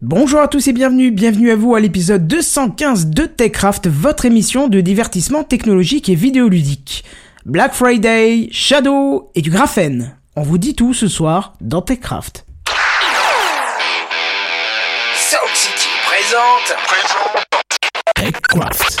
Bonjour à tous et bienvenue, bienvenue à vous à l'épisode 215 de TechCraft, votre émission de divertissement technologique et vidéoludique. Black Friday, Shadow et du graphène. On vous dit tout ce soir dans TechCraft. Soul City présente. TechCraft.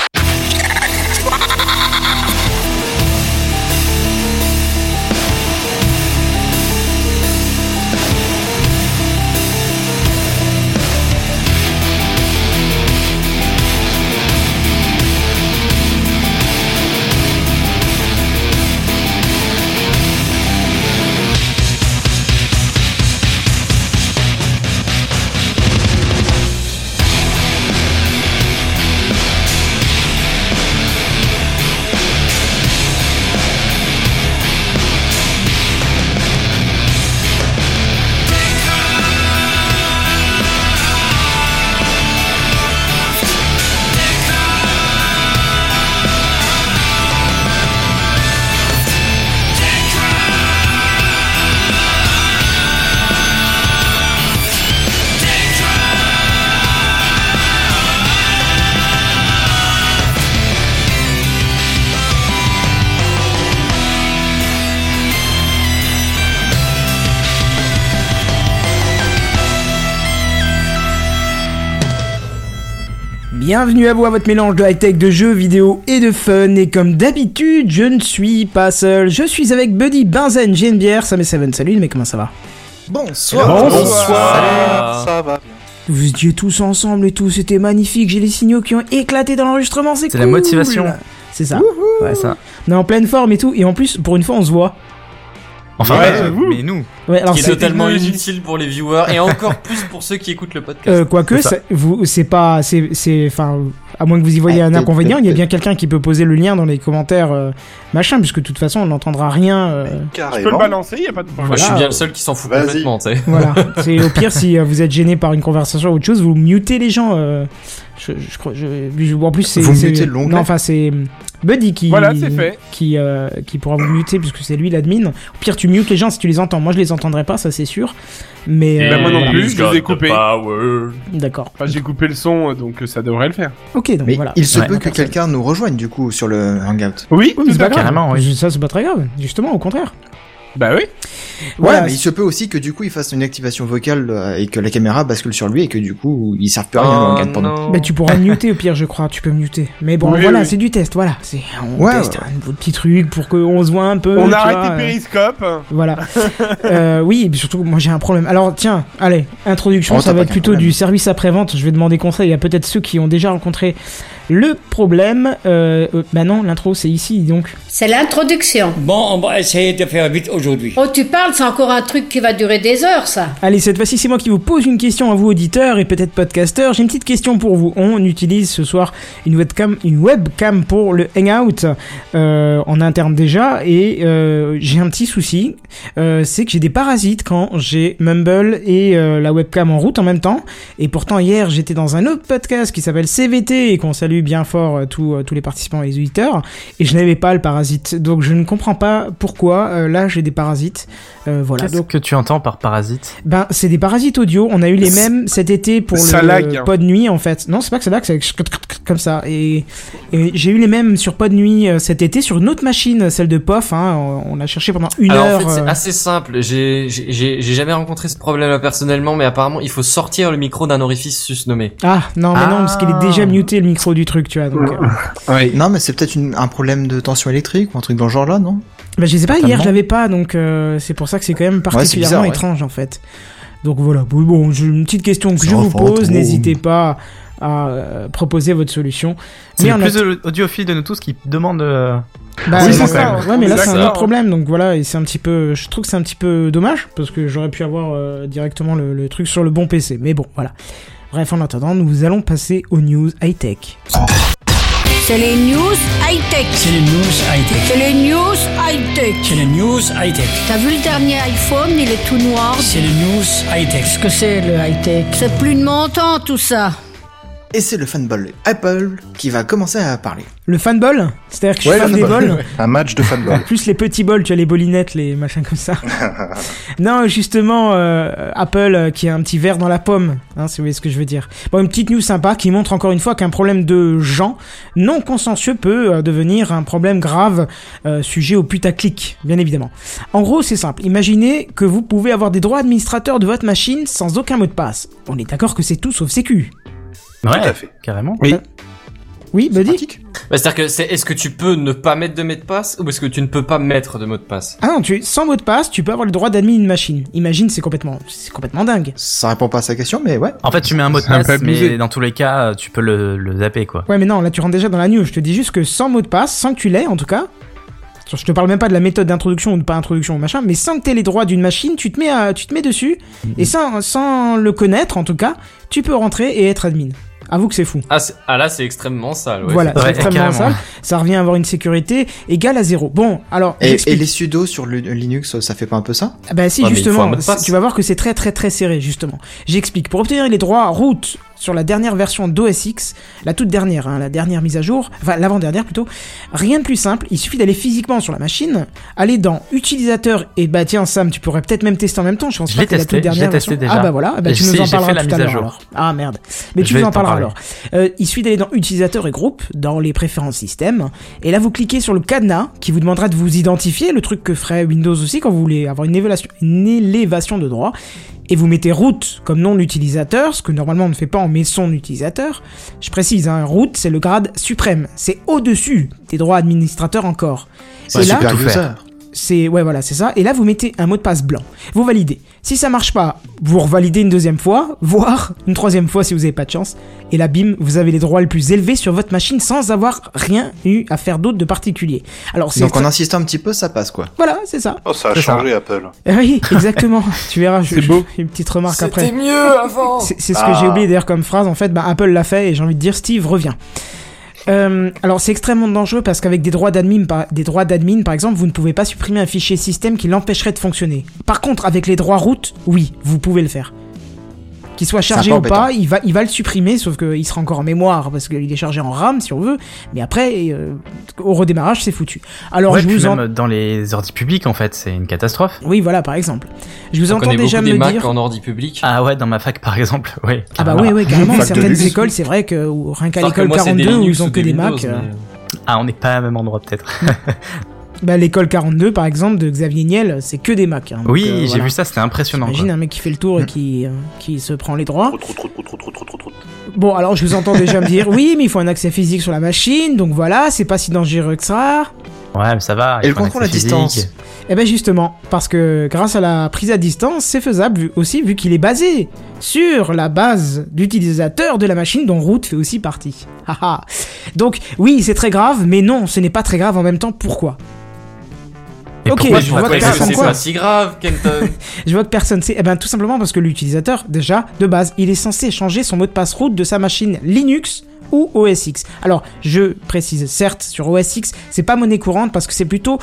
Bienvenue à vous à votre mélange de high-tech, de jeux vidéo et de fun. Et comme d'habitude, je ne suis pas seul. Je suis avec Buddy, Benzen, Genevière, Sam et Seven. Salut les mecs, comment ça va Bonsoir. Bonsoir. Ça va bien. Vous étiez tous ensemble et tout, c'était magnifique. J'ai les signaux qui ont éclaté dans l'enregistrement, c'est C'est cool. la motivation. C'est ça. Ouais, ça. On est en pleine forme et tout. Et en plus, pour une fois, on se voit. Enfin, Ouais, ouais, j'avoue. mais nous. Ouais, alors euh, qui est c'est- totalement inutile pour les viewers et encore plus pour ceux qui écoutent le podcast. Euh, Quoique, C'est ça. c'est- vous- c'est pas, c'est, c'est, enfin, à moins que vous y voyez un inconvénient, il y a bien quelqu'un qui peut poser le lien dans les commentaires, euh, machin, puisque de toute façon, on n'entendra rien. euh, Carrément. Je peux le balancer, y a pas de problème. Moi, je suis voilà. bien le seul qui s'en fout Vas-y. complètement, tu sais. voilà. C'est au pire si euh, vous êtes gêné par une conversation ou autre chose, vous mutez les gens. euh, je, je crois- je- je- en plus, c'est, Vous c'est- mutez l'onglet Non, enfin, c'est Buddy qui, Voilà, c'est fait. qui, euh, qui pourra vous muter puisque c'est lui l'admin. Au pire, tu mutes les gens si tu les entends. Moi, je les entendrai pas, ça c'est sûr. Mais Bah, moi non voilà. plus, je les ai coupés. D'accord. Enfin, j'ai coupé le son, donc euh, ça devrait le faire. Ok, donc Mais voilà. il se Ouais. peut que quelqu'un nous rejoigne du coup sur le hangout. Bah, Oui, Oui, mais c'est pas grave. Carrément, oui. Ça, c'est pas très grave. Justement, au contraire. Bah oui. Ouais, Voilà, mais il se peut aussi que du coup il fasse une activation vocale euh, et que la caméra bascule sur lui et que du coup Ah, il serve plus à rien Oh le hangout pour nous. Bah, tu pourras muter au pire, je crois. Tu peux muter. Mais bon, Oui, voilà, oui. c'est du test. Voilà, c'est on Ouais, teste un nouveau petit truc pour qu'on se voit un peu. On tu a vois, euh, arrêté Periscope. Voilà. Euh, oui, et puis surtout, moi j'ai un problème. Alors tiens, allez, introduction, Oh, ça t'as va pas être qu'un plutôt problème. du service après-vente. Je vais demander conseil à peut-être ceux qui ont déjà rencontré le problème. Euh, euh, bah non, l'intro c'est ici, donc. C'est l'introduction. Bon, on va essayer de faire vite aujourd'hui. Oh, tu parles, c'est encore un truc qui va durer des heures, ça. Allez, cette fois-ci, c'est moi qui vous pose une question à vous, auditeurs et peut-être podcasteurs. J'ai une petite question pour vous. On utilise ce soir une webcam, une webcam pour le Hangout euh, en interne déjà. Et euh, j'ai un petit souci. euh, c'est que j'ai des parasites quand j'ai Mumble et euh, la webcam en route en même temps. Et pourtant, hier, j'étais dans un autre podcast qui s'appelle CVT et qu'on salue bien fort euh, tous, euh, tous les participants et les auditeurs. Et je n'avais pas le parasite. Donc, je ne comprends pas pourquoi euh, là, j'ai des parasites. Euh, voilà. Qu'est-ce Donc, que tu entends par parasite ben, c'est des parasites audio. On a eu les mêmes cet été pour Ça le lag, hein. Pod Nuit, en fait. Non, c'est pas que ça lag, c'est comme ça. Et, et j'ai eu les mêmes sur Pod Nuit euh, cet été sur une autre machine, celle de POF. Hein. On on a cherché pendant une Alors heure. en fait, euh, c'est assez simple. J'ai j'ai- j'ai- j'ai jamais rencontré ce problème personnellement, mais apparemment, il faut sortir le micro d'un orifice susnommé. Ah, non, mais non, parce qu'il est Ah. déjà muté le micro du truc, tu vois. Donc, euh, Oui. Non mais c'est peut-être une- un problème de tension électrique ou un truc dans le genre là, non bah, je sais pas, hier Totalement. je l'avais pas, donc euh, c'est pour ça que c'est quand même particulièrement bizarre, ouais. étrange, en fait. Donc voilà, bon, bon, j'ai une petite question que Ça je vous va, pose, trop. n'hésitez pas à euh, proposer votre solution. C'est en le plus de audiophile de nous tous qui demande. euh, Bah, Oui, euh, c'est ouais, ça, Ouais, mais là c'est exactement. un autre problème, donc voilà, et c'est un petit peu, je trouve que c'est un petit peu dommage parce que j'aurais pu avoir euh, directement le, le truc sur le bon PC. Mais bon, voilà. Bref, en attendant, nous allons passer aux news high tech. C'est les news high-tech. C'est les news high-tech. C'est les news high-tech. C'est les news high-tech. T'as vu le dernier iPhone, il est tout noir. C'est les news high-tech. Ah. que c'est le high-tech C'est plus de mon temps, tout ça. Et c'est le fanball Apple qui va commencer à parler. Le fanball C'est-à-dire que je Ouais, suis fan le des fanball. bols Un match de fanball. Plus les petits bols, tu as les bolinettes, les machins comme ça. non, justement, euh, Apple euh, qui a un petit verre dans la pomme, hein, si vous voyez ce que je veux dire. Bon, une petite news sympa qui montre encore une fois qu'un problème de gens non consensueux peut euh, devenir un problème grave, euh, sujet au putaclic, bien évidemment. En gros, c'est simple. Imaginez que vous pouvez avoir des droits administrateurs de votre machine sans aucun mot de passe. On est d'accord que c'est tout sauf sécu. Ouais, tout à fait. Carrément. Oui, Buddy Bah, C'est-à-dire que c'est est-ce que tu peux ne pas mettre de mot de passe ou est-ce que tu ne peux pas mettre de mot de passe Ah non, tu, sans mot de passe, tu peux avoir le droit d'admin une machine. Imagine, c'est complètement, c'est complètement dingue. Ça répond pas à sa question, mais ouais. En fait, tu mets un mot de C'est un passe, peu abusé. mais dans tous les cas, euh, tu peux le, le zapper, quoi. Ouais, mais non, là tu rentres déjà dans la news. Je te dis juste que sans mot de passe, sans que tu l'aies en tout cas. Attention, Je te parle même pas de la méthode d'introduction ou de pas introduction ou machin, mais sans que t'aies les droits d'une machine, tu te mets, à, tu te mets dessus Mm-hmm. et sans, sans le connaître en tout cas, tu peux rentrer et être admin. Avoue que c'est fou. ah, c'est- ah là, c'est extrêmement sale. Ouais, voilà, c'est c'est vrai, extrêmement carrément. sale. Ça revient à avoir une sécurité égale à zéro. Bon, alors Et, j'explique. et les sudos sur le- Linux, ça fait pas un peu ça Ah Bah si Ouais, mais il faut un justement, mot de c'est- passe. tu vas voir que c'est très très très serré justement. J'explique. Pour obtenir les droits root sur la dernière version d'OS X, la toute dernière, hein, la dernière mise à jour, enfin l'avant-dernière plutôt, rien de plus simple, il suffit d'aller physiquement sur la machine, aller dans utilisateur, et bah tiens Sam, tu pourrais peut-être même tester en même temps, je pense Je pas l'ai que t'aies la testé, toute je l'ai dernière testé version. déjà. Ah bah voilà, bah, Et tu si, nous en j'ai fait parleras la tout à mise à l'heure jour. alors. Ah merde, mais tu Je nous vais en t'en parleras parler. alors. Euh, il suffit d'aller dans utilisateur et groupe, dans les préférences système, et là vous cliquez sur le cadenas qui vous demandera de vous identifier, le truc que ferait Windows aussi quand vous voulez avoir une évaluation- une élévation de droit, et vous mettez root comme nom de l'utilisateur, ce que normalement on ne fait pas en met son utilisateur. Je précise, hein, root c'est le grade suprême, c'est au-dessus des droits administrateurs encore. C'est Et là, super tout user. faire. c'est ouais voilà c'est ça et là vous mettez un mot de passe blanc vous validez si ça marche pas vous revalidez une deuxième fois voire une troisième fois si vous avez pas de chance et là bim vous avez les droits les plus élevés sur votre machine sans avoir rien eu à faire d'autre de particulier alors c'est Donc en insistant un petit peu, ça passe quoi. voilà c'est ça Oh, ça a C'est ça. changé Apple. Eh oui exactement tu verras je- C'est je- beau. une petite remarque après C'était mieux avant. Ah. c'est c'est ce que j'ai oublié d'ailleurs comme phrase. En fait, bah, Apple l'a fait et j'ai envie de dire Steve revient. Euh, alors c'est extrêmement dangereux parce qu'avec des droits d'admin, par- des droits d'admin par exemple, vous ne pouvez pas supprimer un fichier système qui l'empêcherait de fonctionner. Par contre, avec les droits route, oui, vous pouvez le faire. Qu'il soit C'est un chargé peu ou pas, il va, il va le supprimer, sauf qu'il sera encore en mémoire parce qu'il est chargé en RAM si on veut. Mais après, euh, au redémarrage, c'est foutu. Alors Ouais, je puis vous en, même dans les ordi publics, en fait, c'est une catastrophe. oui voilà par exemple, je vous On entends connaît déjà beaucoup me des Mac dire. en ordi public. Ah ouais, dans ma fac, par exemple, ouais. Ah bah carrément. oui, oui, carrément, Fac de certaines luxe. écoles, c'est vrai que ou rien qu'à Sauf que l'école moi, c'est des 42 où Linux ils ont ou que des des Windows, Macs, euh, mais- Ah, on n'est pas au même endroit, peut-être. bah, l'école 42 par exemple de Xavier Niel, c'est que des Macs. hein, donc, Oui, euh, j'ai voilà. vu ça, c'était impressionnant. Imagine quoi. Mm. un mec qui fait le tour et qui, euh, qui se prend les droits. Trop, trop, trop, trop, trop, trop, trop, trop, trop. Bon, alors je vous entends déjà me dire, oui, mais il faut un accès physique sur la machine, donc voilà, c'est pas si dangereux que ça. Ouais, mais ça va. Et avec le ton contrôle à accès physique. distance. Eh ben justement, parce que grâce à la prise à distance, c'est faisable vu- aussi vu qu'il est basé sur la base d'utilisateurs de la machine dont root fait aussi partie. Haha. Donc oui, c'est très grave, mais non, ce n'est pas très grave en même temps. Pourquoi Et Ok, pourquoi je tu vois vas que pas Après, t'as laisser raison, c'est ça quoi. pas si grave, Kenton. Je vois que personne sait. Eh ben tout simplement parce que l'utilisateur, déjà, de base, il est censé changer son mot de passe root de sa machine Linux ou OS X. Alors, je précise, certes, sur OS X, c'est pas monnaie courante parce que c'est plutôt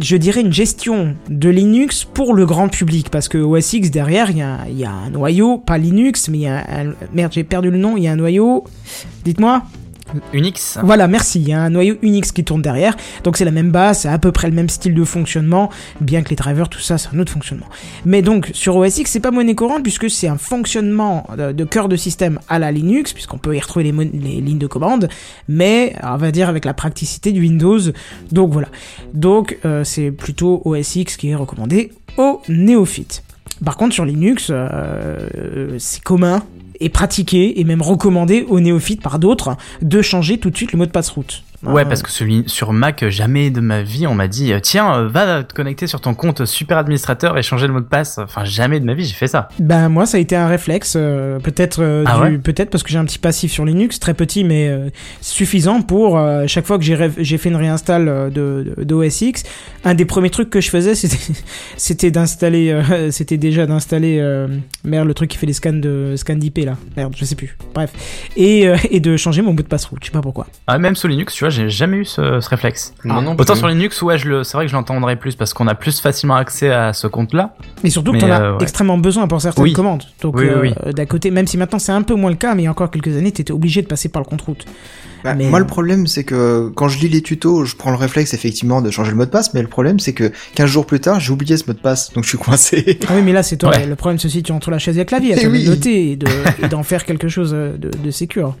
je dirais une gestion de Linux pour le grand public parce que OS X derrière il y a, il y a un noyau pas Linux mais il y a un, merde j'ai perdu le nom il y a un noyau dites-moi Unix voilà, merci. Il y a un noyau Unix qui tourne derrière. Donc c'est la même base, c'est à peu près le même style de fonctionnement, bien que les drivers, tout ça, c'est un autre fonctionnement. Mais donc sur OS X, c'est pas monnaie courante puisque c'est un fonctionnement euh, de, de cœur de système à la Linux, puisqu'on peut y retrouver les, mon- les lignes de commande, mais on va dire avec la praticité du Windows. Donc voilà. Donc euh, c'est plutôt OS X qui est recommandé aux néophytes. Par contre, sur Linux, euh, c'est commun et pratiqué et même recommandé aux néophytes par d'autres de changer tout de suite le mot de passe route. Ouais, parce que celui- sur Mac, euh, jamais de ma vie, on m'a dit euh, Tiens, euh, va te connecter sur ton compte super administrateur et changer le mot de passe. Enfin, jamais de ma vie, j'ai fait ça. Ben moi, ça a été un réflexe, euh, peut-être, euh, Ah du- ouais peut-être parce que j'ai un petit passif sur Linux, très petit mais euh, suffisant pour euh, chaque fois que j'ai rêv- j'ai fait une réinstall euh, de d'OS X, un des premiers trucs que je faisais, c'était c'était d'installer, euh, c'était déjà d'installer euh, merde le truc qui fait les scans de scans d'IP là, merde, je sais plus, bref, et euh, et de changer mon mot de passe route, je sais pas pourquoi. Ah, même sous Linux, tu vois, vois, j'ai jamais eu ce, ce réflexe. Ah. Moi non Autant plus. sur Linux, ouais, je le, c'est vrai que je l'entendrai plus parce qu'on a plus facilement accès à ce compte-là. Et surtout que Mais, t'en as euh, ouais. extrêmement besoin pour certaines Oui. commandes. Donc Oui, oui, euh, d'à côté, même si maintenant c'est un peu moins le cas, mais il y a encore quelques années, t'étais obligé de passer par le compte-route. Bah, Mais- Moi, le problème, c'est que quand je lis les tutos, je prends le réflexe effectivement de changer le mot de passe, mais le problème, c'est que 15 jours plus tard, j'ai oublié ce mot de passe, donc je suis coincé. Ah oui, mais là c'est toi. Ouais. Le problème se situe entre la chaise et le clavier. Eh T'as oui. noté et de- et d'en faire quelque chose euh, de, de sécure.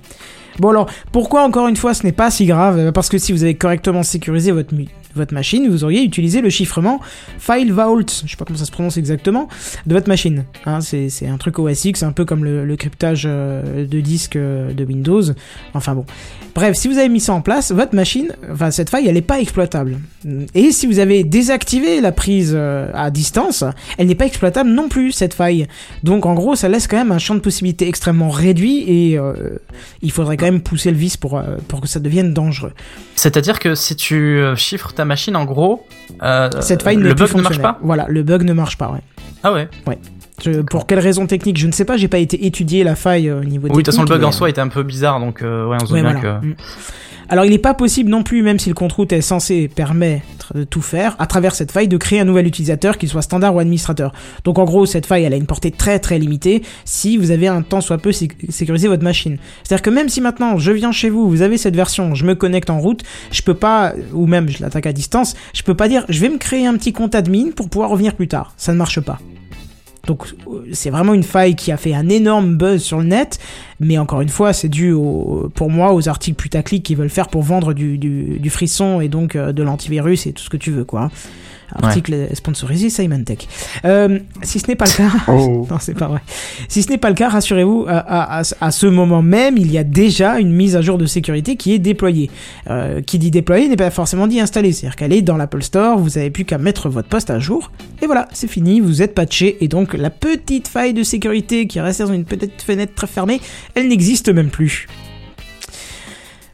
Bon alors, pourquoi encore une fois ce n'est pas si grave Euh, Parce que si vous avez correctement sécurisé votre, mu- votre machine, vous auriez utilisé le chiffrement File Vault, je sais pas comment ça se prononce exactement, de votre machine. Hein, c'est c'est un truc OSX, un peu comme le, le cryptage euh, de disque euh, de Windows. Enfin bon. Bref, si vous avez mis ça en place, votre machine, enfin cette faille, elle n'est pas exploitable. Et si vous avez désactivé la prise euh, à distance, elle n'est pas exploitable non plus, cette faille. Donc en gros, ça laisse quand même un champ de possibilités extrêmement réduit et euh, il faudrait quand même pousser le vice pour, euh, pour que ça devienne dangereux. C'est-à-dire que si tu euh, chiffres ta machine, en gros, euh, Cette faille n'est le plus bug ne marche fonctionnelle. pas. Voilà, le bug ne marche pas, ouais. Ah ouais. Je- pour quelle raison technique, je ne sais pas, j'ai pas été étudié la faille euh, au niveau Oui, de toute façon, le technique, bug en mais- soi était un peu bizarre, donc euh, ouais, on se Ouais, doute bien voilà. que. Mm. Alors il n'est pas possible non plus, même si le compte-route est censé permettre de tout faire, à travers cette faille de créer un nouvel utilisateur, qu'il soit standard ou administrateur. Donc en gros, cette faille, elle a une portée très très limitée si vous avez un temps soit peu sé- sécurisé votre machine. C'est-à-dire que même si maintenant je viens chez vous, vous avez cette version, je me connecte en route, je peux pas, ou même je l'attaque à distance, je peux pas dire je vais me créer un petit compte admin pour pouvoir revenir plus tard. Ça ne marche pas. Donc euh, c'est vraiment une faille qui a fait un énorme buzz sur le net, mais encore une fois c'est dû au- pour moi aux articles putaclic qu'ils veulent faire pour vendre du, du- du frisson et donc euh, de l'antivirus et tout ce que tu veux quoi. Article sponsorisé Symantec. Euh, si ce n'est pas le cas, Oh. non, c'est pas vrai. Si ce n'est pas le cas, rassurez-vous, à, à- à- à ce moment même, il y a déjà une mise à jour de sécurité qui est déployée. Euh, qui dit déployée n'est pas forcément dit installée. C'est-à-dire qu'elle est dans l'Apple Store, vous n'avez plus qu'à mettre votre poste à jour, et voilà, c'est fini, vous êtes patché, et donc la petite faille de sécurité qui restait dans une petite fenêtre très fermée, elle n'existe même plus.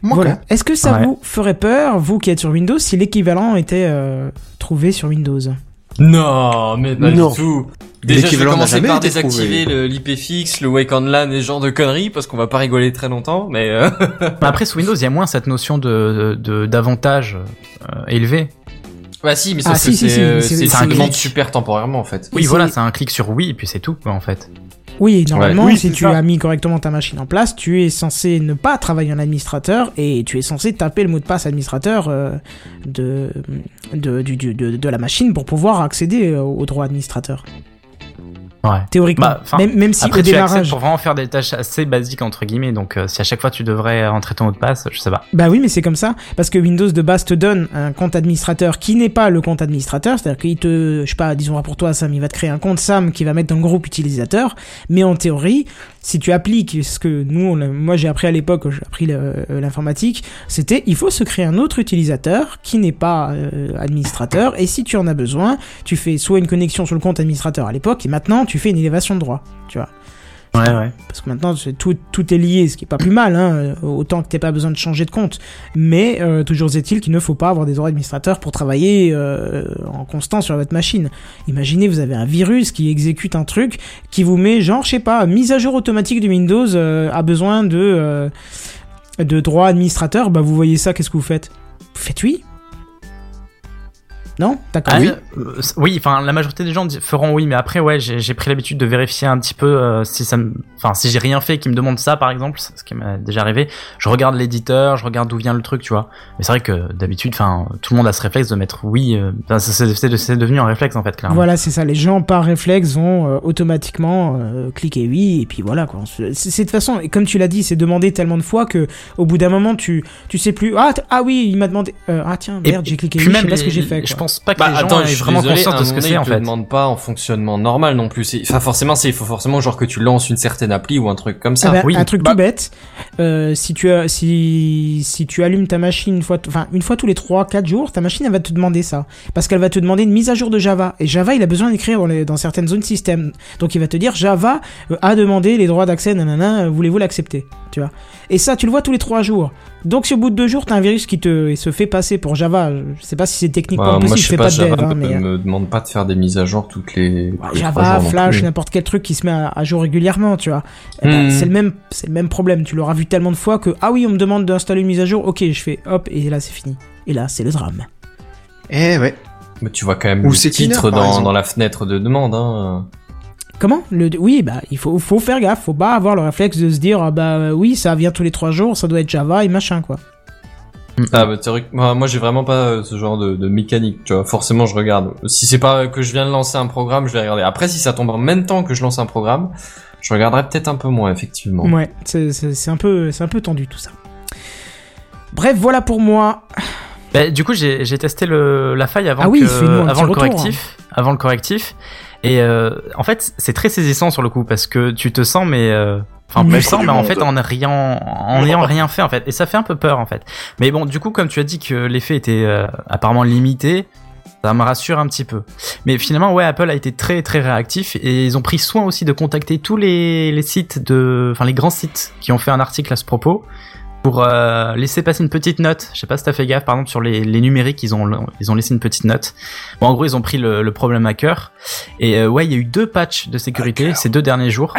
Moi, Voilà. Est-ce que ça Ouais. vous ferait peur, vous qui êtes sur Windows, si l'équivalent était euh, trouvé sur Windows Non, mais pas Non. du tout. Déjà, je vais L'équivalent n'a commencer jamais par été désactiver le- l'IP fixe, le wake on LAN et ce genre de conneries parce qu'on va pas rigoler très longtemps, mais euh, Mm. Bah, après, sous Windows, il y a moins cette notion de de- d'avantage euh, élevé. bah si, mais Ah, sauf si, si, que si, c'est euh, c'est- c'est c'est une un demande glitch. super temporairement en fait. Oui, Oui, c'est- voilà, c'est un clic sur oui, et puis c'est tout, quoi, en fait. Oui, normalement, Ouais. Oui, si c'est tu ça. as mis correctement ta machine en place, tu es censé ne pas travailler en administrateur et tu es censé taper le mot de passe administrateur euh, de, de, du- du- de, de la machine pour pouvoir accéder euh, au droit administrateur. Ouais. Théoriquement. Bah, 'fin, même, même si Après, au tu accèdes démarrage. pour vraiment faire des tâches assez basiques, entre guillemets, donc euh, si à chaque fois tu devrais rentrer ton mot de passe, je sais pas. Bah oui, mais c'est comme ça. Parce que Windows de base te donne un compte administrateur qui n'est pas le compte administrateur. C'est-à-dire qu'il te, je sais pas, disons ah, pour toi, Sam, il va te créer un compte Sam qui va mettre dans le groupe utilisateur. Mais en théorie, si tu appliques ce que nous, on l'a- moi j'ai appris à l'époque, j'ai appris le- euh, l'informatique, c'était il faut se créer un autre utilisateur qui n'est pas euh, administrateur. Et si tu en as besoin, tu fais soit une connexion sur le compte administrateur à l'époque, et maintenant tu fais une élévation de droit. Tu vois. Ouais, ouais. Parce que maintenant, c'est tout, tout est lié, ce qui est pas plus mal, hein, euh, autant que t'aies pas besoin de changer de compte. Mais euh, toujours est-il qu'il ne faut pas avoir des droits administrateurs pour travailler euh, en constant sur votre machine. Imaginez, vous avez un virus qui exécute un truc qui vous met, genre, je sais pas, mise à jour automatique du Windows euh, a besoin de, euh, de droits administrateurs. Bah, vous voyez ça, qu'est-ce que vous faites Vous faites oui Non D'accord. Ah, euh, c- oui, enfin la majorité des gens di- feront oui, mais après ouais, j'ai j'ai pris l'habitude de vérifier un petit peu euh, si ça, me- enfin si j'ai rien fait et qu'ils me demandent ça par exemple, c'est ce qui m'est déjà arrivé, je regarde l'éditeur, je regarde d'où vient le truc, tu vois. Mais c'est vrai que d'habitude, enfin tout le monde a ce réflexe de mettre oui, euh, enfin, c'est- c'est c'est- c'est devenu un réflexe en fait clairement. Voilà, c'est ça. Les gens, par réflexe, vont euh, automatiquement euh, cliquer oui, et puis voilà. quoi. C'est c'est de toute façon, et comme tu l'as dit, c'est demandé tellement de fois que au bout d'un moment, tu tu sais plus. Ah, t- ah oui, il m'a demandé. euh, ah tiens, Et merde, j'ai cliqué puis oui, je même sais pas ce que les- j'ai fait. je quoi. pense pas que Bah les gens attends, aient je suis vraiment désolé, à conscience un de ce moment que donné, c'est en ils te fait. demandent pas en fonctionnement normal non plus. C'est- Enfin forcément, c'est il faut forcément genre que tu lances une certaine appli ou un truc comme ça. Ah bah, oui. Un truc Bah- tout bête. euh, si tu as, si si tu allumes ta machine une fois, t- enfin une fois tous les 3-4 jours, ta machine elle va te demander ça parce qu'elle va te demander une mise à jour de Java. Et Java, il a besoin d'écrire dans, les- dans certaines zones système. Donc il va te dire Java euh, a demandé les droits d'accès, nanana, euh, voulez-vous l'accepter Tu vois. Et ça, tu le vois tous les 3 jours. Donc si au bout de 2 jours, t'as un virus qui te se fait passer pour Java, je sais pas si c'est techniquement Bah, moi, possible Moi, si, je je sais fais pas, pas de dev, Java hein, mais. me- me demande pas de faire des mises à jour toutes les. Bah, tous les trois Java, jours non Flash, plus. n'importe quel truc qui se met à, à jour régulièrement, tu vois. Eh ben, Hmm. C'est le même, c'est le même problème. Tu l'auras vu tellement de fois que ah oui, on me demande d'installer une mise à jour. Ok, je fais hop et là c'est fini. Et là c'est le drame. Eh ouais. Mais tu vois quand même Ou le c'est titre Cleaner, par dans, exemple. dans la fenêtre de demande. Hein. Comment le, Oui, bah il faut, faut faire gaffe. Faut pas avoir le réflexe de se dire ah bah oui, ça vient tous les trois jours, ça doit être Java et machin quoi. Ah, bah, théorique- moi, moi j'ai vraiment pas euh, ce genre de, de mécanique. Tu vois, forcément, je regarde. Si c'est pas que je viens de lancer un programme, je vais regarder. Après, si ça tombe en même temps que je lance un programme, je regarderai peut-être un peu moins, effectivement. Ouais, c'est- c'est c'est un peu, c'est un peu tendu tout ça. Bref, voilà pour moi. Bah, du coup, j'ai j'ai testé le, la faille avant, Ah oui, que- fais-nous un petit avant le retour. hein. correctif. Avant le correctif. Et euh, en fait, c'est très saisissant sur le coup parce que tu te sens, mais. euh, Enfin, Maître tu te sens, du mais en monde. fait, en rien, en ayant rien fait, en fait. Et ça fait un peu peur, en fait. Mais bon, du coup, comme tu as dit que l'effet était euh, apparemment limité, ça me rassure un petit peu. Mais finalement, ouais, Apple a été très, très réactif et ils ont pris soin aussi de contacter tous les, les sites de, enfin, les grands sites qui ont fait un article à ce propos pour euh, laisser passer une petite note. Je sais pas si t'as fait gaffe, par exemple, sur les, les numériques, ils ont, ils ont laissé une petite note. Bon, en gros, ils ont pris le, le problème à cœur. Et euh, ouais, il y a eu deux patchs de sécurité ces deux derniers jours.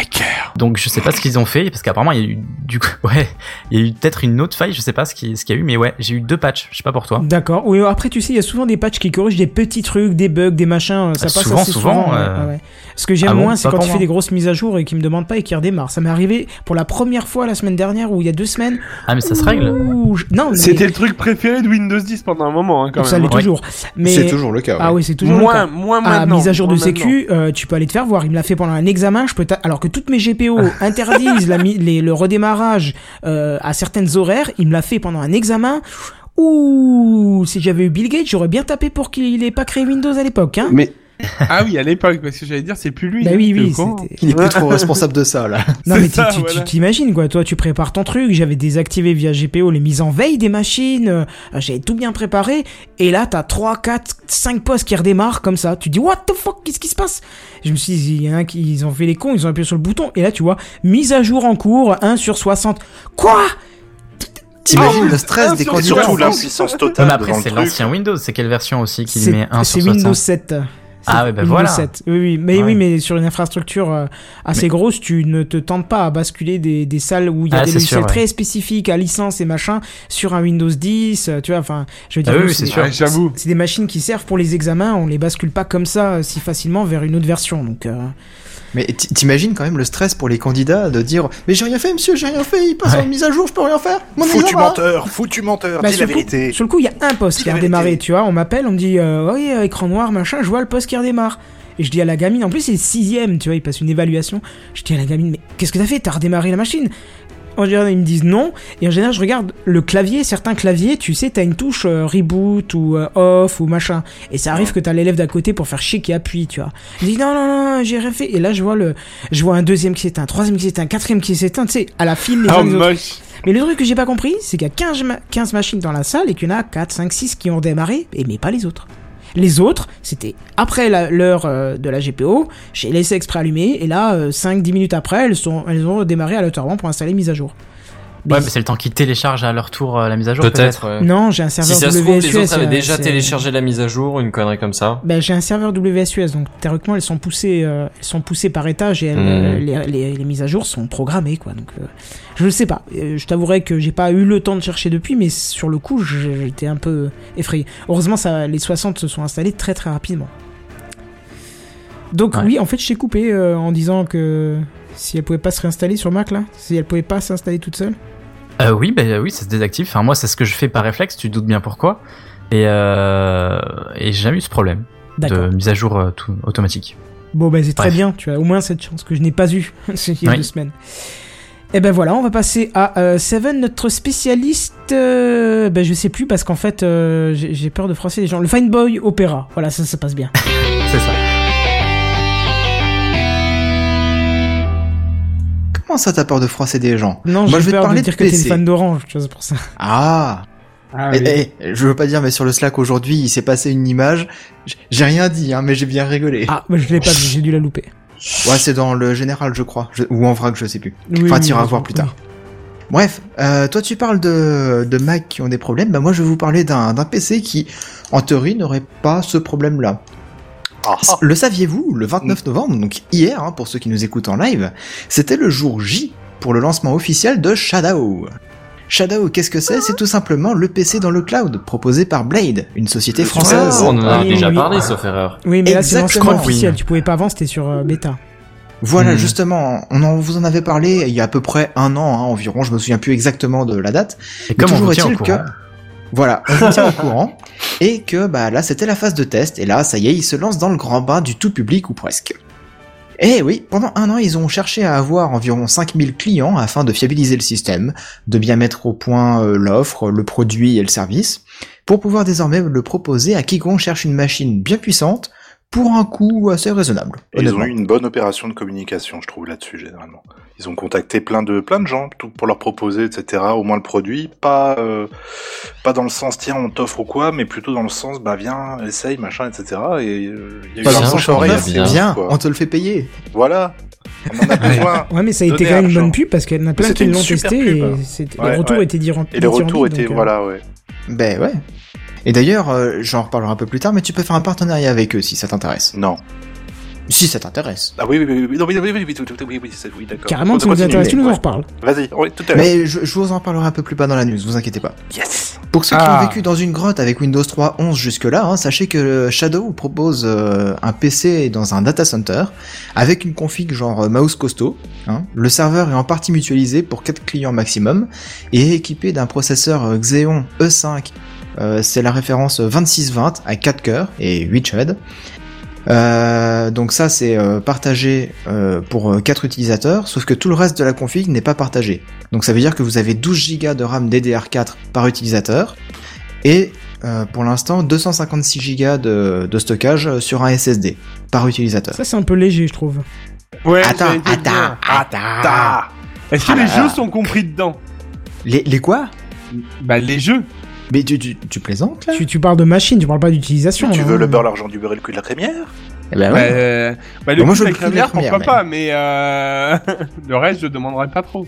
Donc, je sais pas ce qu'ils ont fait, parce qu'apparemment, il y a eu, du coup, ouais, il y a eu peut-être une autre faille, je sais pas ce qu'il ce qu'il y a eu, mais ouais, j'ai eu deux patchs. Je sais pas pour toi. D'accord. Oui, après tu sais, il y a souvent des patchs qui corrigent des petits trucs, des bugs, des machins. euh, Ça passe Ah, Souvent, assez souvent, ouais, euh. ouais, ouais. Ce que j'aime Ah bon moins, c'est Pas quand pour tu fais moi. des grosses mises à jour et qu'ils me demandent pas et qu'ils redémarrent. Ça m'est arrivé pour la première fois la semaine dernière ou il y a deux semaines. Ah, mais ça se règle. Ouh, je- Non, mais C'était le truc préféré de Windows 10 pendant un moment, hein, quand ça l'est même. Ouais. toujours. Mais C'est toujours le cas. ah ouais. oui, c'est toujours le Moins, cas. moins Ah, maintenant. mise à jour de moins maintenant. sécu, euh, tu peux aller te faire voir. Il me l'a fait pendant un examen. Je peux t'a- alors que toutes mes GPO interdisent la mi- les- le redémarrage euh, à certaines horaires, il me l'a fait pendant un examen. Ouh, si j'avais eu Bill Gates, j'aurais bien tapé pour qu'il ait pas créé Windows à l'époque. Hein Mais. Ah oui, à l'époque, parce que j'allais dire, c'est plus lui. bah hein, oui, le oui. con. c'était- Il est plus trop responsable de ça, là. Non C'est mais tu- ça, tu tu- voilà. t'imagines quoi, toi tu prépares ton truc, j'avais désactivé via GPO les mises en veille des machines, euh, j'avais tout bien préparé, et là t'as 3, 4, 5 postes qui redémarrent comme ça, tu dis what the fuck, qu'est-ce qui se passe Je me suis dit, il y en a qui ils ont fait les cons, ils ont appuyé sur le bouton, et là tu vois, mise à jour en cours, 1 sur 60, quoi T'imagines le stress Ah, des surtout, Et candidats surtout Ouais. l'impuissance Non, totale. mais après, devant le c'est truc. l'ancien Windows. C'est quelle version aussi qui C'est- met 1 sur C'est Windows 60 7. Ah C'est ouais, bah Windows voilà. Ah 7. Oui, oui. Mais Ouais. oui, mais sur une infrastructure euh, assez grosse, tu ne te tentes pas à basculer des, des salles où il y a Ah, des c'est logiciels sûr, ouais. très spécifiques à licence et machin sur un Windows 10. euh, Tu vois, enfin, je veux dire, Ah oui, nous, oui, c'est des- sûr. Ouais, J'avoue. c'est des machines qui servent pour les examens. On les bascule pas comme ça euh, si facilement vers une autre version. Donc, euh, Mais t- t'imagines quand même le stress pour les candidats de dire Mais j'ai rien fait, monsieur, j'ai rien fait, il passe Ouais. en mise à jour, je peux rien faire. Mon Foutu examen. menteur, foutu menteur, Bah, dis la sur, le coup- vérité. sur le coup, il y a un poste Dis qui a la vérité. redémarré, tu vois. On m'appelle, on me dit, euh, oui, euh, écran noir, machin, je vois le poste qui redémarre. Et je dis à la gamine, en plus, c'est sixième, tu vois, il passe une évaluation. Je dis à la gamine, mais qu'est-ce que t'as fait T'as redémarré la machine en général, ils me disent non. Et en général, je regarde le clavier. Certains claviers, tu sais, t'as une touche euh, reboot ou euh, off ou machin. Et ça arrive que t'as l'élève d'à côté pour faire chier qui appuie, tu vois. Je dis non, non, non, non, j'ai rien fait. Et là, je vois le, je vois un deuxième qui s'éteint, un troisième qui s'éteint, un quatrième qui s'éteint, tu sais, à la file les uns Ah, les autres. moche. Mais le truc que j'ai pas compris, c'est qu'il y a 15, ma- 15 machines dans la salle et qu'il y en a 4, 5, 6 qui ont démarré, et mais pas les autres. Les autres, c'était après la- l'heure euh, de la GPO, j'ai laissé exprès allumer, et là, 5-10 minutes après, elles, sont, elles ont redémarré aléatoirement pour installer mise à jour. Ouais, mais c'est le temps qu'ils téléchargent à leur tour euh, la mise à jour. peut-être. Peut-être. ouais. Non, j'ai un Si serveur ça se trouve, WSUS. les autres avaient euh, déjà c'est- téléchargé la mise à jour, une connerie comme ça. Ben, j'ai un serveur WSUS, donc théoriquement, elles sont poussées, euh, elles sont poussées par étage et elles, euh, les, les- les mises à jour sont programmées, quoi. Donc, euh, je sais pas. Euh, je t'avouerai que j'ai pas eu le temps de chercher depuis, mais sur le coup, j'ai- j'étais un peu effrayé. Heureusement, ça, les 60 se sont installés très très rapidement. Donc, Ouais. oui, en fait, je t'ai coupé euh, en disant que si elle pouvait pas se réinstaller sur Mac, là, si elle pouvait pas s'installer toute seule. Euh, oui, bah oui, ça se désactive. Enfin, moi, c'est ce que je fais par réflexe. Tu te doutes bien pourquoi. Et, euh, et j'ai jamais eu ce problème de D'accord. mise à jour euh, tout- automatique. Bon, bah, c'est très Bref. bien, tu as au moins cette chance que je n'ai pas eue il y a Oui. deux semaines. Et ben voilà, on va passer à euh, Seven, notre spécialiste. euh, ben je sais plus parce qu'en fait, euh, j'ai j'ai peur de froisser les gens. Le Fine Boy Opéra. Voilà, ça, ça passe bien. C'est ça. Comment ça t'as peur de froisser des gens Non, Moi, je j'ai vais te peur de parler de dire que t'es PC. fan d'Orange, tu vois, c'est pour ça. Ah, Ah, Eh, oui. eh, Je veux pas dire, mais sur le Slack aujourd'hui, il s'est passé une image. J- J'ai rien dit, hein, mais j'ai bien rigolé. Ah, ben je l'ai pas vu, j'ai dû la louper. Ouais, c'est dans le général, je crois. Je- Ou en vrac, je sais plus. Oui, enfin, oui, t'iras oui, voir oui. plus tard. Bref, euh, toi tu parles de, de Mac qui ont des problèmes, bah moi je vais vous parler d'un d'un PC qui, en théorie, n'aurait pas ce problème-là. Ah, Ah. Le saviez-vous, le 29 novembre, donc hier, hein, pour ceux qui nous écoutent en live, c'était le jour J pour le lancement officiel de Shadow. Shadow, qu'est-ce que c'est C'est tout simplement le PC dans le cloud, proposé par Blade, une société française. On en a Oui, déjà oui. parlé, sauf erreur. Oui, mais là c'est Exactement, lancement officiel, oui. tu pouvais pas avant, c'était sur euh, bêta. Voilà, Hmm. justement, on en, vous en avait parlé il y a à peu près un an hein, environ, je me souviens plus exactement de la date. Et Mais comme on toujours vous tient au est-il que... courant. Voilà, on vous tient au courant. Et que bah là, c'était la phase de test, et là, ça y est, ils se lancent dans le grand bain du tout public, ou presque. Et oui, pendant un an, ils ont cherché à avoir environ 5000 clients afin de fiabiliser le système, de bien mettre au point euh, l'offre, le produit et le service, pour pouvoir désormais le proposer à quiconque cherche une machine bien puissante pour un coût assez raisonnable. Et ils ont honnêtement. eu une bonne opération de communication, je trouve, là-dessus, généralement. Ils ont contacté plein de, plein de gens tout pour leur proposer, etc., au moins le produit. Pas, euh, pas dans le sens, tiens, on t'offre ou quoi, mais plutôt dans le sens, bah viens, essaye, machin, etc. Et euh, il y a eu Pas Bah, un dans le Bien, sens bouche à en oreille bien, neuf, assez bien. ouf, viens, quoi. on te le fait payer. Voilà. On en a besoin. Ouais, mais ça a été Donner quand même une l'argent. bonne pub parce qu'il y en a plein c'était qui une l'ont super testé pub. et c'était- les Ouais, retours ouais. étaient diront- Et les dithyrambiques, retours étaient, donc, euh, voilà, ouais. Ben ouais. Et d'ailleurs, euh, j'en reparlerai un peu plus tard, mais tu peux faire un partenariat avec eux si ça t'intéresse. Non. Si ça t'intéresse. Ah oui, oui, oui, oui, non, oui, oui, oui, oui, oui, oui, oui, oui, c'est- oui, d'accord. euh. Carrément, On ça nous continue. intéresse, tu nous hein. en Ouais. reparles. Vas-y, oui, tout à l'heure. Mais je, je vous en parlerai un peu plus bas dans la news, vous inquiétez pas. Yes. Pour ceux Ah. qui ont vécu dans une grotte avec Windows 3.11 jusque-là, hein, sachez que Shadow vous propose euh, un PC dans un data center avec une config genre euh, mouse costaud. hein. Le serveur est en partie mutualisé pour 4 clients maximum et est équipé d'un processeur euh, Xeon E5. euh, C'est la référence 2620 à 4 cœurs et 8 threads. Euh, donc ça c'est euh, partagé euh, pour 4 utilisateurs, sauf que tout le reste de la config n'est pas partagé. Donc ça veut dire que vous avez 12 Go de RAM DDR4 par utilisateur et euh, pour l'instant 256 Go de, de stockage sur un SSD par utilisateur. Ça c'est un peu léger, je trouve. Ouais, Attends, j'allais te le attends, dire. attends. Ta. Est-ce que Ah là les là. jeux sont compris dedans Les, les quoi Bah, les jeux. Mais tu, tu, tu plaisantes là Tu, tu parles de machine, tu parles pas d'utilisation. Tu là, veux hein. le beurre, l'argent du beurre et le cul de la crémière Eh ben Bah, ouais. euh, bah, le Moi, coup je de la le prends la crémière, première, pourquoi mais- pas, mais euh, le reste, je demanderai pas trop.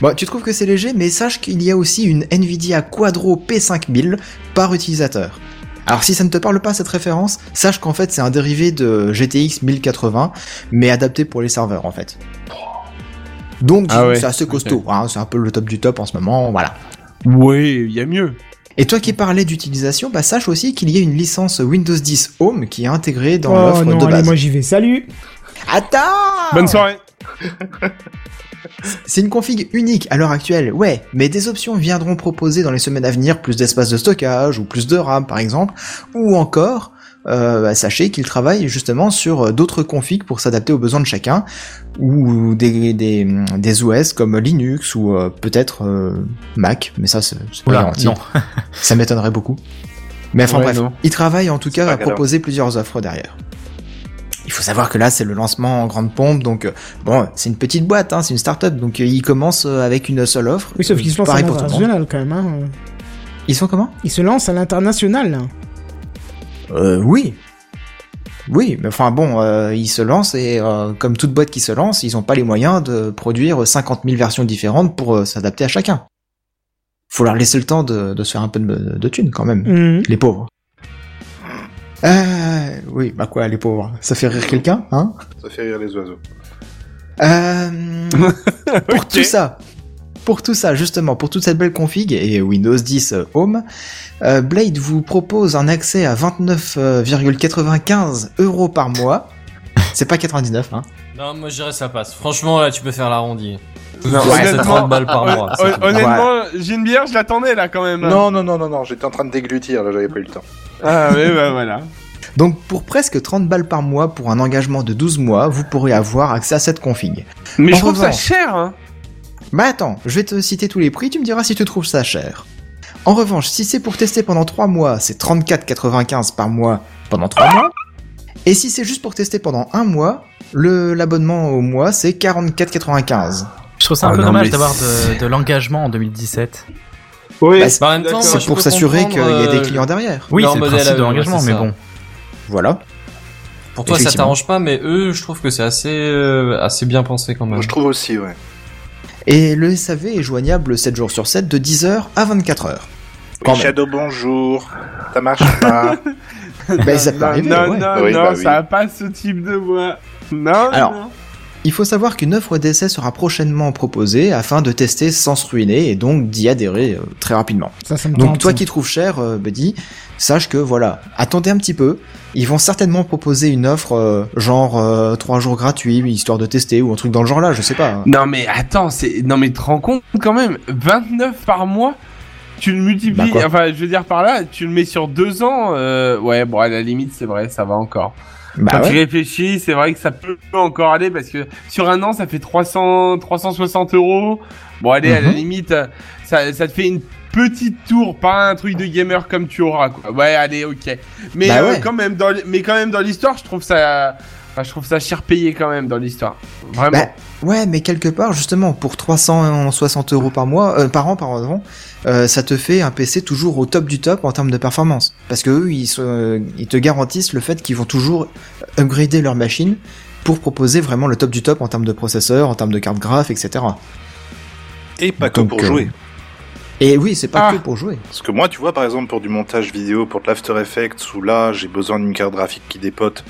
Bon, tu trouves que c'est léger, mais sache qu'il y a aussi une Nvidia Quadro P5000 par utilisateur. Alors si ça ne te parle pas cette référence, sache qu'en fait c'est un dérivé de GTX 1080, mais adapté pour les serveurs en fait. Donc Ah ouais, c'est assez costaud, hein, c'est un peu le top du top en ce moment, voilà. Oui, il y a mieux. Et toi qui parlais d'utilisation, bah sache aussi qu'il y a une licence Windows 10 Home qui est intégrée dans Oh l'offre non, de allez, base. moi j'y vais. Salut Attends Bonne soirée. C'est une config unique à l'heure actuelle, ouais, mais des options viendront proposer dans les semaines à venir, plus d'espace de stockage ou plus de RAM par exemple, ou encore, euh, bah, sachez qu'ils travaillent justement sur euh, d'autres configs pour s'adapter aux besoins de chacun, ou des, des, des OS comme Linux ou euh, peut-être euh, Mac, mais ça c'est c'est pas Oula, garanti. non. Ça m'étonnerait beaucoup. Mais enfin Ouais, bref, non. ils travaillent en tout cas pas à grave. proposer plusieurs offres derrière. Il faut savoir que là c'est le lancement en grande pompe, donc euh, bon, c'est une petite boîte, hein, c'est une start-up, donc euh, ils commencent euh, avec une seule offre. Oui, sauf qu'ils se lancent à Pareil pour tout le monde. l'international quand même. Hein. Ils sont comment Ils se lancent à l'international. là. Euh, oui. Oui, mais enfin bon, euh, ils se lancent et euh, comme toute boîte qui se lance, ils n'ont pas les moyens de produire 50 000 versions différentes pour euh, s'adapter à chacun. Faut leur laisser le temps de, de se faire un peu de, de thunes quand même. Mmh. Mhm. Les pauvres. Euh, oui, bah quoi, les pauvres Ça fait rire quelqu'un, hein Ça fait rire les oiseaux. Euh, Pour Ok. tout ça, pour tout ça, justement, pour toute cette belle config et Windows 10 euh, Home, euh, Blade vous propose un accès à 29,95 euros par mois. C'est pas 99, hein Non, moi je dirais ça passe. Franchement, là, tu peux faire l'arrondi. Non, Ouais, c'est honnêtement, 30 balles par hon- mois. hon- c'est tout. Honnêtement, j'ai une bière, je l'attendais là quand même. Non, non, non, non, non, j'étais en train de déglutir, là, j'avais pas eu le temps. Ah ouais, bah voilà. Donc pour presque 30 balles par mois pour un engagement de 12 mois, vous pourrez avoir accès à cette config. Mais En je trouve ça revanche- cher, hein. Bah attends, je vais te citer tous les prix, tu me diras si tu trouves ça cher. En revanche, si c'est pour tester pendant 3 mois, c'est 34,95 par mois pendant 3 mois. Et si c'est juste pour tester pendant 1 mois, le- l'abonnement au mois, c'est 44,95. Je trouve ça un Ah peu non, mais dommage d'avoir c'est- de, de l'engagement en 2017. Oui. Bah, c'est- Bah, en même temps, D'accord. moi, c'est je pour peux s'assurer qu'il y comprendre, a des euh, clients derrière. Oui, Leur c'est le modèle principe à de eux, ouais, l'engagement, c'est mais ça. bon. Voilà. Pour toi, ça Effectivement. t'arrange pas, mais eux, je trouve que c'est assez, euh, assez bien pensé quand même. Moi, je trouve aussi, ouais. Et le SAV est joignable 7 jours sur 7 de 10h à 24h. Quand Oui, même. Shadow, bonjour. Ça marche pas. Ben, ça peut non, arriver, non, ouais. non, Oui, non, bah oui. ça a pas ce type de voix. Non, Alors, non. Il faut savoir qu'une offre d'essai sera prochainement proposée afin de tester sans se ruiner et donc d'y adhérer euh, très rapidement. Ça, ça me Donc tente, toi ça. qui trouves cher, euh, Buddy, sache que voilà, attendez un petit peu. Ils vont certainement proposer une offre euh, genre 3 jours gratuits, histoire de tester ou un truc dans le genre là, je sais pas. hein. Non mais attends, c'est non mais tu te rends compte quand même 29 par mois tu le Bah multiplies, quoi enfin je veux dire par là, tu le mets sur deux ans, euh, ouais bon à la limite c'est vrai, ça va encore. Bah Quand tu ouais. réfléchis, c'est vrai que ça peut encore aller parce que sur un an ça fait 300, 360 euros. Bon allez à la Mhm. limite, euh, ça, ça te fait une petite tour, pas un truc de gamer comme tu auras quoi. Ouais allez ok, mais Bah euh, ouais. quand même dans l- mais quand même dans l'histoire je trouve ça, enfin, je trouve ça cher payé quand même dans l'histoire, vraiment. Bah, ouais, mais quelque part justement pour 360 euros par mois, euh, par an pardon, euh, ça te fait un PC toujours au top du top en termes de performance. Parce que eux, ils, sont, euh, ils te garantissent le fait qu'ils vont toujours upgrader leur machine pour proposer vraiment le top du top en termes de processeur, en termes de carte graphe, etc. Et pas que Donc, pour euh, jouer. Et oui, c'est pas Ah. que pour jouer. Parce que moi, tu vois, par exemple, pour du montage vidéo, pour de l'After Effects, où là, j'ai besoin d'une carte graphique qui dépote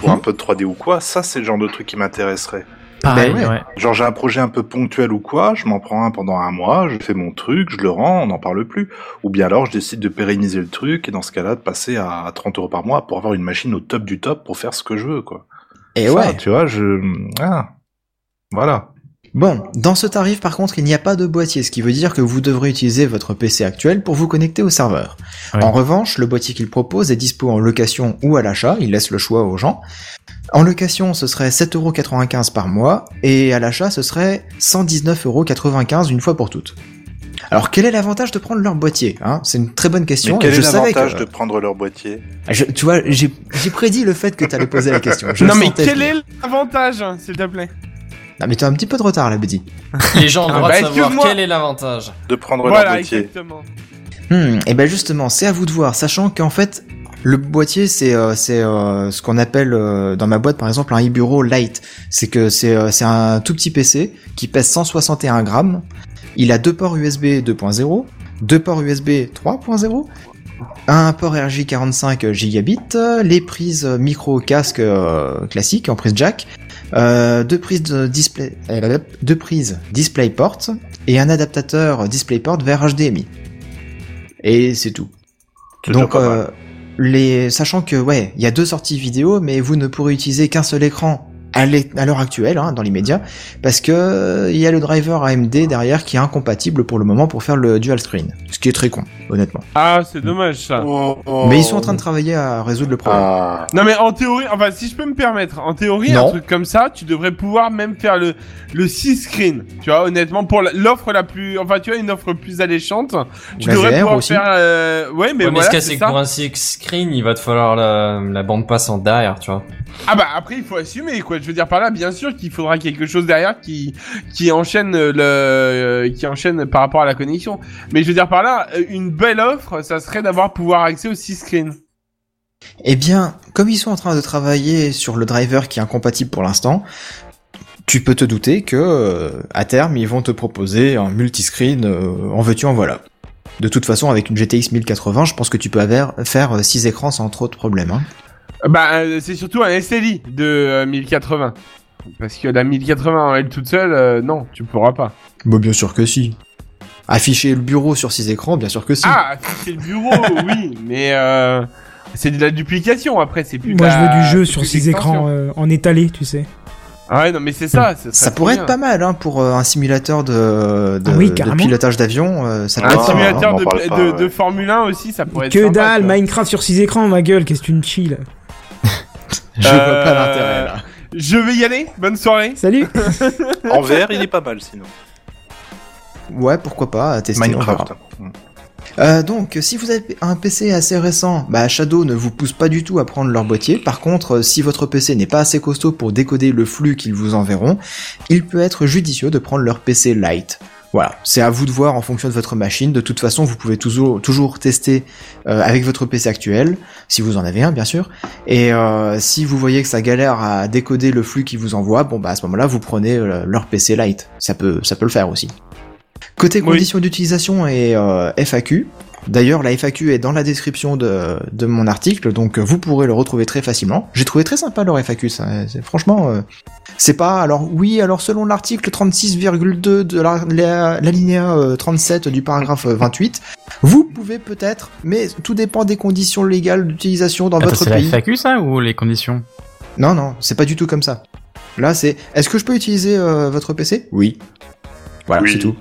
pour un peu de 3D ou quoi, ça, c'est le genre de truc qui m'intéresserait. Pareil, ouais. Ben, ouais. Genre, j'ai un projet un peu ponctuel ou quoi, je m'en prends un pendant un mois, je fais mon truc, je le rends, on n'en parle plus. Ou bien alors, je décide de pérenniser le truc, et dans ce cas-là, de passer à 30 euros par mois pour avoir une machine au top du top pour faire ce que je veux, quoi. Et Ça, ouais. Tu vois, je... Ah. Voilà. Bon, dans ce tarif par contre, il n'y a pas de boîtier, ce qui veut dire que vous devrez utiliser votre PC actuel pour vous connecter au serveur. Ouais. En revanche, le boîtier qu'il propose est dispo en location ou à l'achat, il laisse le choix aux gens. En location, ce serait 7,95€ par mois, et à l'achat, ce serait 119,95€ une fois pour toutes. Alors quel est l'avantage de prendre leur boîtier hein C'est une très bonne Mais question. quel et je est savais l'avantage que- Ah, de prendre leur boîtier je- tu vois, j'ai j'ai prédit le fait que t'allais poser la question. Je non, le mais sentais quel venir. est l'avantage, s'il te plaît Non mais t'as un petit peu de retard là, Buddy. Les gens ont le Ah, droit bah, de savoir excuse-moi. quel est l'avantage. De prendre leur Voilà, boîtier exactement. et ben justement, c'est à vous de voir, sachant qu'en fait, le boîtier, c'est euh, c'est euh, ce qu'on appelle euh, dans ma boîte, par exemple, un e-bureau light. C'est que c'est euh, c'est un tout petit PC qui pèse 161 grammes. Il a deux ports USB 2.0, deux ports USB 3.0, un port RJ45 gigabit, euh, les prises micro casque euh, classique en prise jack, euh, deux prises de display, euh, deux prises DisplayPort et un adaptateur DisplayPort vers HDMI. Et c'est tout. C'est Donc, déjà pas mal. euh, les, sachant que, ouais, il y a deux sorties vidéo, mais vous ne pourrez utiliser qu'un seul écran à l'é- à l'heure actuelle, hein, dans l'immédiat, parce que euh, il y a le driver AMD derrière qui est incompatible pour le moment pour faire le dual screen. Ce qui est très con, honnêtement. Ah, c'est dommage ça. Oh. Mais ils sont en train de travailler à résoudre le problème. Oh. Ah. Non, mais en théorie, enfin, si je peux me permettre, en théorie, Non. un truc comme ça, tu devrais pouvoir même faire le, le 6 screen. Tu vois, honnêtement, pour la- l'offre la plus. Enfin, tu vois, une offre plus alléchante. Tu la devrais VR pouvoir aussi. faire. euh, Ouais, mais Ouais, Mais, voilà. ce cas, c'est c'est que ça. pour un six screen, il va te falloir la, la bande passante derrière, tu vois. Ah, bah après, il faut assumer, quoi. Je veux dire, par là, bien sûr qu'il faudra quelque chose derrière qui, qui enchaîne euh, le. euh, qui enchaîne par rapport à la connexion. Mais je veux dire, par là, euh, une belle offre, ça serait d'avoir pouvoir accès au 6 screen. Eh bien, comme ils sont en train de travailler sur le driver qui est incompatible pour l'instant, tu peux te douter que euh, à terme ils vont te proposer un multiscreen euh, en veux-tu en voilà. De toute façon, avec une GTX 1080, je pense que tu peux aver- faire 6 écrans sans trop de problèmes. hein. Bah, euh, c'est surtout un SLI de euh, 1080. Parce que la 1080 en elle toute seule, euh, non, tu pourras pas. Bah bien sûr que si. Afficher le bureau sur 6 écrans, bien sûr que si. Ah, afficher le bureau, oui, mais euh, c'est de la duplication après, c'est plus de Moi, je la- Bah, veux du jeu c'est sur plus six d'extension. écrans euh, en étalé, tu sais. Ah ouais, non, mais c'est ça. Ça, ça pourrait être pas mal hein, pour euh, un simulateur de, de- Ah oui, de carrément. pilotage d'avion. euh, ça peut Un être sympa, hein. simulateur on en de, parle pas, de- ouais. de Formule 1 aussi, ça Bah, pourrait être Que sympa, dalle, tu vois. Minecraft sur 6 écrans, ma gueule, qu'est-ce que tu me chilles Je vois pas Euh, l'intérêt là. Je vais y aller, bonne soirée. Salut En VR, il est pas mal sinon. Ouais, pourquoi pas à tester. on verra. Minecraft. Euh, donc, si vous avez un PC assez récent, bah Shadow ne vous pousse pas du tout à prendre leur boîtier. Par contre, euh, si votre PC n'est pas assez costaud pour décoder le flux qu'ils vous enverront, il peut être judicieux de prendre leur PC light. Voilà, c'est à vous de voir en fonction de votre machine. De toute façon, vous pouvez toujours, toujours tester euh, avec votre PC actuel, si vous en avez un bien sûr. Et euh, si vous voyez que ça galère à décoder le flux qui vous envoie, bon bah à ce moment-là, vous prenez euh, leur PC Lite. Ça peut, ça peut le faire aussi. Côté conditions d'utilisation et euh, FAQ, d'ailleurs la FAQ est dans la description de, de mon article, donc euh, vous pourrez le retrouver très facilement. J'ai trouvé très sympa leur FAQ, ça, c'est- franchement, euh, c'est pas... Alors oui, alors selon l'article 36,2 de la- la- l'alinéa euh, 37 du paragraphe euh, 28, vous pouvez peut-être, mais tout dépend des conditions légales d'utilisation dans Attends, votre Ah, c'est la pays. FAQ ça ou les conditions Non, non, c'est pas du tout comme ça. Là, c'est... Est-ce que je peux utiliser euh, votre PC Oui. Voilà, Oui. c'est tout.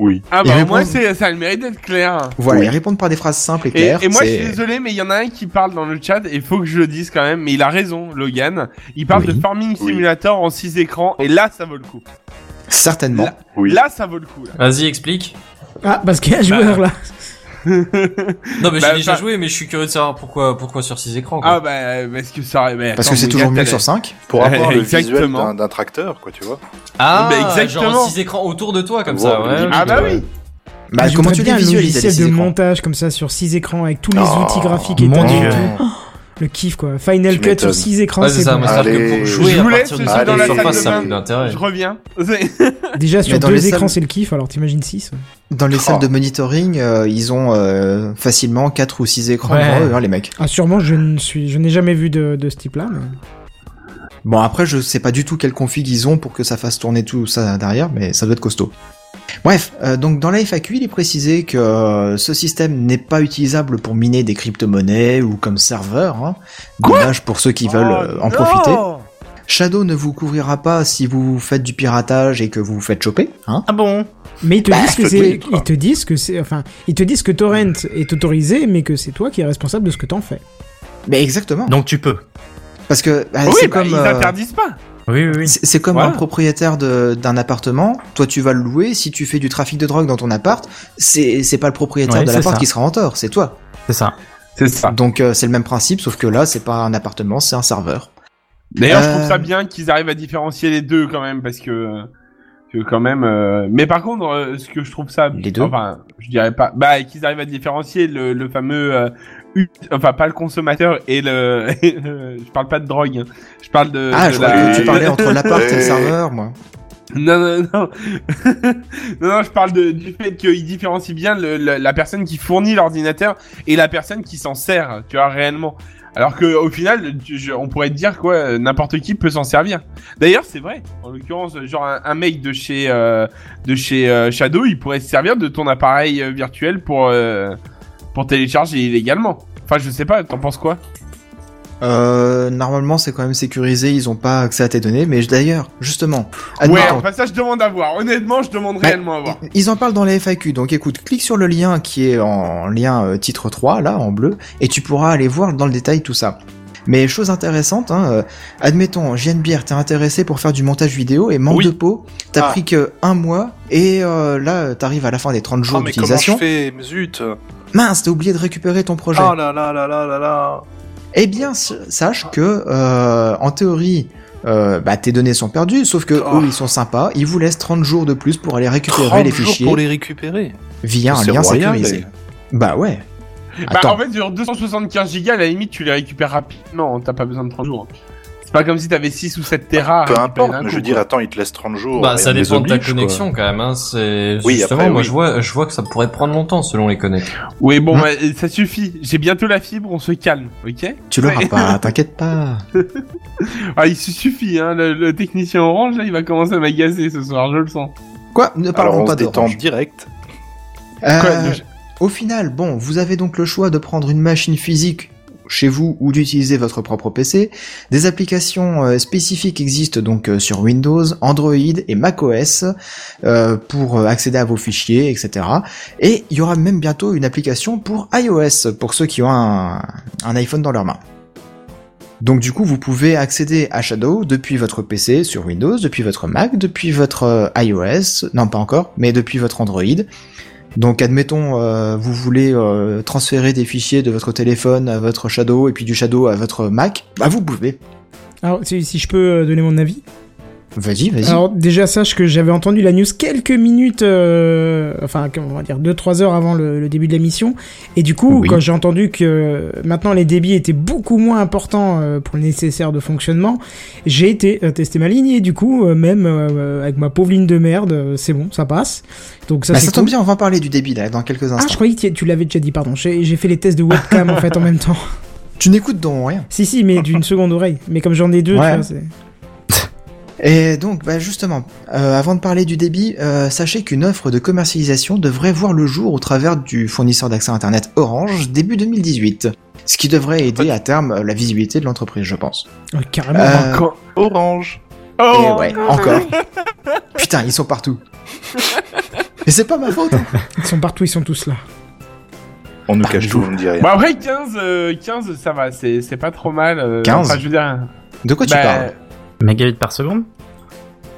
Oui. Ah Et bah au répondre- moins c'est- ça a le mérite d'être clair. Voilà, Oui. ils répondent par des phrases simples et Et, claires. et moi je c'est- suis désolé mais il y en a un qui parle dans le chat et il faut que je le dise quand même mais il a raison Logan. Il parle Oui. de Farming Oui. Simulator en 6 écrans et là ça vaut le coup. Certainement. Là, Oui. là, ça vaut le coup. là. Vas-y, explique. Ah, parce Bah, qu'il y a un joueur là. Non, mais Bah, j'ai déjà enfin- joué, mais je suis curieux de savoir pourquoi, pourquoi sur 6 écrans. Quoi. ah bah parce que ça... mais Parce attends, que c'est mon toujours gars, mieux t'as sur la- 5. Pour avoir le visuel Exactement. d'un d'un tracteur, quoi, tu vois. Ah, bah, exactement. Genre 6 écrans autour de toi, comme ça, Wow, ouais. limite, Ah bah ouais. oui Bah, J'aimerais comment tu les Ah, bien un visualises les logiciel six de écrans montage comme ça sur 6 écrans avec tous les Oh, outils graphiques mon étendus Dieu. et tout. Le kiff quoi. Final Tu Cut m'étonnes. sur 6 écrans, Ouais, c'est c'est ça, bon. moi, c'est-à-dire que Allez. pour jouer Je à vous partir laisse, de je suis cette dans la surface, salle ça de a bain. de l'intérêt. Je reviens. Déjà sur dans deux les écrans, salles- c'est le kiff, alors t'imagines 6. Dans les Oh. salles de monitoring, euh, ils ont euh, facilement 4 ou 6 écrans Ouais. devant eux, hein, les mecs. Ah, sûrement, je ne suis, je n'ai jamais vu de, de ce type là. Bon, après, je sais pas du tout quelle config ils ont pour que ça fasse tourner tout ça derrière, mais ça doit être costaud. Bref, euh, donc dans la FAQ, il est précisé que euh, ce système n'est pas utilisable pour miner des crypto-monnaies ou comme serveur. Hein. Dommage pour ceux qui veulent Oh, euh, en profiter. Shadow ne vous couvrira pas si vous faites du piratage et que vous vous faites choper. Hein Ah bon Mais ils te Bah, disent que je te c'est, dis, quoi. ils te disent que c'est, enfin, ils te disent que torrent est autorisé, mais que c'est toi qui es responsable de ce que t'en fais. Mais exactement. Donc tu peux. Parce que bah, Oui c'est bah, comme, ils euh, interdisent pas Oui, oui, oui. c'est c'est comme Voilà. un propriétaire de- d'un appartement. Toi, tu vas le louer. Si tu fais du trafic de drogue dans ton appart, c'est c'est pas le propriétaire Ouais, de c'est l'appart ça. qui sera en tort, c'est toi. C'est ça. C'est ça. Donc euh, c'est le même principe, sauf que là, c'est pas un appartement, c'est un serveur. D'ailleurs, je Euh, trouve ça bien qu'ils arrivent à différencier les deux quand même, parce que, que quand même. euh, Mais par contre, euh, ce que je trouve ça, Les deux enfin, je dirais pas, bah, et qu'ils arrivent à différencier le, le fameux, euh, ut- enfin, pas le consommateur et le, et le- je parle pas de drogue, hein. je parle de. ah, de je la- croyais que tu parlais entre l'appart et le Euh, Ouais. serveur, moi. Non, non, non. non, non, je parle de, du fait qu'ils différencient bien le, le- la personne qui fournit l'ordinateur et la personne qui s'en sert, tu vois, réellement. Alors que au final, tu- je- on pourrait te dire quoi, euh, n'importe qui peut s'en servir. D'ailleurs, c'est vrai. En l'occurrence, genre un, un mec de chez euh, de chez euh, Shadow, il pourrait se servir de ton appareil euh, virtuel pour euh, pour télécharger illégalement. Enfin, je sais pas. T'en penses quoi Euh, normalement, c'est quand même sécurisé, ils ont pas accès à tes données, mais d'ailleurs, justement, Ouais. admettons, Enfin, ça, je demande à voir. Honnêtement, je demande Bah, réellement à voir. Ils- Ils en parlent dans les FAQ, donc écoute, clique sur le lien qui est en lien euh, titre 3, là, en bleu, et tu pourras aller voir dans le détail tout ça. Mais chose intéressante, hein, euh, admettons, JNBR, t'es intéressé pour faire du montage vidéo et manque Oui. de peau, t'as Ah. pris que un mois, et euh, là, euh, t'arrives à la fin des 30 jours Oh, mais comment je d'utilisation. fais Zut Mince, t'as oublié de récupérer ton projet. Oh là là là là là là Eh bien, s- sache que, euh, en théorie, euh, bah, tes données sont perdues, sauf que Oh. eux, ils sont sympas, ils vous laissent 30 jours de plus pour aller récupérer 30 les jours fichiers pour les récupérer via un C'est lien royal, sécurisé. les- Bah ouais. Bah, Attends. en fait, sur 275 gigas, à la limite, tu les récupères rapidement. hein, T'as pas besoin de 30 jours. C'est pas comme si t'avais 6 ou 7 terras. Peu à importe, récupérer mais d'un je coup, veux dire, quoi. attends, il te laisse 30 jours. Bah, rien ça ne les dépend de ta oblige, quoi. connexion quand même. Hein. C'est Oui, justement, après, moi oui. je vois, je vois que ça pourrait prendre longtemps selon les connexions. Oui, bon, Hmm. bah, euh, ça suffit. J'ai bientôt la fibre, on se calme, ok Tu l'auras Ouais. pas, t'inquiète pas. Ah, il se suffit, hein. Le, le technicien orange, là, il va commencer à m'agacer ce soir, je le sens. Quoi Ne Alors, parlons on pas se de détend direct. Euh, Quoi, eh le- Au final, bon, vous avez donc le choix de prendre une machine physique chez vous ou d'utiliser votre propre PC. Des applications euh, spécifiques existent donc euh, sur Windows, Android et macOS euh, pour euh, accéder à vos fichiers, etc. Et il y aura même bientôt une application pour iOS pour ceux qui ont un, un iPhone dans leur main. Donc du coup, vous pouvez accéder à Shadow depuis votre PC sur Windows, depuis votre Mac, depuis votre euh, iOS, non pas encore, mais depuis votre Android. Donc admettons, euh, vous voulez euh, transférer des fichiers de votre téléphone à votre Shadow et puis du Shadow à votre Mac, bah vous pouvez. Alors, si, si je peux euh, donner mon avis, Vas-y, vas-y. Alors déjà sache que j'avais entendu la news quelques minutes, euh, enfin comment on va dire deux trois heures avant le, le début de l'émission, et du coup Oui. quand j'ai entendu que euh, maintenant les débits étaient beaucoup moins importants euh, pour le nécessaire de fonctionnement, j'ai été euh, tester ma ligne et du coup euh, même euh, avec ma pauvre ligne de merde, euh, c'est bon, ça passe. Donc ça Bah, c'est ça cool. tombe bien, on va en parler du débit là dans quelques Ah instants. je croyais que tu- tu l'avais déjà dit, pardon. J'ai j'ai fait les tests de webcam en fait en même temps. Tu n'écoutes donc rien. Si si, mais d'une seconde oreille. Mais comme j'en ai deux, tu Ouais. vois, c'est- Et donc, bah justement, euh, avant de parler du débit, euh, sachez qu'une offre de commercialisation devrait voir le jour au travers du fournisseur d'accès à Internet Orange début 2018. Ce qui devrait aider à terme euh, la visibilité de l'entreprise, je pense. Oh, carrément. Euh, Encore Orange. Et Oh, ouais, encore. Putain, ils sont partout. Mais c'est pas ma faute. Ils sont partout, ils sont tous là. On nous cache tout, on ne dit rien. Bon Bah, après 15, euh, 15 ça va, c'est c'est pas trop mal. euh, 15? enfin, je veux dire, De quoi tu bah, parles Mégabits par seconde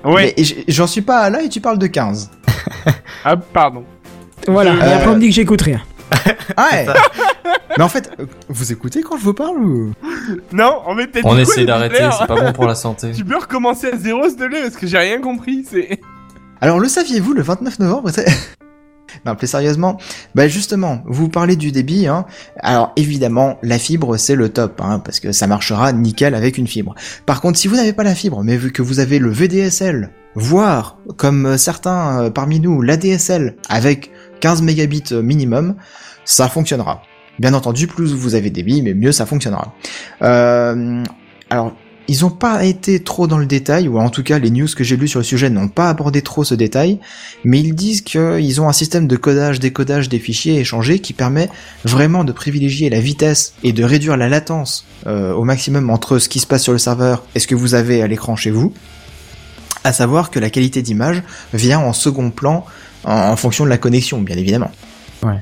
Ouais, Mais j- J'en suis pas à là et tu parles de 15. ah, pardon. Voilà. Et Euh, après on me dit que j'écoute rien. Ah ouais. Mais en fait, euh, vous écoutez quand je vous parle ou Non, on mettait On essaie d'arrêter, c'est pas bon pour la santé. Tu peux recommencer à zéro s'il te plaît parce que j'ai rien compris. C'est Alors le saviez-vous, le 29 novembre c'est- Non, plus sérieusement, bah justement, vous parlez du débit, hein. alors évidemment, la fibre c'est le top, hein, parce que ça marchera nickel avec une fibre. Par contre, si vous n'avez pas la fibre, mais vu que vous avez le VDSL, voire, comme euh, certains euh, parmi nous, l'ADSL, avec 15 mégabits euh, minimum, ça fonctionnera. Bien entendu, plus vous avez débit, mais mieux ça fonctionnera. Euh, alors, ils n'ont pas été trop dans le détail, ou en tout cas les news que j'ai lues sur le sujet n'ont pas abordé trop ce détail, mais ils disent qu'ils ont un système de codage, décodage des fichiers échangés qui permet vraiment de privilégier la vitesse et de réduire la latence euh, au maximum entre ce qui se passe sur le serveur et ce que vous avez à l'écran chez vous, à savoir que la qualité d'image vient en second plan en, en fonction de la connexion, bien évidemment. Ouais.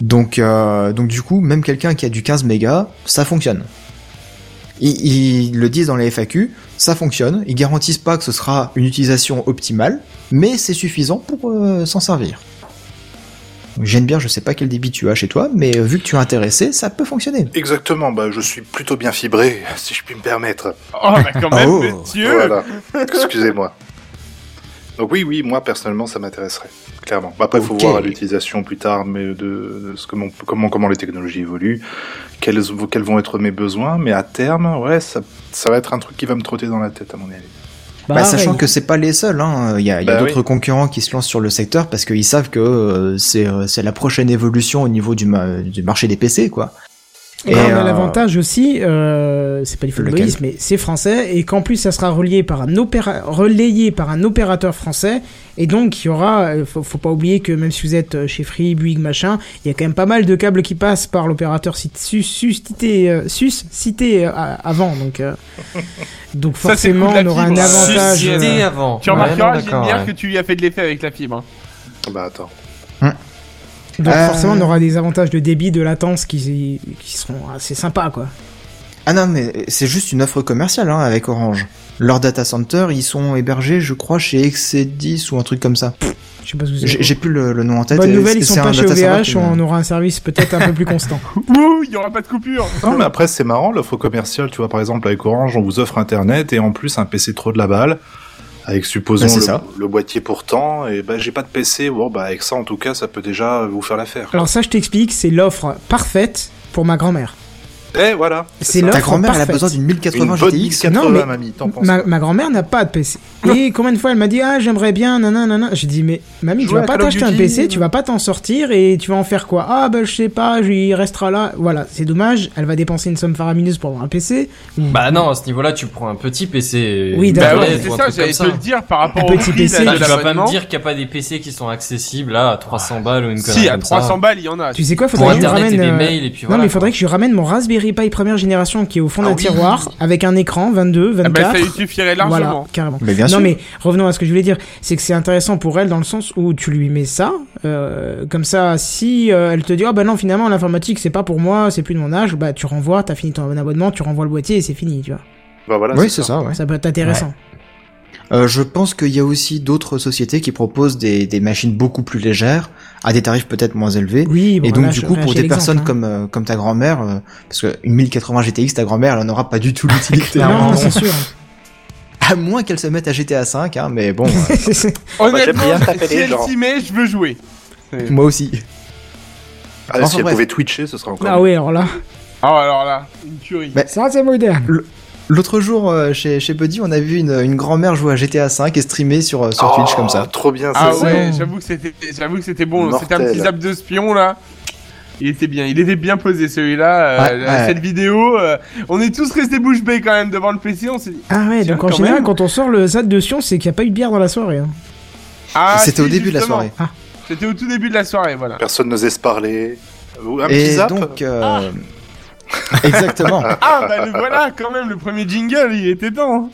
Donc, euh, donc du coup, même quelqu'un qui a du 15 mégas, ça fonctionne. Ils, ils le disent dans les FAQ, ça fonctionne, ils garantissent pas que ce sera une utilisation optimale, mais c'est suffisant pour euh, s'en servir. J'aime bien, je sais pas quel débit tu as chez toi, mais euh, vu que tu es intéressé, ça peut fonctionner. Exactement, bah, je suis plutôt bien fibré, si je puis me permettre. oh bah quand même Oh, monsieur. Voilà. Excusez-moi. Donc oui, oui, moi personnellement, ça m'intéresserait, clairement. Bah, Après, il faut Ok. voir à l'utilisation plus tard, mais de, de ce que mon- comment comment les technologies évoluent, quels, quels vont être mes besoins, mais à terme, ouais, ça, ça va être un truc qui va me trotter dans la tête à mon avis. Bah, Pareil. sachant que c'est pas les seuls, hein. il y a, il y a Bah d'autres concurrents qui se lancent sur le secteur parce qu'ils savent que euh, c'est euh, c'est la prochaine évolution au niveau du, ma- du marché des PC, quoi. Et Bah, on a euh, l'avantage aussi, euh, c'est pas du Lequel footballisme, mais c'est français, et qu'en plus ça sera relié par un opéra- relayé par un opérateur français, et donc il y aura, euh, faut, faut pas oublier que même si vous êtes euh, chez Free, Bouygues, machin, il y a quand même pas mal de câbles qui passent par l'opérateur sit- sus- suscité, euh, sus- cité euh, à- avant, donc euh, donc Ça, c'est le coup forcément de la on aura un fibre. avantage. euh, Suscité avant. Tu remarqueras, Ouais, non, j'ai d'accord, bien ouais. que tu lui as fait de l'effet avec la fibre. hein. Bah attends. donc Euh, forcément on aura des avantages de débit, de latence qui qui seront assez sympas quoi. Ah non, mais c'est juste une offre commerciale hein, avec Orange. Leurs data centers, ils sont hébergés, je crois, chez Exedis ou un truc comme ça. Je sais pas ce que vous J'ai avez. j'ai plus le, le nom en tête. Bonne et nouvelle, ils Euh, c'est- sont c'est pas un chez data center qui OVH, me- on aura un service peut-être un peu plus constant. Ouh, il y aura pas de coupure. Non, mais après, c'est marrant, l'offre commerciale, tu vois, par exemple, avec Orange, on vous offre Internet et en plus un PC trop de la balle. Avec, supposons, Bah, c'est le- ça. le, boîtier pourtant, et bah, j'ai pas de PC, bon, bah, avec ça, en tout cas, ça peut déjà vous faire l'affaire. Alors ça, je t'explique, c'est l'offre parfaite pour ma grand-mère. Eh, voilà. C'est ça. l'offre Ta grand-mère, elle a parfaite. besoin d'une Une 1080 bonne GTX. 1080, Non, mais- mamie, t'en penses Ma, ma grand-mère n'a pas de PC. Et combien de fois elle m'a dit ah j'aimerais bien nanana nanana. j'ai dit mais mamie tu Jouer vas à pas Call of t'acheter un Duty, PC euh. tu vas pas t'en sortir et tu vas en faire quoi ah ben je sais pas je- il restera là voilà c'est dommage elle va dépenser une somme faramineuse pour avoir un PC Bah non, à ce niveau-là, tu prends un petit PC. Oui, Bah d'accord. ouais, Ouais, c'est ça, j'allais te le dire par rapport Un au petit prix PC, de Là, Bah, tu vas pas me l'abonnement. dire qu'il n'y a pas des PC qui sont accessibles là, à 300 balles ou une connerie Si, à comme 300 ça. balles, il y en a. tu sais quoi faudrait Pour que je lui internet et ramène des euh, mails et puis non voilà. mais faudrait que je lui ramène mon Raspberry Pi première génération qui est au fond d'un tiroir avec un écran 22 24 Ah bah, ça lui suffirait largement. Voilà, carrément. Mais bien non sûr. mais revenons à ce que je voulais dire, c'est que c'est intéressant pour elle dans le sens où tu lui mets ça, euh, comme ça si euh, elle te dit oh bah non finalement l'informatique c'est pas pour moi, c'est plus de mon âge, bah tu renvoies, t'as fini ton abonnement, tu renvoies le boîtier et c'est fini, tu vois. Bah, voilà, Oui, c'est ça, ouais. Ça peut être intéressant. Euh, je pense qu'il y a aussi d'autres sociétés qui proposent des, des machines beaucoup plus légères, à des tarifs peut-être moins élevés. Oui. bon, Et donc là, du je- coup là, pour j'ai des l'exemple, personnes hein. comme euh, comme ta grand-mère, euh, parce que une 1080 GTX ta grand-mère elle en aura pas du tout l'utilité. non, Clairement. c'est sûr. à moins qu'elle se mette à GTA 5, hein, mais bon, euh, Honnêtement, j'aime bien taper si les elle gens. s'y met, je veux jouer. moi aussi. Ah, Enfin, si elle bref. pouvait twitcher, ce serait encore. Ah mieux. oui, alors là, Ah, alors là, une tuerie. Bah, ça c'est moderne. L'autre jour, euh, chez, chez Buddy, on a vu une, une grand-mère jouer à GTA 5 et streamer sur, euh, sur Oh, Twitch comme ça. Trop bien, ça. Ah c'est- ouais, j'avoue que c'était, j'avoue que c'était bon. C'était un Mortel. petit zap de spion là. Il était bien, il était bien posé celui-là. euh, Ouais, ouais. Cette vidéo, euh, on est tous restés bouche bée quand même devant le PC. On s'est dit, Ah ouais, Tiens, donc en quand général, même. quand on sort le ZAD de Sion, c'est qu'il n'y a pas eu de bière dans la soirée. hein. ah, C'était si, au début de la justement. soirée. C'était au tout début de la soirée, voilà. Personne n'osait se parler. Ou Un petit Et zap donc, euh, exactement. Ah bah le voilà, quand même le premier jingle, il était temps. hein.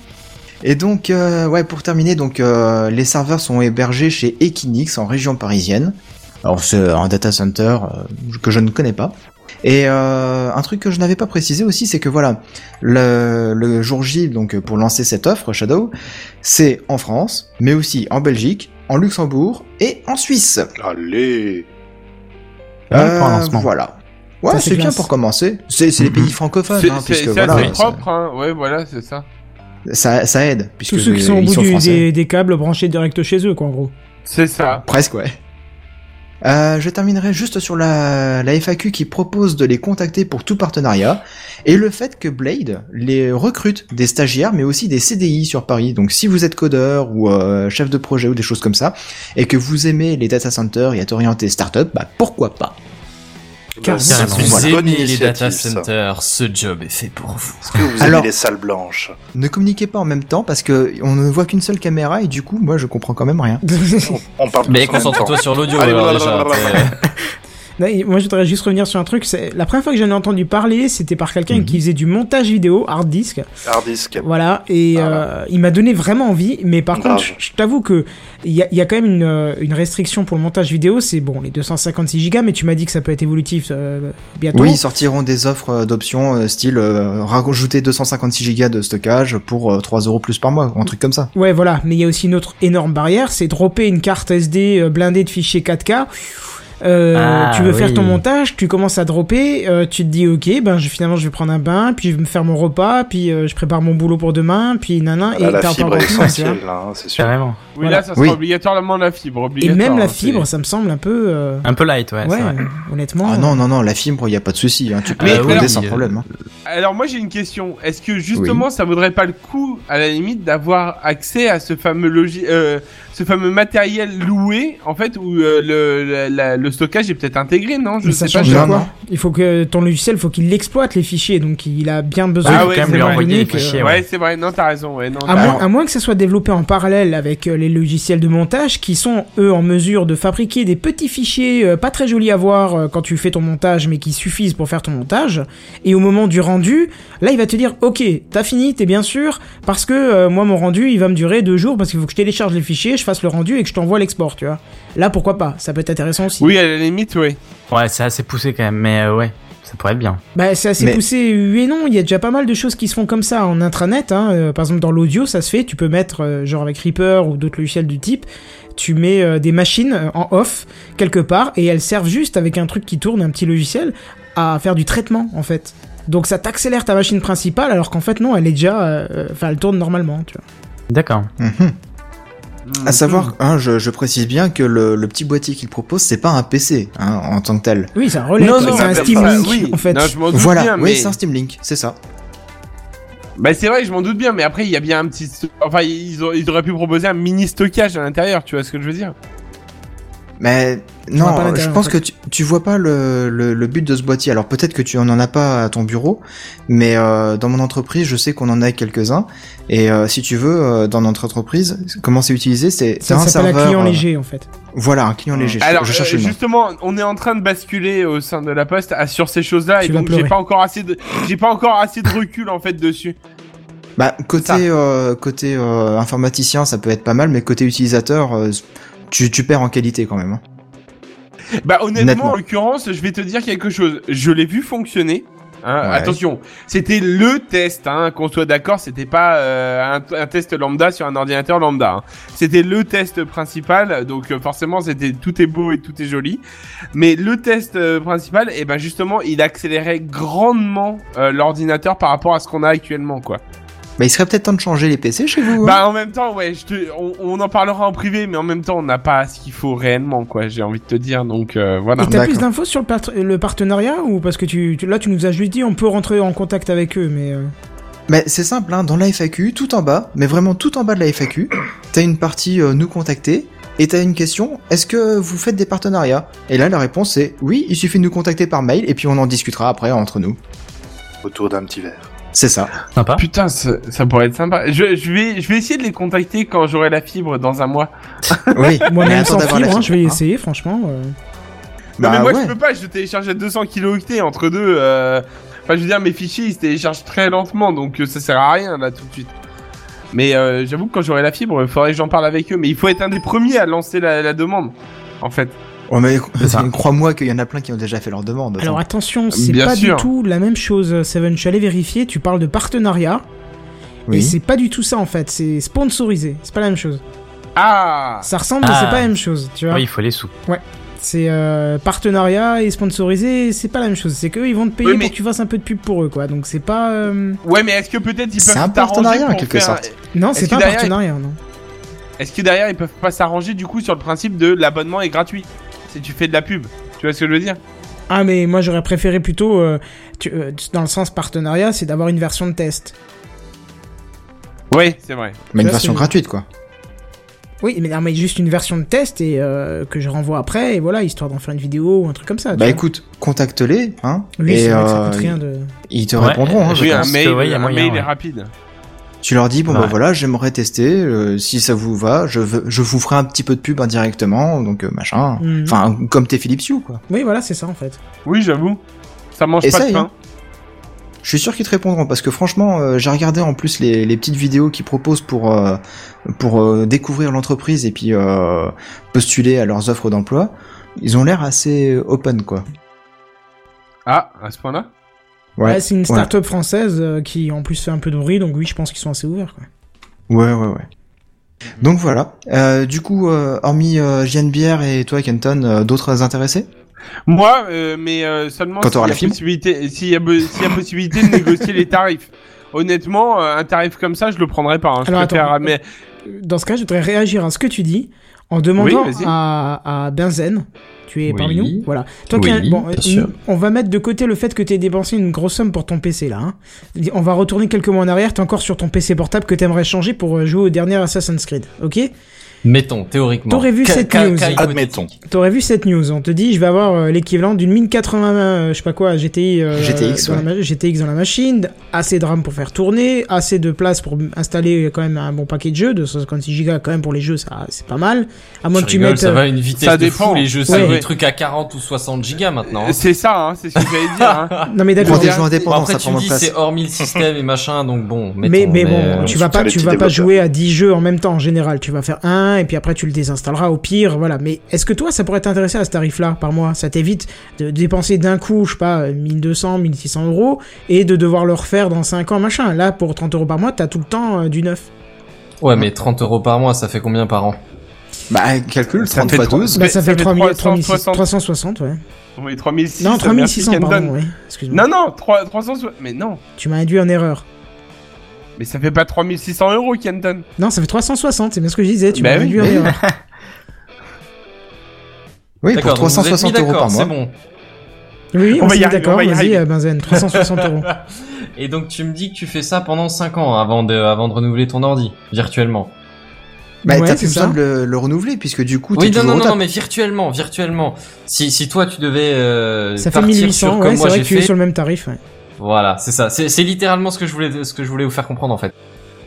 Et donc, euh, ouais, pour terminer, donc euh, les serveurs sont hébergés chez Equinix en région parisienne. Alors c'est un data center euh, que je ne connais pas. Et euh, un truc que je n'avais pas précisé aussi, c'est que voilà, le, le jour J, donc pour lancer cette offre Shadow, c'est en France, mais aussi en Belgique, en Luxembourg et en Suisse. Allez Pas mal pour un lancement. Euh, Voilà. Ouais, Ça, c'est c'est bien classe. pour commencer. C'est c'est les Mhm. pays francophones, C'est hein, c'est- puisque c'est voilà, assez ça- propre, hein. Ouais, voilà, c'est ça. ça, ça aide. Puisque Tous ceux qui ils sont au bout du- français. des, des câbles branchés direct chez eux, quoi, en gros. C'est ça. Presque, ouais. Euh, je terminerai juste sur la, la FAQ qui propose de les contacter pour tout partenariat et le fait que Blade les recrute des stagiaires mais aussi des CDI sur Paris. Donc si vous êtes codeur ou euh, chef de projet ou des choses comme ça et que vous aimez les data centers et être orienté startup, bah pourquoi pas Car- Bah, c'est Carrément. une Vous bonne aimez les data initiative, ça. centers, ce job est fait pour vous. Est-ce que vous aimez Alors- les salles blanches Ne communiquez pas en même temps parce que on ne voit qu'une seule caméra et du coup moi je comprends quand même rien. On parle Mais tous en même concentre-toi sur l'audio Allez, alors déjà. blablabla. t'es- Non, et Moi, je voudrais juste revenir sur un truc. c'est- La première fois que j'en ai entendu parler, c'était par quelqu'un Mhm. qui faisait du montage vidéo, hard disk. temps. Hard disk. Voilà, et Ah Voilà. euh, il m'a donné vraiment envie, mais par Grave. contre, je- je t'avoue que il y a, il y a quand même une, euh, une restriction pour le montage vidéo, c'est bon, les 256 gigas, mais tu m'as dit que ça peut être évolutif euh, bientôt. Oui, ils sortiront des offres euh, d'options euh, style euh, rajouter 256 Go de stockage pour euh, 3 euros plus par mois ou un truc comme ça. Ouais, voilà, mais il y a aussi une autre énorme barrière, c'est dropper une carte SD euh, blindée de fichiers 4K. Euh, Ah, tu veux oui. faire ton montage, tu commences à dropper, euh, tu te dis ok, ben je, finalement je vais prendre un bain, puis je vais me faire mon repas, puis euh, je prépare mon boulot pour demain, puis nanan, Hein, Voilà, et Ah, la t'as fibre encore est plus, tu vois. essentielle, là, hein, c'est sûr. Carrément. Oui, Voilà. là, ça sera Oui. obligatoirement la fibre. Et Obligatoire, même la hein, c'est- fibre, ça me semble un peu... euh, Un peu light, ouais. ouais, c'est vrai. honnêtement. euh, Ah non, non, non, la fibre, il n'y a pas de souci. Hein. Tu peux Mais la commander clairement, sans euh, problème. hein. Alors moi j'ai une question. Est-ce que justement ça vaudrait pas le coup à la limite d'avoir accès à ce fameux logi euh, ce fameux matériel loué en fait où euh, le, la- la- le stockage est peut-être intégré non Je Mais ça sais pas. change je- non, quoi non. Il faut que ton logiciel, faut qu'il exploite les fichiers, donc il a bien besoin Ah de ouais, quand même c'est lui vrai. envoyer les que- fichiers, Ouais c'est vrai. Non t'as raison. Ouais non. À t'as- moins, Alors- à moins que ça soit développé en parallèle avec euh, les logiciels de montage qui sont eux en mesure de fabriquer des petits fichiers euh, pas très jolis à voir euh, quand tu fais ton montage mais qui suffisent pour faire ton montage et au moment du rendu là il va te dire ok t'as fini t'es bien sûr parce que euh, moi mon rendu il va me durer deux jours parce qu'il faut que je télécharge les fichiers je fasse le rendu et que je t'envoie l'export tu vois là pourquoi pas ça peut être intéressant aussi Oui à la limite oui. Ouais, c'est assez poussé quand même, mais euh, ouais, ça pourrait être bien. Bah, c'est assez Mais- poussé, oui et non. Il y a déjà pas mal de choses qui se font comme ça en intranet. Hein. Euh, par exemple, dans l'audio, ça se fait. Tu peux mettre, euh, genre avec Reaper ou d'autres logiciels du type, tu mets euh, des machines euh, en off quelque part et elles servent juste avec un truc qui tourne, un petit logiciel, à faire du traitement en fait. Donc ça t'accélère ta machine principale alors qu'en fait non, elle est déjà, euh, enfin elle tourne normalement. Tu vois. D'accord. Mhm. Mhm. À savoir, hein, je, je précise bien que le, le petit boîtier qu'il propose, c'est pas un PC hein, en tant que tel. Oui, c'est un relais, Non, quoi. non, Oh, c'est un bah, Steam bah, Link oui. en fait. Non, je m'en doute Voilà, bien, oui, mais- c'est un Steam Link, c'est ça. Bah c'est vrai, je m'en doute bien, mais après il y a bien un petit, enfin ils, ont- ils auraient pu proposer un mini stockage à l'intérieur, tu vois ce que je veux dire Mais vois pas non, je l'intérêt, pense en que tu, tu vois pas le, le, le but de ce boîtier. Alors peut-être que tu en en as pas à ton bureau, mais euh, dans mon entreprise, je sais qu'on en a quelques-uns. Et euh, si tu veux, euh, dans notre entreprise, comment c'est utilisé, c'est c'est Ça un s'appelle serveur. un client euh, léger en fait. Voilà, un client léger. Je- Alors je cherche euh, le nom. justement, on est en train de basculer au sein de la poste à- sur ces choses-là et Tu vas donc j'ai pleurer. pas encore assez de, j'ai pas encore assez de recul en fait dessus. Bah Ça. côté euh, côté euh, informaticien ça peut être pas mal mais côté utilisateur euh, tu, tu perds en qualité quand même. hein. Bah honnêtement, Nettement. en l'occurrence, je vais te dire quelque chose. Je l'ai vu fonctionner. hein. Ouais. Attention, c'était le test, hein, qu'on soit d'accord, c'était pas euh, un, un test lambda sur un ordinateur lambda. hein. C'était le test principal, donc euh, forcément c'était tout est beau et tout est joli. Mais le test euh, principal, et ben justement, il accélérait grandement euh, l'ordinateur par rapport à ce qu'on a actuellement, quoi. Bah, il serait peut-être temps de changer les PC chez vous. hein. Bah en même temps, ouais, je te- on, on en parlera en privé, mais en même temps, on n'a pas ce qu'il faut réellement, quoi. J'ai envie de te dire, donc euh, voilà. Et t'as D'accord. plus d'infos sur le, part- le partenariat ou parce que tu, tu- là tu nous as juste dit on peut rentrer en contact avec eux mais euh, Mais c'est simple, hein, dans la FAQ, tout en bas, mais vraiment tout en bas de la FAQ, t'as une partie euh, nous contacter et t'as une question est-ce que vous faites des partenariats Et là, la réponse est oui, il suffit de nous contacter par mail et puis on en discutera après entre nous. autour d'un petit verre. C'est ça. Sympa. Putain, ça, ça pourrait être sympa. Je, je vais, je vais essayer de les contacter quand j'aurai la fibre dans un mois. Oui. moi Mais même attends sans d'avoir la fibre hein, je vais fibre, hein. essayer franchement euh. Non, Bah mais moi ouais. je peux pas, je télécharge à 200 kilooctets entre deux. euh, Enfin, je veux dire, mes fichiers ils se téléchargent très lentement, donc euh, ça sert à rien là tout de suite. Mais euh, j'avoue que quand j'aurai la fibre, il faudrait que j'en parle avec eux. Mais il faut être un des premiers à lancer la, la demande, en fait. Oh, mais crois-moi qu'il y en a plein qui ont déjà fait leur demande. alors attends. attention c'est Bien pas sûr. du tout la même chose Seven je suis allé vérifier tu parles de partenariat et oui. c'est pas du tout ça en fait c'est sponsorisé c'est pas la même chose Ah ça ressemble mais Ah. c'est pas la même chose tu vois Oui, il faut les sous. c'est euh, partenariat et sponsorisé c'est pas la même chose c'est qu'eux ils vont te payer Oui, mais- pour que tu fasses un peu de pub pour eux quoi donc c'est pas euh, Ouais, mais est-ce que peut-être ils C'est peuvent un s'arranger partenariat, en pour quelque faire- sorte. non Est-ce c'est que pas un derrière- partenariat non Est-ce que derrière ils peuvent pas s'arranger du coup sur le principe de l'abonnement est gratuit si tu fais de la pub Tu vois ce que je veux dire Ah mais moi j'aurais préféré plutôt euh, tu- euh, dans le sens partenariat, c'est d'avoir une version de test. Ouais, c'est vrai. Mais Ça, une version c'est- gratuite, quoi. Oui, mais, non, mais juste une version de test et euh, que je renvoie après et voilà, histoire d'en faire une vidéo ou un truc comme ça. tu Bah vois. écoute, contacte-les, hein. Ah, oui, et c'est vrai que ça euh, coûte rien de. ils te Ouais, répondront. Hein, je Oui, un pense. que, mail, ouais, il y a un moyen, mail ouais. est rapide. Tu leur dis bon Ouais. bah voilà, j'aimerais tester. euh, si ça vous va, je, veux- je vous ferai un petit peu de pub indirectement, donc euh, machin. Mhm. Enfin, comme t'es Philips Hue, quoi. Oui, voilà, c'est ça en fait. Oui, j'avoue. Ça mange pas de Essaye, pain. hein. Je suis sûr qu'ils te répondront parce que franchement, euh, j'ai regardé en plus les, les petites vidéos qu'ils proposent pour euh, pour euh, découvrir l'entreprise et puis euh, postuler à leurs offres d'emploi. Ils ont l'air assez euh, open, quoi. Ah, à ce point-là Ouais, Bah, c'est une start-up française euh, qui en plus fait un peu de bruit, donc oui, je pense qu'ils sont assez ouverts. Quoi. Ouais, ouais, ouais. Donc voilà. Euh, du coup, euh, hormis euh, Jeanne Bière et toi, Kenton, euh, d'autres intéressés Moi, euh, mais euh, seulement Quand s'il y, t'auras a la fibre possibilité- s'il y, a be- s'il y a possibilité de négocier les tarifs. Honnêtement, euh, un tarif comme ça, je le prendrais pas. hein. Je Alors, préfère, attends. mais Dans ce cas, je voudrais réagir à ce que tu dis en demandant Oui, vas-y. à, à Benzen. Tu es Oui. parmi nous Voilà. Oui, qui as- bon, bien euh, sûr. on va mettre de côté le fait que t'aies dépensé une grosse somme pour ton PC là. hein. On va retourner quelques mois en arrière, t'es encore sur ton PC portable que t'aimerais changer pour euh, jouer au dernier Assassin's Creed. Ok Mettons, théoriquement. T'aurais vu Ca- cette ca- news. ca- Admettons. T'aurais vu cette news, on te dit je vais avoir euh, l'équivalent d'une 1080, euh, je sais pas quoi, GTI, euh, GTX, dans la ouais. ma- GTX dans la machine, assez de RAM pour faire tourner, assez de place pour installer quand même un bon paquet de jeux, 256 Go quand même pour les jeux, ça c'est pas mal. À moins Tu que tu rigoles, mettes... ça euh, va à une vitesse ça de dépend. fou, les jeux, Ouais, c'est ouais. des trucs à 40 ou 60 gigas maintenant. hein. c'est ça, hein, c'est ce que j'allais dire. hein. Non mais d'accord. Pour Protège-nous Bon, indépendant, après, ça tu prend me moins de dis, place. c'est hors mille systèmes et machin, donc bon, Mais, mettons, mais euh, bon, tu vas soutient pas, les tu petits vas pas développeurs. jouer à 10 jeux en même temps en général. Tu vas faire un et puis après tu le désinstalleras au pire. Voilà. Mais est-ce que toi ça pourrait t'intéresser à ce tarif-là par mois Ça t'évite de dépenser d'un coup, je sais pas, 1200, 1600 euros et de devoir le refaire dans 5 ans, machin. Là, pour 30 euros par mois, t'as tout le temps euh, du neuf. Ouais, mais 30 euros par mois, ça fait combien par an Bah, calcule, Ça 30 fait fois trois- 12. Bah, fait- ça ça fait fait 3000, 360. 360, ouais. Oui, 3600. Non, merci, 3600, Kenton. pardon, ouais. Excuse-moi. Non, non, 3, 300. Mais non, Tu m'as induit en erreur. mais ça fait pas 3600 euros, Kenton. Non, ça fait 360, c'est bien ce que je disais. Tu Bah m'as oui. induit en erreur. Oui, pour donc vous êtes mis 360 euros par d'accord, mois. C'est bon. Oui, On on, va s'est y mis arriver, d'accord. on va y Vas-y, arriver. euh, Benzen, 360 euros. Et donc, tu me dis que tu fais ça pendant 5 ans avant de, avant de renouveler ton ordi, virtuellement. Bah, Ouais, t'as c'est plus ça. besoin de le, le renouveler puisque du coup, t'es Oui, non, toujours non, au non, top. mais virtuellement, virtuellement. Si, si toi, tu devais euh, Ça fait partir sur 1800, comme ouais, c'est moi vrai j'ai que tu es fait, sur le même tarif, ouais. voilà, c'est ça. C'est c'est littéralement ce que je voulais, ce que je voulais vous faire comprendre en fait.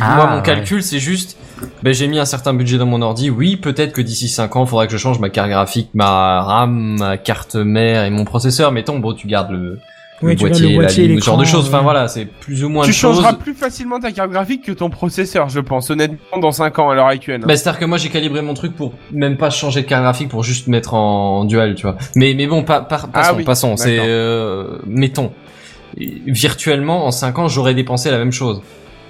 Ah, moi, mon ouais. calcul, c'est juste, ben, j'ai mis un certain budget dans mon ordi. Oui, peut-être que d'ici 5 ans, il faudra que je change ma carte graphique, ma RAM, ma carte mère et mon processeur. Mettons, bon, tu gardes le, Ouais, le tu gardes boîtier, le la boîtier, ligne, ce l'écran, euh, genre de choses. Enfin ouais. voilà, c'est plus ou moins tu de choses. changeras plus facilement ta carte graphique que ton processeur, je pense, honnêtement, dans 5 ans à l'heure actuelle. Bah, c'est-à-dire que moi j'ai calibré mon truc pour même pas changer de carte graphique pour juste mettre en, en dual, tu vois. Mais mais bon, pas par Ah passons, oui, passons. C'est d'accord. euh, mettons Et virtuellement en 5 ans j'aurais dépensé la même chose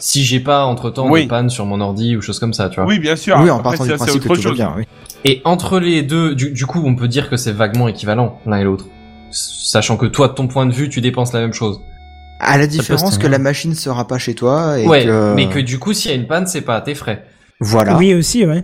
si j'ai pas entre temps Oui. de panne sur mon ordi ou choses comme ça, tu vois. oui, bien sûr. Oui, en Après, partant ça, du c'est principe que autre tout va chose. bien. oui. Et entre les deux, du, du coup, on peut dire que c'est vaguement équivalent l'un et l'autre, S- sachant que toi de ton point de vue tu dépenses la même chose. À la peut se différence que tenir. la machine sera pas chez toi et ouais, que... euh, mais que du coup, s'il y a une panne, c'est pas à tes frais. Voilà. Oui, aussi, ouais.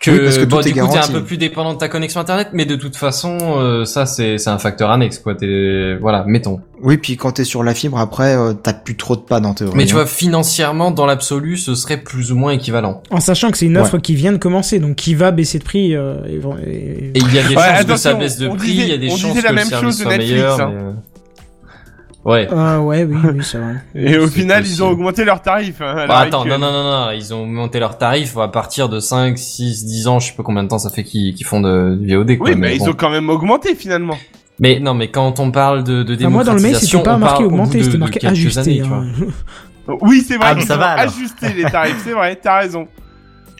Que, Oui, parce que bon, tout est du coup, t'es un garanti. peu plus dépendant de ta connexion internet, mais de toute façon, euh, ça, c'est c'est un facteur annexe, quoi. T'es- Voilà, mettons. Oui, puis quand t'es sur la fibre, après, euh, t'as plus trop de panne en théorie. Mais tu hein. vois, financièrement, dans l'absolu, ce serait plus ou moins équivalent. En sachant que c'est une offre qui vient de commencer, donc qui va baisser de prix. euh, et- et- Et il y a Ouais, des chances que ça attention, baisse de on prix, disait- il y a des on chances disait que la même le service chose de soit Netflix, meilleur. hein. mais, euh, Ouais. Ah ouais, oui, oui, c'est vrai. Et au C'est final, ils possible. ont augmenté leurs tarifs. hein, à l'heure Bah, attends, non, actuelle. non, non, non, ils ont monté leurs tarifs à partir de 5, 6, 10 ans, je sais pas combien de temps ça fait qu'ils qu'ils font de, du VOD, quoi. Oui, mais ils bon. ont quand même augmenté finalement. Mais non, mais quand on parle de, de Enfin, moi, dans le mail, démocratisation, c'était pas on marqué parle au bout augmenté, de- c'était de marqué quelques ajusté. années, tu vois. hein. Oui, c'est vrai. Ah, mais ça ils va, ont alors. Ajusté les tarifs, c'est vrai, t'as raison.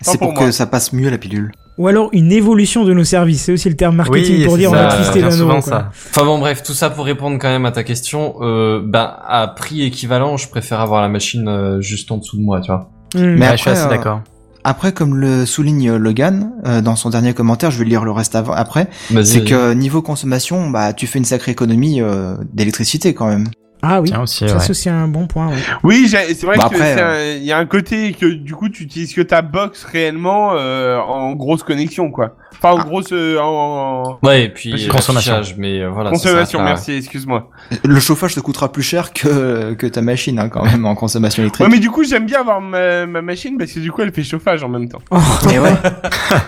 C'est Tant pour, pour que moi. ça passe mieux la pilule. Ou alors une évolution de nos services. C'est aussi le terme marketing oui, pour c'est dire on ça, a twisté on d'un revient euro. souvent quoi. ça. Enfin bon, bref, tout ça pour répondre quand même à ta question. Euh, ben, à prix équivalent, je préfère avoir la machine euh, juste en dessous de moi, tu vois. Hmm. Mais Ouais, je suis après, assez euh, d'accord. Après, comme le souligne Logan euh, dans son dernier commentaire, je vais lire le reste avant, après, Vas-y, c'est vas-y. que niveau consommation, bah tu fais une sacrée économie euh, d'électricité quand même. Ah oui, Tiens aussi, ça ouais. c'est aussi un bon point. ouais. Oui, j'ai- c'est vrai Bah que après, c'est euh, un- il y a un côté que du coup tu utilises que ta box réellement euh, en grosse connexion quoi. Enfin en grosse euh, en Ouais, et puis Petite consommation. l'affichage, mais euh, voilà. Ah, ça consommation. s'arrête là. merci, excuse-moi. Le chauffage te coûtera plus cher que que ta machine hein, quand même en consommation électrique. Ouais, mais du coup j'aime bien avoir ma, ma machine parce que du coup elle fait chauffage en même temps. Mais ouais.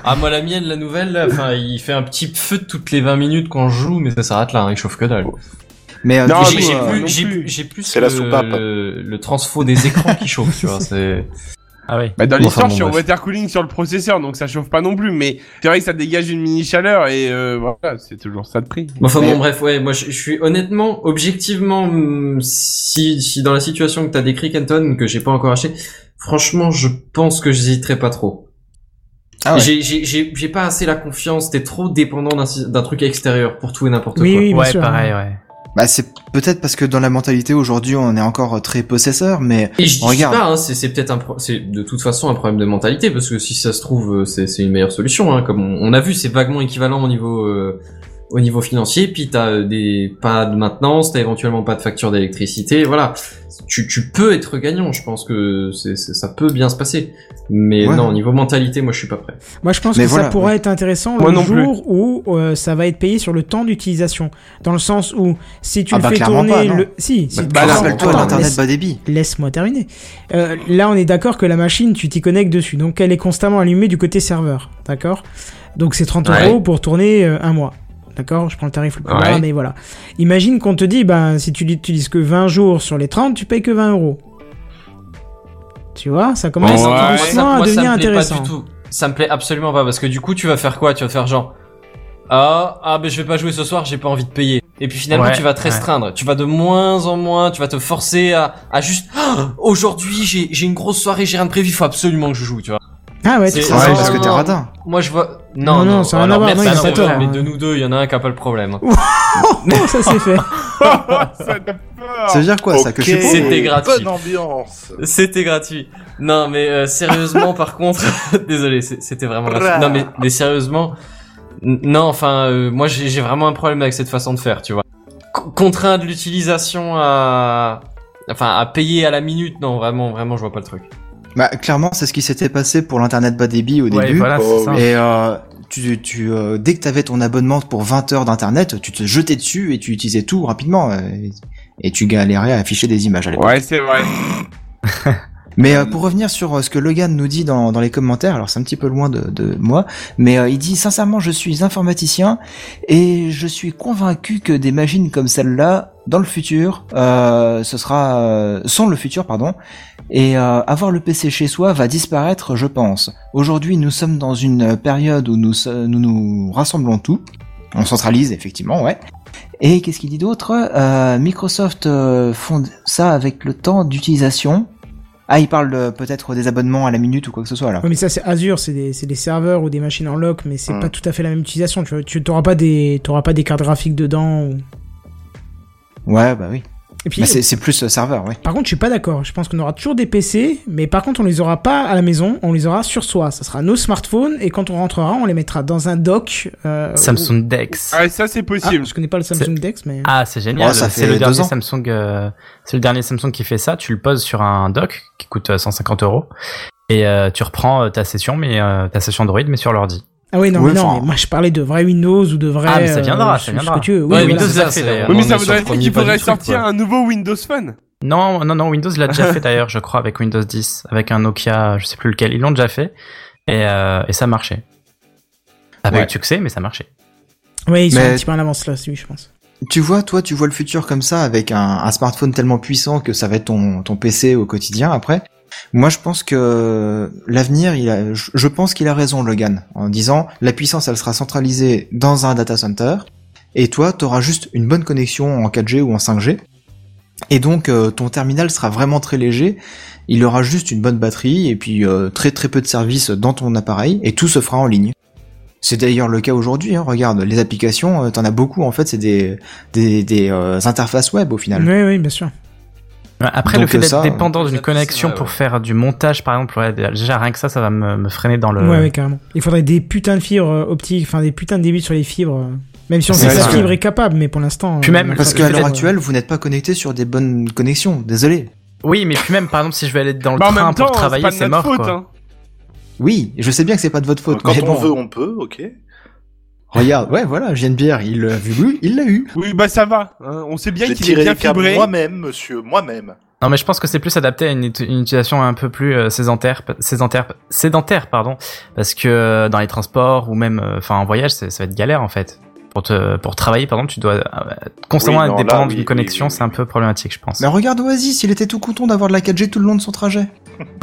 Ah moi la mienne, la nouvelle, là, enfin il fait un petit feu toutes les 20 minutes quand je joue, mais ça s'arrête là, hein, il chauffe que dalle. Mais euh, Non, du coup, Ah, mais j'ai j'ai euh, moi non plus, j'ai plus. plus, j'ai plus C'est le- la soupape. le, le transfo des écrans qui chauffe, tu vois. C'est Ah oui. Bah, dans Enfin, l'histoire bon, je suis en bref. water cooling sur le processeur donc ça chauffe pas non plus mais c'est vrai que ça dégage une mini chaleur et euh, voilà c'est toujours ça de prix. Enfin Mais- bon, bref, ouais, moi je, je suis honnêtement, objectivement, hum, si, si dans la situation que t'as décrit, Kenton, que j'ai pas encore acheté, franchement, je pense que j'hésiterais pas trop. Ah ouais. J'ai- J'ai j'ai- j'ai pas assez la confiance, t'es trop dépendant d'un si- d'un truc extérieur pour tout et n'importe Oui, quoi. oui, bien Ouais, sûr. pareil, ouais. bah, c'est peut-être parce que dans la mentalité aujourd'hui, on est encore très possesseur, mais Et je dis Regarde. pas, hein, c'est c'est peut-être un, pro- c'est de toute façon un problème de mentalité parce que si ça se trouve, euh, c'est c'est une meilleure solution. Hein, comme on, on a vu, c'est vaguement équivalent au niveau euh, au niveau financier. Puis t'as euh, des pas de maintenance, t'as éventuellement pas de facture d'électricité. Voilà, tu, tu peux être gagnant. Je pense que c'est c'est- ça peut bien se passer. Mais Ouais. non, au niveau mentalité, moi je suis pas prêt. Moi, je pense Mais que voilà, ça pourrait être intéressant Moi le non plus. jour où euh, ça va être payé sur le temps d'utilisation. Dans le sens où, si tu Ah le bah, fais clairement tourner pas, non. le. Si, si bah, tu bah, le là, fais- rappelle-toi Attends, l'internet laisse- bas débit. Laisse-moi terminer. Euh, là, on est d'accord que la machine, tu t'y connectes dessus. Donc, elle est constamment allumée du côté serveur. D'accord Donc, c'est 30 Ouais. euros pour tourner euh, un mois. D'accord Je prends le tarif le plus bas, Ouais. mais voilà. Imagine qu'on te dit, ben, si tu l'utilises que 20 jours sur les 30, tu payes que 20 euros. Tu vois Ça Ouais, commence ça- tout moi, ça- doucement à devenir me plaît intéressant. pas du tout. Ça me plaît absolument pas parce que du coup, tu vas faire quoi Tu vas faire genre ah ah ben je vais pas jouer ce soir, j'ai pas envie de payer. Et puis finalement, Ouais, tu vas te ouais. restreindre. Tu vas de moins en moins. Tu vas te forcer à à juste Ah, aujourd'hui j'ai j'ai une grosse soirée, j'ai rien de prévu, faut absolument que je joue, tu vois. Ah ouais, C'est- tu Ouais, Ah, vois. parce que t'es non. radin. Moi je vois Non, non non, non, ça n'a rien alors, à voir, merci, non, il a non, pas tort, mais hein. de nous deux, il y en a un qui a pas le problème. Oh, ça c'est fait. ça t'a peur. Ça veut dire quoi ça que je suis Ok, pauvre C'était gratuit. Bonne ambiance. C'était gratuit. Non, mais euh, sérieusement, par contre, désolé, c'est- c'était vraiment gratuit. Non, mais, mais sérieusement, n- non, enfin, euh, moi, j'ai j'ai vraiment un problème avec cette façon de faire, tu vois. Co- Contraindre l'utilisation à, enfin, à payer à la minute, non, vraiment, vraiment, je vois pas le truc. Bah clairement, c'est ce qui s'était passé pour l'internet bas débit au Ouais, début. voilà, Oh, c'est ça. Et euh, tu, tu, euh, dès que t'avais ton abonnement pour 20 heures d'internet, tu te jetais dessus et tu utilisais tout rapidement. euh, Et, et tu galérais à afficher des images à l'époque. Ouais, c'est vrai. Mais euh, pour revenir sur euh, ce que Logan nous dit dans, dans les commentaires, alors c'est un petit peu loin de, de moi, mais euh, il dit sincèrement je suis informaticien et je suis convaincu que des machines comme celle-là, dans le futur, euh, ce sera euh, sont le futur pardon, et euh, avoir le PC chez soi va disparaître, je pense. Aujourd'hui, nous sommes dans une période où nous se- nous, nous rassemblons tout. On centralise effectivement, ouais. Et qu'est-ce qu'il dit d'autre Euh, Microsoft euh, font ça avec le temps d'utilisation. Ah, il parle euh, peut-être des abonnements à la minute ou quoi que ce soit là. Ouais, mais ça, c'est Azure, c'est des, c'est des serveurs ou des machines en lock, mais c'est Hmm. pas tout à fait la même utilisation. Tu vois, tu n'auras pas, des- t'auras pas des cartes graphiques dedans. ou- Ouais, bah oui. Et puis, Bah, c'est c'est plus euh, serveur, oui. Par contre, je suis pas d'accord. Je pense qu'on aura toujours des PC, mais par contre, on les aura pas à la maison, on les aura sur soi. Ça sera nos smartphones, et quand on rentrera, on les mettra dans un dock. euh, où- Samsung Dex. Ah, ça c'est Ah, possible. je connais pas le Samsung Dex, mais. Ah, c'est génial. Oh, ça c'est fait le deux dernier ans. Samsung. euh, c'est le dernier Samsung qui fait ça. Tu le poses sur un dock qui coûte euh, 150 euros et euh, tu reprends euh, ta session, mais euh, ta session Android, mais sur l'ordi. Ah oui, non, Ouais, mais non, enfin- mais moi je parlais de vrai Windows ou de vrai. Ah, mais ça viendra, euh, ça ce- viendra. ce que tu veux. Oui, Ouais, voilà. Windows l'a ça, fait c'est- d'ailleurs. Oui, mais on ça est sur voudrait le dire premier qu'il pas faudrait du truc, sortir quoi. un nouveau Windows Phone. Non, non, non, Windows l'a déjà fait d'ailleurs, je crois, avec Windows 10, avec un Nokia, je sais plus lequel. Ils l'ont déjà fait et, euh, et ça marchait. Avec Ouais. eu de succès, mais ça marchait. Ouais, ils sont Mais- un petit peu en avance là-dessus, je pense. Tu vois, toi, tu vois le futur comme ça, avec un, un smartphone tellement puissant que ça va être ton, ton PC au quotidien après. Moi, je pense que l'avenir, il a, je je pense qu'il a raison, Logan, en disant la puissance, elle sera centralisée dans un data center, et toi, tu auras juste une bonne connexion en 4G ou en 5G. Et donc, euh, ton terminal sera vraiment très léger. Il aura juste une bonne batterie et puis euh, très très peu de services dans ton appareil, et tout se fera en ligne. C'est d'ailleurs le cas aujourd'hui. hein, Regarde, les applications, euh, t'en as beaucoup en fait. C'est des des, des, euh, interfaces web au final. Oui, oui, bien sûr. Ouais, Après, Donc, le fait euh, d'être ça, dépendant d'une ça, connexion ouais, ouais. pour faire du montage, par exemple, ouais, déjà rien que ça, ça va me, me freiner dans le. Ouais, ouais, carrément. Il faudrait des putains de fibres euh, optiques, enfin des putains de débuts sur les fibres. euh, Même si on sait C'est que vrai la que- fibre est capable, mais pour l'instant. Puis euh, même- Parce Le qu'à fait l'heure d'être- actuelle, vous n'êtes pas connecté sur des bonnes connexions. Désolé. Oui, mais puis même, par exemple, si je vais aller dans le Bah, en train même temps, pour c'est travailler, pas de c'est notre mort. faute. quoi. hein. Oui, je sais bien que c'est pas de votre faute. Quand mais bon, on veut, on peut, ok. Regarde, ouais, voilà, Jeanne Pierre, il l'a vu, il l'a eu. Oui, bah ça va. hein. On sait bien J'ai qu'il est tiré bien les câbles fibré. moi-même, monsieur, moi-même. Non, mais je pense que c'est plus adapté à une, ut- une utilisation un peu plus euh, sédentaire, pa- sédentaire, sédentaire, pardon, parce que euh, dans les transports ou même, euh, enfin, en voyage, c'est- ça va être galère en fait. Pour te, pour travailler, par exemple, tu dois euh, constamment Oui, non, être là, dépendant oui, d'une oui, connexion, oui, c'est un peu problématique, je pense. Mais regarde Oasis, il était tout content d'avoir de la 4G tout le long de son trajet.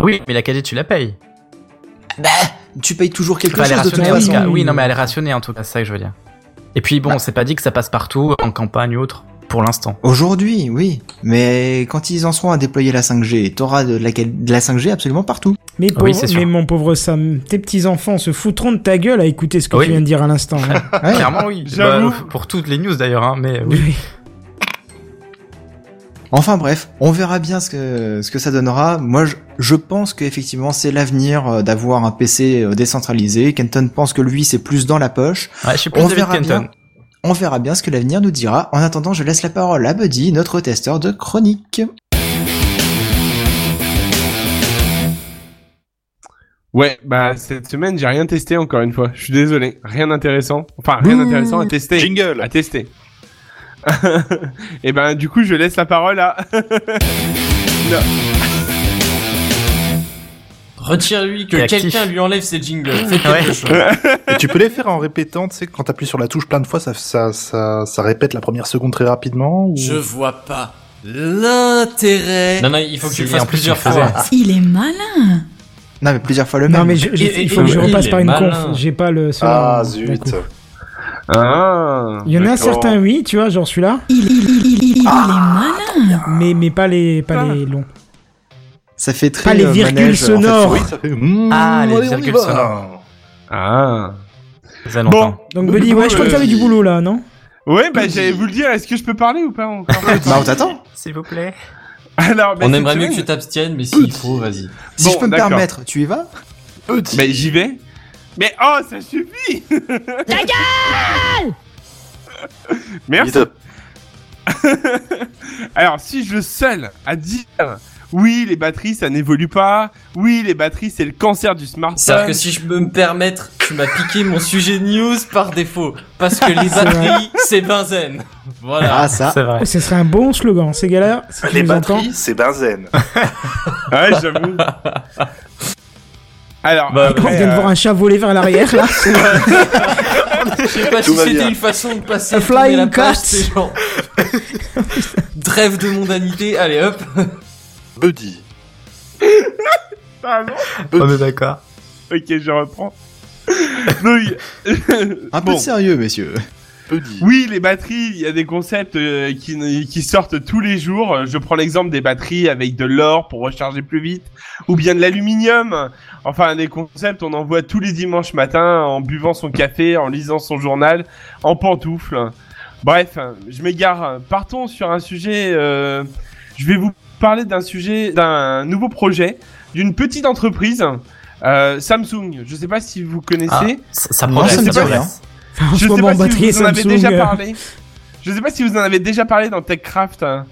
Oui, mais la 4G, tu la payes. Tu payes toujours quelque Enfin, elle est chose de toute rationnée en tout façon. cas. Oui, non, mais elle est rationnée en tout cas, c'est ça que je veux dire. Et puis bon, c'est pas dit que ça passe partout, en campagne ou autre, pour l'instant. Aujourd'hui, oui. Mais quand ils en seront à déployer la 5G, t'auras de la, de la 5G absolument partout. Mais, pauvre- Oui, c'est sûr. mais mon pauvre Sam, tes petits-enfants se foutront de ta gueule à écouter ce que Oui. tu viens de dire à l'instant. hein. Ouais. Clairement, oui. J'avoue. Bah, pour toutes les news d'ailleurs, hein, mais oui. Oui. Enfin bref, on verra bien ce que, ce que ça donnera. Moi, je, je pense qu'effectivement, c'est l'avenir euh, d'avoir un PC euh, décentralisé. Kenton pense que lui, c'est plus dans la poche. Ouais, je suis plus On David verra Kenton. bien. On verra bien ce que l'avenir nous dira. En attendant, je laisse la parole à Buddy, notre testeur de chronique. Ouais, bah cette semaine, j'ai rien testé encore une fois. Je suis désolé. Rien d'intéressant. Enfin, rien d'intéressant à tester. Jingle À tester. Et ben, du coup, je laisse la parole à. Retire-lui, que T'es actif. quelqu'un lui enlève ses jingles. Fais Ouais. quelque chose. Et tu peux les faire en répétant, tu sais, quand t'appuies sur la touche plein de fois, ça, ça, ça, ça répète la première seconde très rapidement ou... Je vois pas l'intérêt. Non, non, il faut que tu le Si, fasses en plus, plusieurs tu le faisais. fois. Ah. Il est malin. Non, mais plusieurs fois le même. Non, mais je- je- Et- il faut que je et- repasse il par est une malin. conf. J'ai pas le. Ah seul- d'un coup. zut Ah. Il y en a D'accord. certains, oui, tu vois, genre celui-là, Il, il, il, il, il, il Ah. est malin. mais, mais pas les, pas Ah. les longs. Ça fait très Pas les euh, virgules manège, en fait. sonores. Oui, ça fait... Mmh, Ah, les allez, on y virgules va. sonores. Ah. Ça faisait longtemps. Bon. Donc, Buddy, ouais, je crois que t'avais du boulot là, non Ouais, bah j'allais vous le dire. Est-ce que je peux parler ou pas encore Bah, on t'attend. S'il vous plaît. Alors, bah, On cette aimerait mieux que semaine- tu t'abstiennes, mais s'il faut, vas-y. Si Bon, je peux me d'accord. permettre, tu y vas Petit. Mais j'y vais. Mais oh, ça suffit La gueule Beat Merci. up. Alors, si je le seul à dire oui, les batteries, ça n'évolue pas. Oui, les batteries, c'est le cancer du C'est-à-dire smartphone. que si je peux me permettre, tu m'as piqué mon sujet news par défaut. Parce que les batteries, c'est benzène. Voilà. Ah, ça. C'est vrai. Oh, Ce serait un bon slogan, ces gars-là, si tu Les nous entends. batteries, c'est benzène. Ah. Ouais, j'avoue. Alors, Bah, On après, vient de euh, voir un chat voler vers l'arrière là. Ah, Je sais pas Tout si va bien. c'était une façon de passer A de tourner la flying page, cat. c'est genre. Trêve de mondanité, allez hop. Buddy. pardon. On est d'accord. euh, Ok, je reprends. Donc, Un peu Bon. de sérieux, messieurs. Buddy. Oui, les batteries, il y a des concepts euh, qui, qui sortent tous les jours. Euh, Je prends l'exemple des batteries avec de l'or pour recharger plus vite, ou bien de l'aluminium. Enfin, des concepts, on en voit tous les dimanches matin en buvant son café, en lisant son journal, en pantoufles. Bref, je m'égare. Partons sur un sujet. euh, je vais vous parler d'un sujet, d'un nouveau projet, d'une petite entreprise. euh, Samsung, je sais pas si vous Ah, connaissez. ça, ça Non, progresse, ça me ça dit rien. progresse. en je ce sais moment, pas batterie si vous en avez Samsung. déjà euh, parlé. Je sais pas si vous en avez déjà parlé dans TechCraft. hein.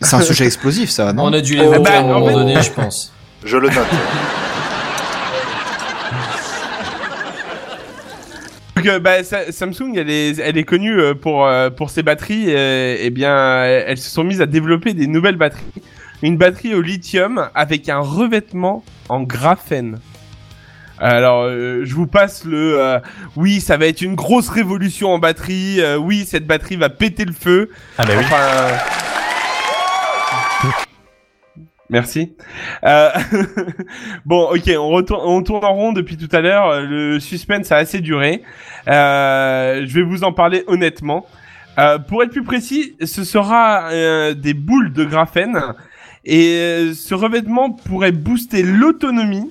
C'est un sujet explosif, ça, non On a dû les Oh, faire bah, à un en moment fait- donné, je pense. Je le note. Donc, euh, bah, Sa- Samsung, elle est, elle est connue euh, pour, euh, pour ses batteries. euh, eh bien, euh, elles se sont mises à développer des nouvelles batteries. Une batterie au lithium avec un revêtement en graphène. Alors, euh, je vous passe le. euh, oui, ça va être une grosse révolution en batterie. euh, oui, cette batterie va péter le feu. Ah bah oui. Enfin, euh, Merci. Euh, bon, ok, on, retourne, on tourne en rond depuis tout à l'heure. euh, Le suspense a assez duré. Euh, je vais vous en parler honnêtement. Euh, pour être plus précis, ce sera euh, des boules de graphène. Et euh, ce revêtement pourrait booster l'autonomie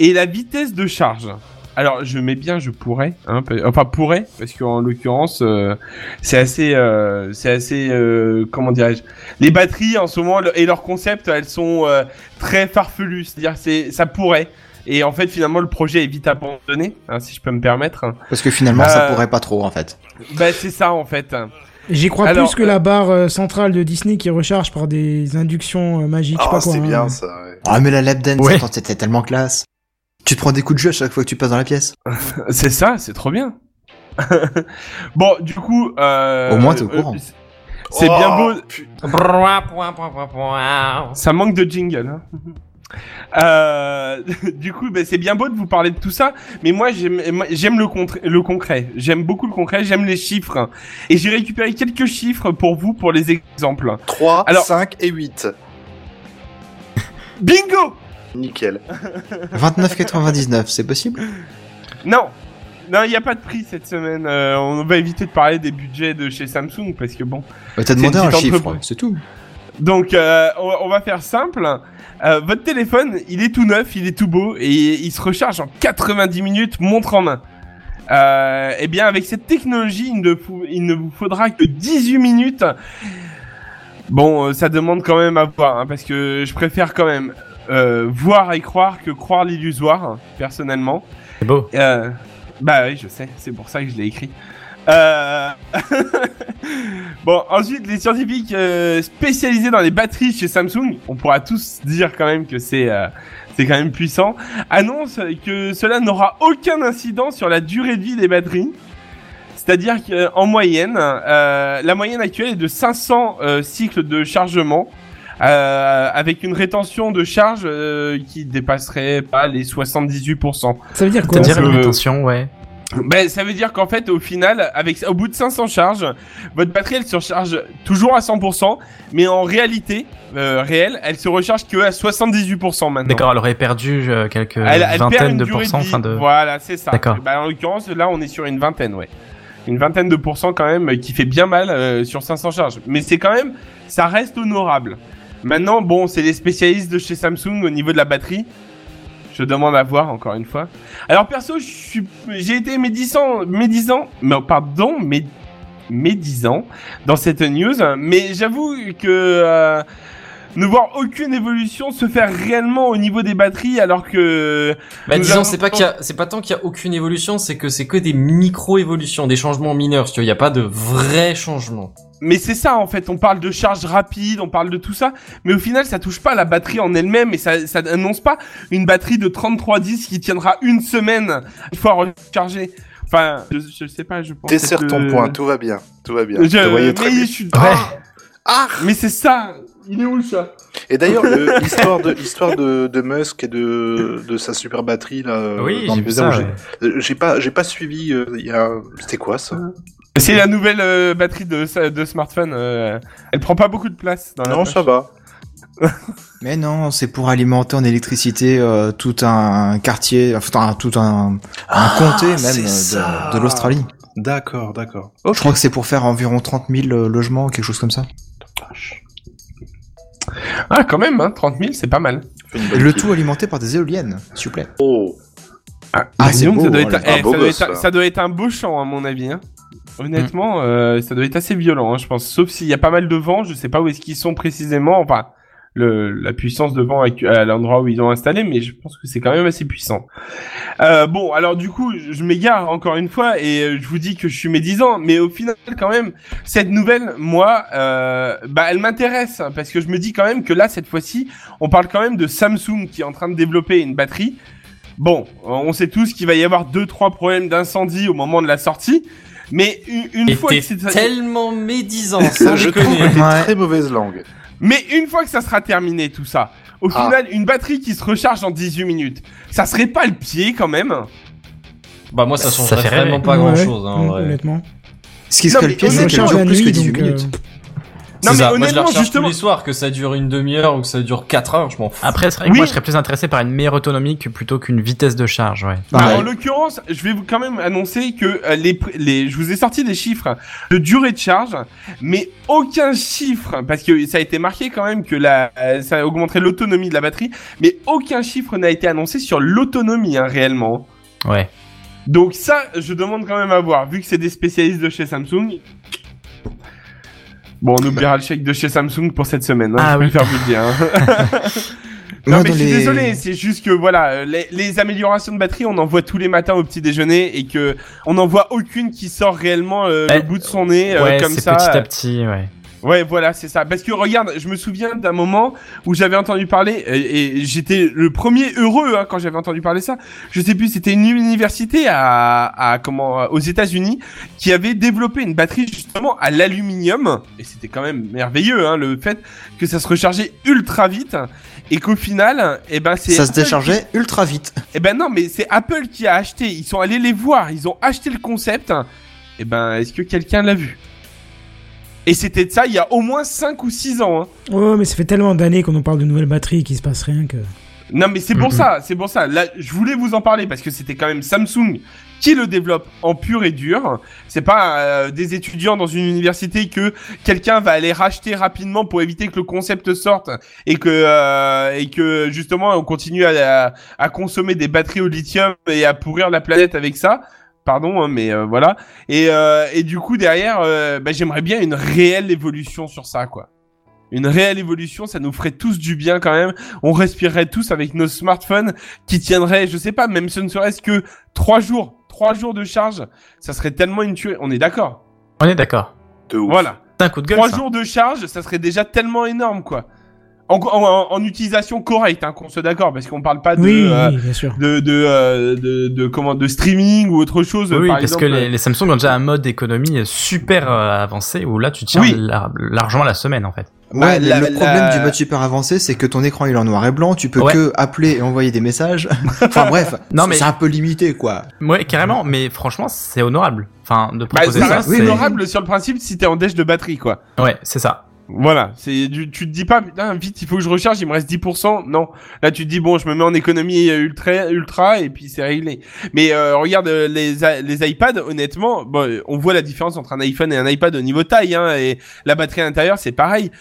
et la vitesse de charge. Alors, je mets bien, je pourrais. Hein, pe- enfin, pourrais, parce qu'en l'occurrence, euh, c'est assez, euh, c'est assez, euh, comment dirais-je Les batteries en ce moment le- et leur concept, elles sont euh, très farfelues. C'est-à-dire, c'est, ça pourrait. Et en fait, finalement, le projet est vite abandonné, hein, si je peux me permettre. Parce que finalement, ça Euh, pourrait pas trop, en fait. Bah, c'est ça en fait. J'y crois Alors, plus que euh, la barre euh, centrale de Disney qui recharge par des inductions euh, magiques. je sais Ah, pas quoi, c'est hein. bien ça. ouais. Ah, mais la lap dance, Ouais. attends, c'était tellement classe. Tu te prends des coups de jeu à chaque fois que tu passes dans la pièce. C'est ça, c'est trop bien. bon, du coup. euh, Au moins, t'es au euh, courant. c'est- c'est Oh, bien beau. putain. Point, point, point, point, point. Ça manque de jingle. hein. Euh, du coup, ben, c'est bien beau de vous parler de tout ça, mais moi j'aime moi, j'aime le, contre- le concret. J'aime beaucoup le concret, j'aime les chiffres. Et j'ai récupéré quelques chiffres pour vous, pour les exemples. 3, Alors- 5 et 8. Bingo Nickel. 29,99, c'est possible Non Non, il n'y a pas de prix cette semaine. Euh, on va éviter de parler des budgets de chez Samsung, parce que bon... Euh, T'as demandé une un petite chiffre, entreprise. c'est tout. Donc, euh, on, on va faire simple. Euh, votre téléphone, il est tout neuf, il est tout beau et il se recharge en 90 minutes, montre en main. Euh, eh bien, avec cette technologie, il ne, fou- il ne vous faudra que 18 minutes. Bon, euh, ça demande quand même à voir, hein, parce que je préfère quand même euh, voir et croire que croire l'illusoire, hein, personnellement. C'est beau. Euh, bah oui, je sais, c'est pour ça que je l'ai écrit. Euh... bon, ensuite, les scientifiques euh, spécialisés dans les batteries chez Samsung, on pourra tous dire quand même que c'est euh, c'est quand même puissant, annoncent que cela n'aura aucun incident sur la durée de vie des batteries. C'est-à-dire qu'en moyenne, euh, la moyenne actuelle est de 500 euh, cycles de chargement, euh, avec une rétention de charge euh, qui dépasserait pas les 78%. Ça veut dire quoi C'est-à-dire ça que- une attention, ouais. Ben, ça veut dire qu'en fait, au final, avec, au bout de 500 charges, votre batterie, elle se recharge toujours à 100%, mais en réalité, euh, réelle, elle se recharge que à 78% maintenant. D'accord, elle aurait perdu euh, quelques Elle, elle perd vingtaines une de durée pourcents, de vie. enfin de. Voilà, c'est ça. Euh, D'accord. Ben, en l'occurrence, là, on est sur une vingtaine, ouais. Une vingtaine de pourcents quand même, euh, qui fait bien mal euh, sur 500 charges. Mais c'est quand même, ça reste honorable. Maintenant, bon, c'est les spécialistes de chez Samsung au niveau de la batterie. Je demande à voir encore une fois. Alors perso, je suis- j'ai été médisant, médisant, mais pardon, mais médisant dans cette news, mais j'avoue que euh, ne voir aucune évolution se faire réellement au niveau des batteries, alors que Bah, Nous disons, avons- c'est pas qu'il y a, c'est pas tant qu'il y a aucune évolution, c'est que c'est que des micro-évolutions, des changements mineurs, si tu vois, il y a pas de vrai changement. Mais c'est ça en fait, on parle de charge rapide, on parle de tout ça, mais au final ça touche pas la batterie en elle-même et ça, ça annonce pas une batterie de 3310 qui tiendra une semaine une fois rechargée. Enfin, je, je sais pas, je pense. Dessert que- ton point, tout va bien. Tout va bien. Je, Te voyais très mais bien. je suis... Ah Mais c'est ça Il est où le chat Et d'ailleurs, le- l'histoire de, l'histoire de, de Musk et de, de sa super batterie, là, Oui, dans j'ai le vu désert, ça. j'ai- ouais. euh, j'ai pas, j'ai pas suivi, euh, il y a, un- c'était quoi ça? C'est la nouvelle euh, batterie de, sa- de smartphone. euh, elle prend pas beaucoup de place dans la Non, poche. ça va. Mais non, c'est pour alimenter en électricité euh, tout un quartier, enfin tout un, un comté même Ah, c'est euh, ça. de, de l'Australie. D'accord, d'accord. Je crois que c'est pour faire environ 30 000 euh, logements, quelque chose comme ça. Ah, quand même, hein, 30 000, c'est pas mal. Fais une Et bonne le pipe. tout alimenté par des éoliennes, s'il vous plaît. Oh. Ah, Ah, c'est disons que beau, ça doit, oh être, là eh, là. Un beau ça, doit gosse, être, là. ça doit être un beau champ, à mon avis. hein. Honnêtement, Hmm. euh, ça doit être assez violent, hein, je pense. Sauf s'il y a pas mal de vent, je sais pas où est-ce qu'ils sont précisément. Enfin, le, la puissance de vent actu- à l'endroit où ils ont installé, mais je pense que c'est quand même assez puissant. Euh, bon, alors du coup, je je m'égare encore une fois et euh, je vous dis que je suis médisant, mais au final, quand même, cette nouvelle, moi, euh, bah, elle m'intéresse hein, parce que je me dis quand même que là, cette fois-ci, on parle quand même de Samsung qui est en train de développer une batterie. Bon, on sait tous qu'il va y avoir deux trois problèmes d'incendie au moment de la sortie, mais une, une Et fois que t'es c'est tellement médisant, sans Je trouve que déconner. t'es Ouais. très mauvaise langue. mais une fois que ça sera terminé tout ça, au Ah. final, une batterie qui se recharge en 18 minutes, ça serait pas le pied quand même Bah moi ça Ça changerait fait rêver. vraiment pas Ouais, grand chose. Hein, hum, en vrai. Honnêtement. Ce qui Non, serait le mais pire, on c'est le qu'elle charge dure la plus que nuit, 18 donc, euh, minutes. Non C'est mais ça. Moi je la honnêtement, recharge justement, tous les soirs, que ça dure une demi-heure ou que ça dure 4 heures, je m'en fous. Après, c'est vrai que Oui. moi, je serais plus intéressé par une meilleure autonomie que plutôt qu'une vitesse de charge, Ah ouais. bah, Pareil. en l'occurrence, je vais vous quand même annoncer que euh, les, pr- les, je vous ai sorti des chiffres de durée de charge, mais aucun chiffre, parce que ça a été marqué quand même que la, euh, ça augmenterait l'autonomie de la batterie, mais aucun chiffre n'a été annoncé sur l'autonomie hein, réellement. Ouais. Donc ça, je demande quand même à voir, vu que c'est des spécialistes de chez Samsung. Bon, on oubliera le chèque de chez Samsung pour cette semaine. Hein, Ah je oui. préfère vous le dire. hein. non, Moi, mais dans je suis les- désolé, c'est juste que voilà, euh, les, les améliorations de batterie, on en voit tous les matins au petit déjeuner et que on n'en voit aucune qui sort réellement euh, Eh, le bout de son nez euh, ouais, comme c'est ça. petit à petit, ouais. Ouais, voilà, c'est ça. Parce que regarde, je me souviens d'un moment où j'avais entendu parler, et, et j'étais le premier heureux hein, quand j'avais entendu parler ça. Je sais plus, c'était une université à, à comment, euh, aux États-Unis qui avait développé une batterie justement à l'aluminium, et c'était quand même merveilleux, hein, le fait que ça se rechargeait ultra vite, et qu'au final, eh ben c'est Ça se Apple déchargeait ultra vite. eh ben non, mais c'est Apple qui a acheté. Ils sont allés les voir. Ils ont acheté le concept. Eh ben, est-ce que quelqu'un l'a vu Et c'était de ça il y a au moins 5 ou 6 ans. hein. Oh, mais ça fait tellement d'années qu'on en parle de nouvelles batteries qu'il se passe rien que. Non, mais c'est pour Mhm. ça. C'est pour ça. Là, je voulais vous en parler parce que c'était quand même Samsung qui le développe en pur et dur. C'est pas euh, des étudiants dans une université que quelqu'un va aller racheter rapidement pour éviter que le concept sorte et que euh, et que justement on continue à, à, à consommer des batteries au lithium et à pourrir la planète avec ça. Pardon, hein, mais euh, voilà. Et, euh, et du coup derrière, euh, bah, j'aimerais bien une réelle évolution sur ça, quoi. Une réelle évolution, ça nous ferait tous du bien quand même. On respirerait tous avec nos smartphones qui tiendraient, je sais pas, même ce ne serait-ce que trois jours, trois jours de charge, ça serait tellement une tuerie. On est d'accord. On est d'accord. De ouf. Voilà. C'est un coup de gueule, Trois ça. jours de charge, ça serait déjà tellement énorme, quoi. En, en- en utilisation correcte, hein, qu'on soit d'accord, parce qu'on parle pas de, Oui, euh, oui, bien sûr. de, de, euh, de, de, comment, de streaming ou autre chose. Oui, par parce exemple. que les, les Samsung ont déjà un mode économie super euh, avancé où là, tu tiens Oui. l'ar- l'argent à la semaine, en fait. Bah, Ouais, mais la- le problème la- du mode super avancé, c'est que ton écran il est en noir et blanc, tu peux Ouais. que appeler et envoyer des messages. enfin bref, Non, c'est- mais- c'est un peu limité quoi. Ouais, carrément, mais franchement, c'est honorable. Enfin, de Bah, proposer ça ça, reste oui, c'est... honorable sur le principe si t'es en déche de batterie, quoi. Ouais, c'est ça. Voilà, c'est du, tu te dis pas putain vite il faut que je recharge il me reste 10% non là tu te dis bon je me mets en économie euh, ultra ultra et puis c'est réglé mais euh, regarde euh, les i- les iPads honnêtement bon, euh, on voit la différence entre un iPhone et un iPad au niveau taille hein, et la batterie à l'intérieur c'est pareil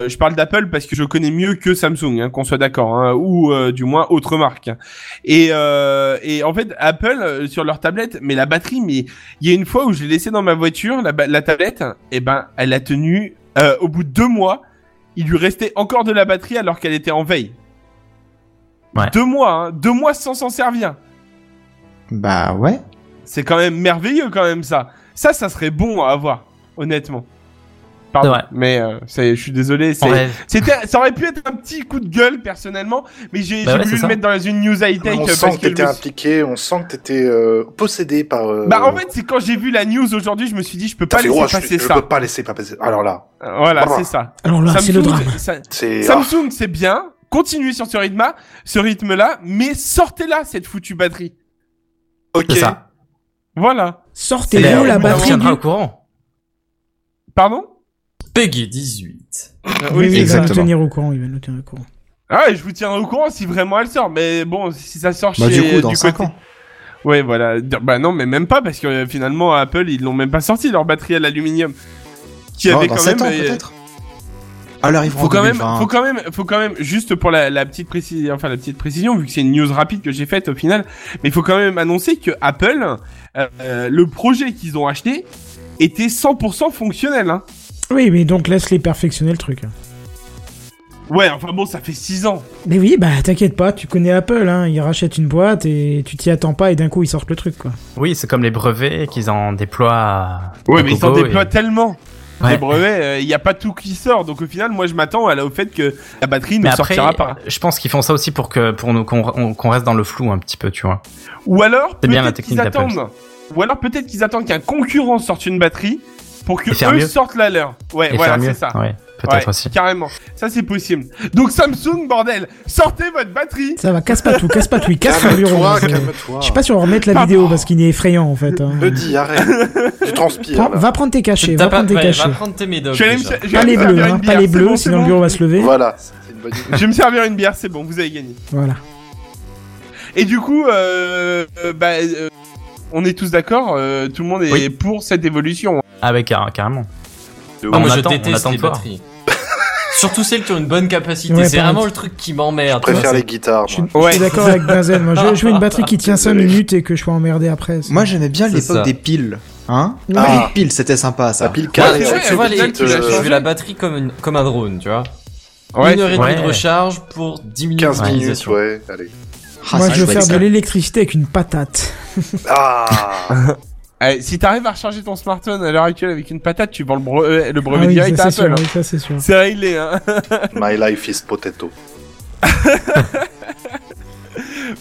Euh, je parle d'Apple parce que je connais mieux que Samsung hein, qu'on soit d'accord hein, ou euh, du moins autre marque et euh, et en fait Apple euh, sur leur tablette mais la batterie mais il y a une fois où je l'ai laissée dans ma voiture, la, ba- la tablette, et ben, elle a tenu. euh, au bout de deux mois, il lui restait encore de la batterie alors qu'elle était en veille. Ouais. Deux mois, hein, deux mois sans s'en servir. Bah ouais. C'est quand même merveilleux, quand même ça. Ça, ça serait bon à avoir, honnêtement. C'est vrai. mais euh, c'est- je suis désolé. On c'est- rêve. C'était, ça aurait pu être un petit coup de gueule personnellement, mais j'ai Bah j'ai ouais, voulu c'est le ça. mettre dans une news high tech On parce sent que que je t'étais me suis- impliqué, on sent que t'étais euh, possédé par. euh, Bah en fait, c'est quand j'ai vu la news aujourd'hui, je me suis dit je peux t'as pas fait, laisser oh, je- passer je ça. peux pas laisser pas passer. Alors là, Euh, Voilà, Bravo. c'est ça. Alors là, c'est le Samsung, drame. ça- c'est. ah, Samsung, c'est bien. Continuez sur ce rythme-là, ce rythme-là, mais sortez-la cette foutue batterie. ok. C'est ça. Voilà. Et Sortez-vous on- la on batterie. tiendra du- au courant. Pardon Peggy 18. Euh, Oui, oui, il va nous Exactement. tenir au courant. Il va nous tenir au courant. Ah, et je vous tiendrai au courant si vraiment elle sort. Mais bon, si ça sort Bah chez du coup dans 5 côté- ans. Ouais, voilà. D- Bah non, mais même pas parce que euh, finalement Apple ils l'ont même pas sorti leur batterie à l'aluminium. Qui Non, avait dans quand 7 même. ans euh, peut-être. Alors il faut quand même, faut quand même, faut quand même, juste pour la, la petite précision, enfin la petite précision, vu que c'est une news rapide que j'ai faite au final, mais il faut quand même annoncer que Apple, euh, euh, le projet qu'ils ont acheté était 100% fonctionnel. Hein. Oui, mais donc laisse-les perfectionner le truc. hein. Ouais, enfin bon, ça fait 6 ans. Mais oui, bah t'inquiète pas, tu connais Apple, hein, ils rachètent une boîte et tu t'y attends pas et d'un coup ils sortent le truc quoi. Oui, c'est comme les brevets qu'ils en déploient. à- Ouais, à mais ils s'en gogo et- déploient tellement. Ouais. Les brevets, euh, il n'y a pas tout qui sort. Donc au final, moi je m'attends à la- au fait que la batterie ne Mais après, sortira pas. je pense qu'ils font ça aussi pour que pour nous qu'on on- qu'on reste dans le flou un petit peu, tu vois. Ou alors, C'est bien la peut-être qu'ils technique d'Apple. attendent. Ou alors peut-être qu'ils attendent qu'un concurrent sorte une batterie pour que Et faire eux mieux. sortent la leur. Ouais, Et voilà, faire mieux. c'est ça. Ouais, peut-être Ouais, aussi. Carrément. Ça c'est possible. Donc Samsung, bordel, sortez votre batterie. Ça va, casse pas tout, casse pas tout, il casse son bureau. hein, Calme-toi, c'est- calme-toi. Je sais pas si on va remettre la Pardon. vidéo parce qu'il est effrayant en fait. hein. Buddy, arrête. tu Prends- transpires. là. va prendre tes cachets, T'as va pas- prendre tes ouais, cachets. va prendre tes Oh, médocs. Je vais aller me- déjà. je vais Pas aller les me servir bleus, une hein, bière, pas les c'est bleus, bon, c'est sinon bon. le bureau va se lever. Voilà, c'est une bonne idée. Je vais me servir une bière, c'est bon, vous avez gagné. Voilà. Et du coup, euh, euh, bah, euh, on est tous d'accord, euh, tout le monde est Oui. pour cette évolution. Ah ouais, car- carrément. Ah, moi, On je attend- on déteste attend les de voir. batteries. Surtout celles qui ont une bonne capacité. Ouais, c'est pareil. vraiment le truc qui m'emmerde. Je préfère tu vois, les guitares. Je suis moi. je suis d'accord avec Benzen, moi je, je veux une batterie qui tient 5 Désolé. minutes et que je sois emmerdé après. c'est- Moi, j'aimais bien C'est l'époque ça. des piles. Hein Ouais. Ah, Les piles, c'était sympa, ça. La pile hein. c'est- Ouais, Ouais, carrée. c'est vrai, tu- tu avec vois, une les putain, trucs, petite, tu l'as je euh, changé. fais la batterie comme, une- comme un drone, tu vois. Ouais. Une heure et demie de Ouais. recharge pour 10 minutes 15 minutes, d'utilisation. ouais. Allez. Ah, Moi c'est je veux chouette, faire ça. de l'électricité avec une patate. Ah Allez, si t'arrives à recharger ton smartphone à l'heure actuelle avec une patate, tu vends le, bre- euh, le brevet Ah oui, direct à ça, c'est sûr, Apple. oui, hein. ça, c'est sûr. C'est réglé, hein. My life is potato.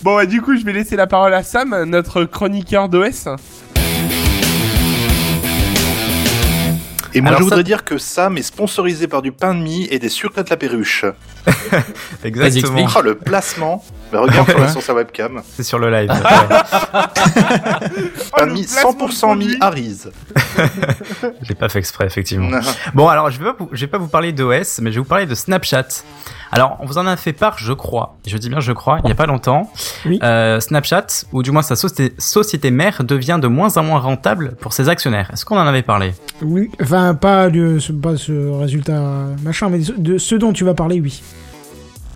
Bon, bah, du coup, je vais laisser la parole à Sam, notre chroniqueur d'OS. Et moi, Alors ça- je voudrais dire que Sam est sponsorisé par du pain de mie et des sucrettes la perruche. Exactement. Ah, le placement Bah, Regarde sur, sur sa webcam. C'est sur le live. Pain de Oh, le mie placement de 100% produit. mie Harry's. J'ai pas fait exprès, effectivement. Non. Bon, alors, je vais pas vous, je vais pas vous parler d'OS, mais je vais vous parler de Snapchat. Alors, on vous en a fait part, je crois. Je dis bien je crois, il y a pas longtemps. Oui. Euh, Snapchat, ou du moins sa société, société mère, devient de moins en moins rentable pour ses actionnaires. Est-ce qu'on en avait parlé Oui, enfin pas, de, ce- pas ce résultat machin, mais de, de ce dont tu vas parler, oui.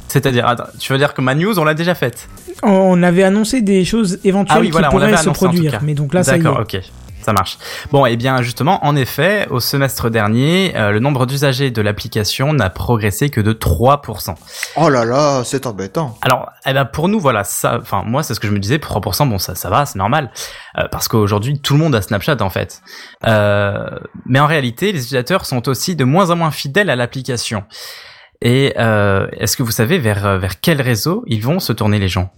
C'est-à-dire, attends, tu veux dire que ma news, on l'a déjà faite On avait annoncé des choses éventuelles Ah oui, voilà, on qui pourraient l'avait se annoncé, en tout produire, cas. mais donc là ça y est. D'accord, ok. Ça marche. Bon, et bien justement, en effet, au semestre dernier, euh, le nombre d'usagers de l'application n'a progressé que de 3%. Oh là là, c'est embêtant. Alors, eh ben pour nous, voilà, ça, enfin moi, c'est ce que je me disais, pour 3%, bon, ça, ça va, c'est normal, Euh, parce qu'aujourd'hui, tout le monde a Snapchat en fait. Euh, mais en réalité, les utilisateurs sont aussi de moins en moins fidèles à l'application. Et euh, est-ce que vous savez vers euh, vers quel réseau ils vont se tourner les gens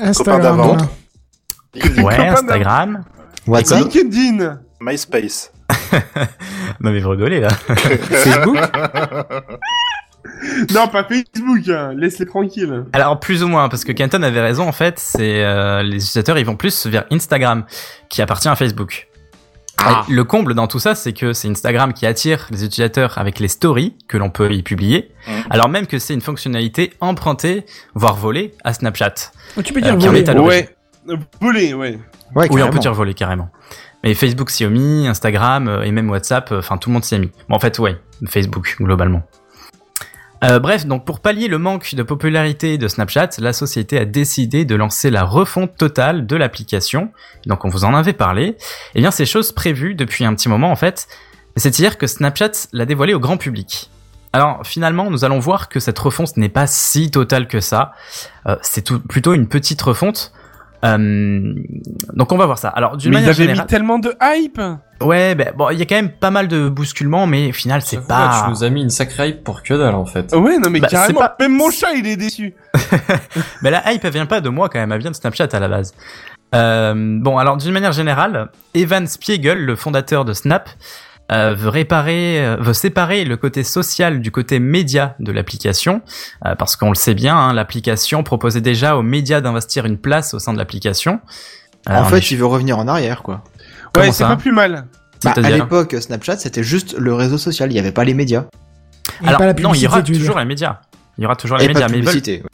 Instagram. d'avant. hein. Ouais, copains Instagram. WhatsApp, LinkedIn MySpace. Non mais vous rigolez là. Facebook. Non, pas Facebook, hein. laisse-les tranquilles. Alors plus ou moins, parce que Kenton avait raison en fait, c'est euh, les utilisateurs ils vont plus vers Instagram, qui appartient à Facebook. Et Le comble dans tout ça, c'est que c'est Instagram qui attire les utilisateurs avec les stories que l'on peut y publier, Mhm. alors même que c'est une fonctionnalité empruntée, voire volée, à Snapchat. Oh, Tu peux Euh, dire qui en voler. est à l'origine. Ouais. Euh, Voler, Ouais, ouais. Oui, on peut carrément. dire volée carrément. Mais Facebook s'y est mis, Instagram euh, et même WhatsApp, euh, enfin tout le monde s'y est mis. Bon, en fait, ouais, Facebook globalement. Euh, bref, donc pour pallier le manque de popularité de Snapchat, la société a décidé de lancer la refonte totale de l'application. Donc on vous en avait parlé. Eh bien, c'est chose prévue depuis un petit moment en fait. Mais C'est hier que Snapchat l'a dévoilé au grand public. Alors finalement, nous allons voir que cette refonte n'est pas si totale que ça. Euh, c'est tout- plutôt une petite refonte. Euh, donc on va voir ça. Alors d'une Mais ils manière avaient générale, mis tellement de hype. ouais, ben, bon, il y a quand même pas mal de bousculements, mais au final c'est J'avoue, pas. là, Tu nous as mis une sacrée hype pour que dalle en fait. Ouais, non, mais Bah, c'est carrément. pas- Même mon chat, il est déçu. Mais la hype, elle vient pas de moi quand même, elle vient de Snapchat à la base. Euh, bon, alors d'une manière générale, Evan Spiegel, le fondateur de Snap, euh, veut réparer, euh, veut séparer le côté social du côté média de l'application, euh, parce qu'on le sait bien, hein, l'application proposait déjà aux médias d'investir une place au sein de l'application. Euh, En on est- fait, il veut revenir en arrière, quoi. Comment ouais, c'est ça pas plus mal. Bah, à C'est-à-dire l'époque, Snapchat, c'était juste le réseau social. Il n'y avait pas les médias. y a alors pas la non, il y publicité, aura tu veux toujours dire. les médias. Il y aura toujours les Et médias, pas de mais ils veulent- publicité.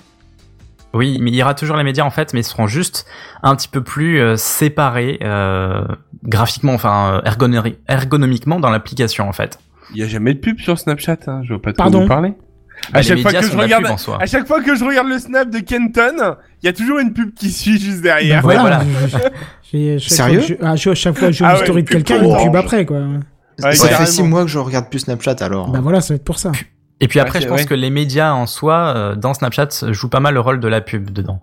Oui, mais il y aura toujours les médias en fait, mais ils seront juste un petit peu plus euh, séparés euh, graphiquement, enfin euh, ergonomi- ergonomiquement dans l'application en fait. Il y a jamais de pub sur Snapchat, hein. je veux pas trop Pardon vous parler. À Bah, les chaque fois médias que sont je de la regarde- pub hein. en soi. À chaque fois que je regarde le snap de Kenton, il y a toujours une pub qui suit juste derrière. Ouais, voilà. je- Ben je- je- chaque fois Sérieux que je- à chaque- à chaque fois que je vois Ah une ouais, story de une pub quelqu'un, il y a une orange. pub après, quoi. Ah. Ouais, ça fait Ah, carrément. 6 mois que je regarde plus Snapchat alors. Bah voilà, ça va être pour ça. Et puis après, Ouais, je pense ouais. que les médias en soi, euh, dans Snapchat, jouent pas mal le rôle de la pub dedans.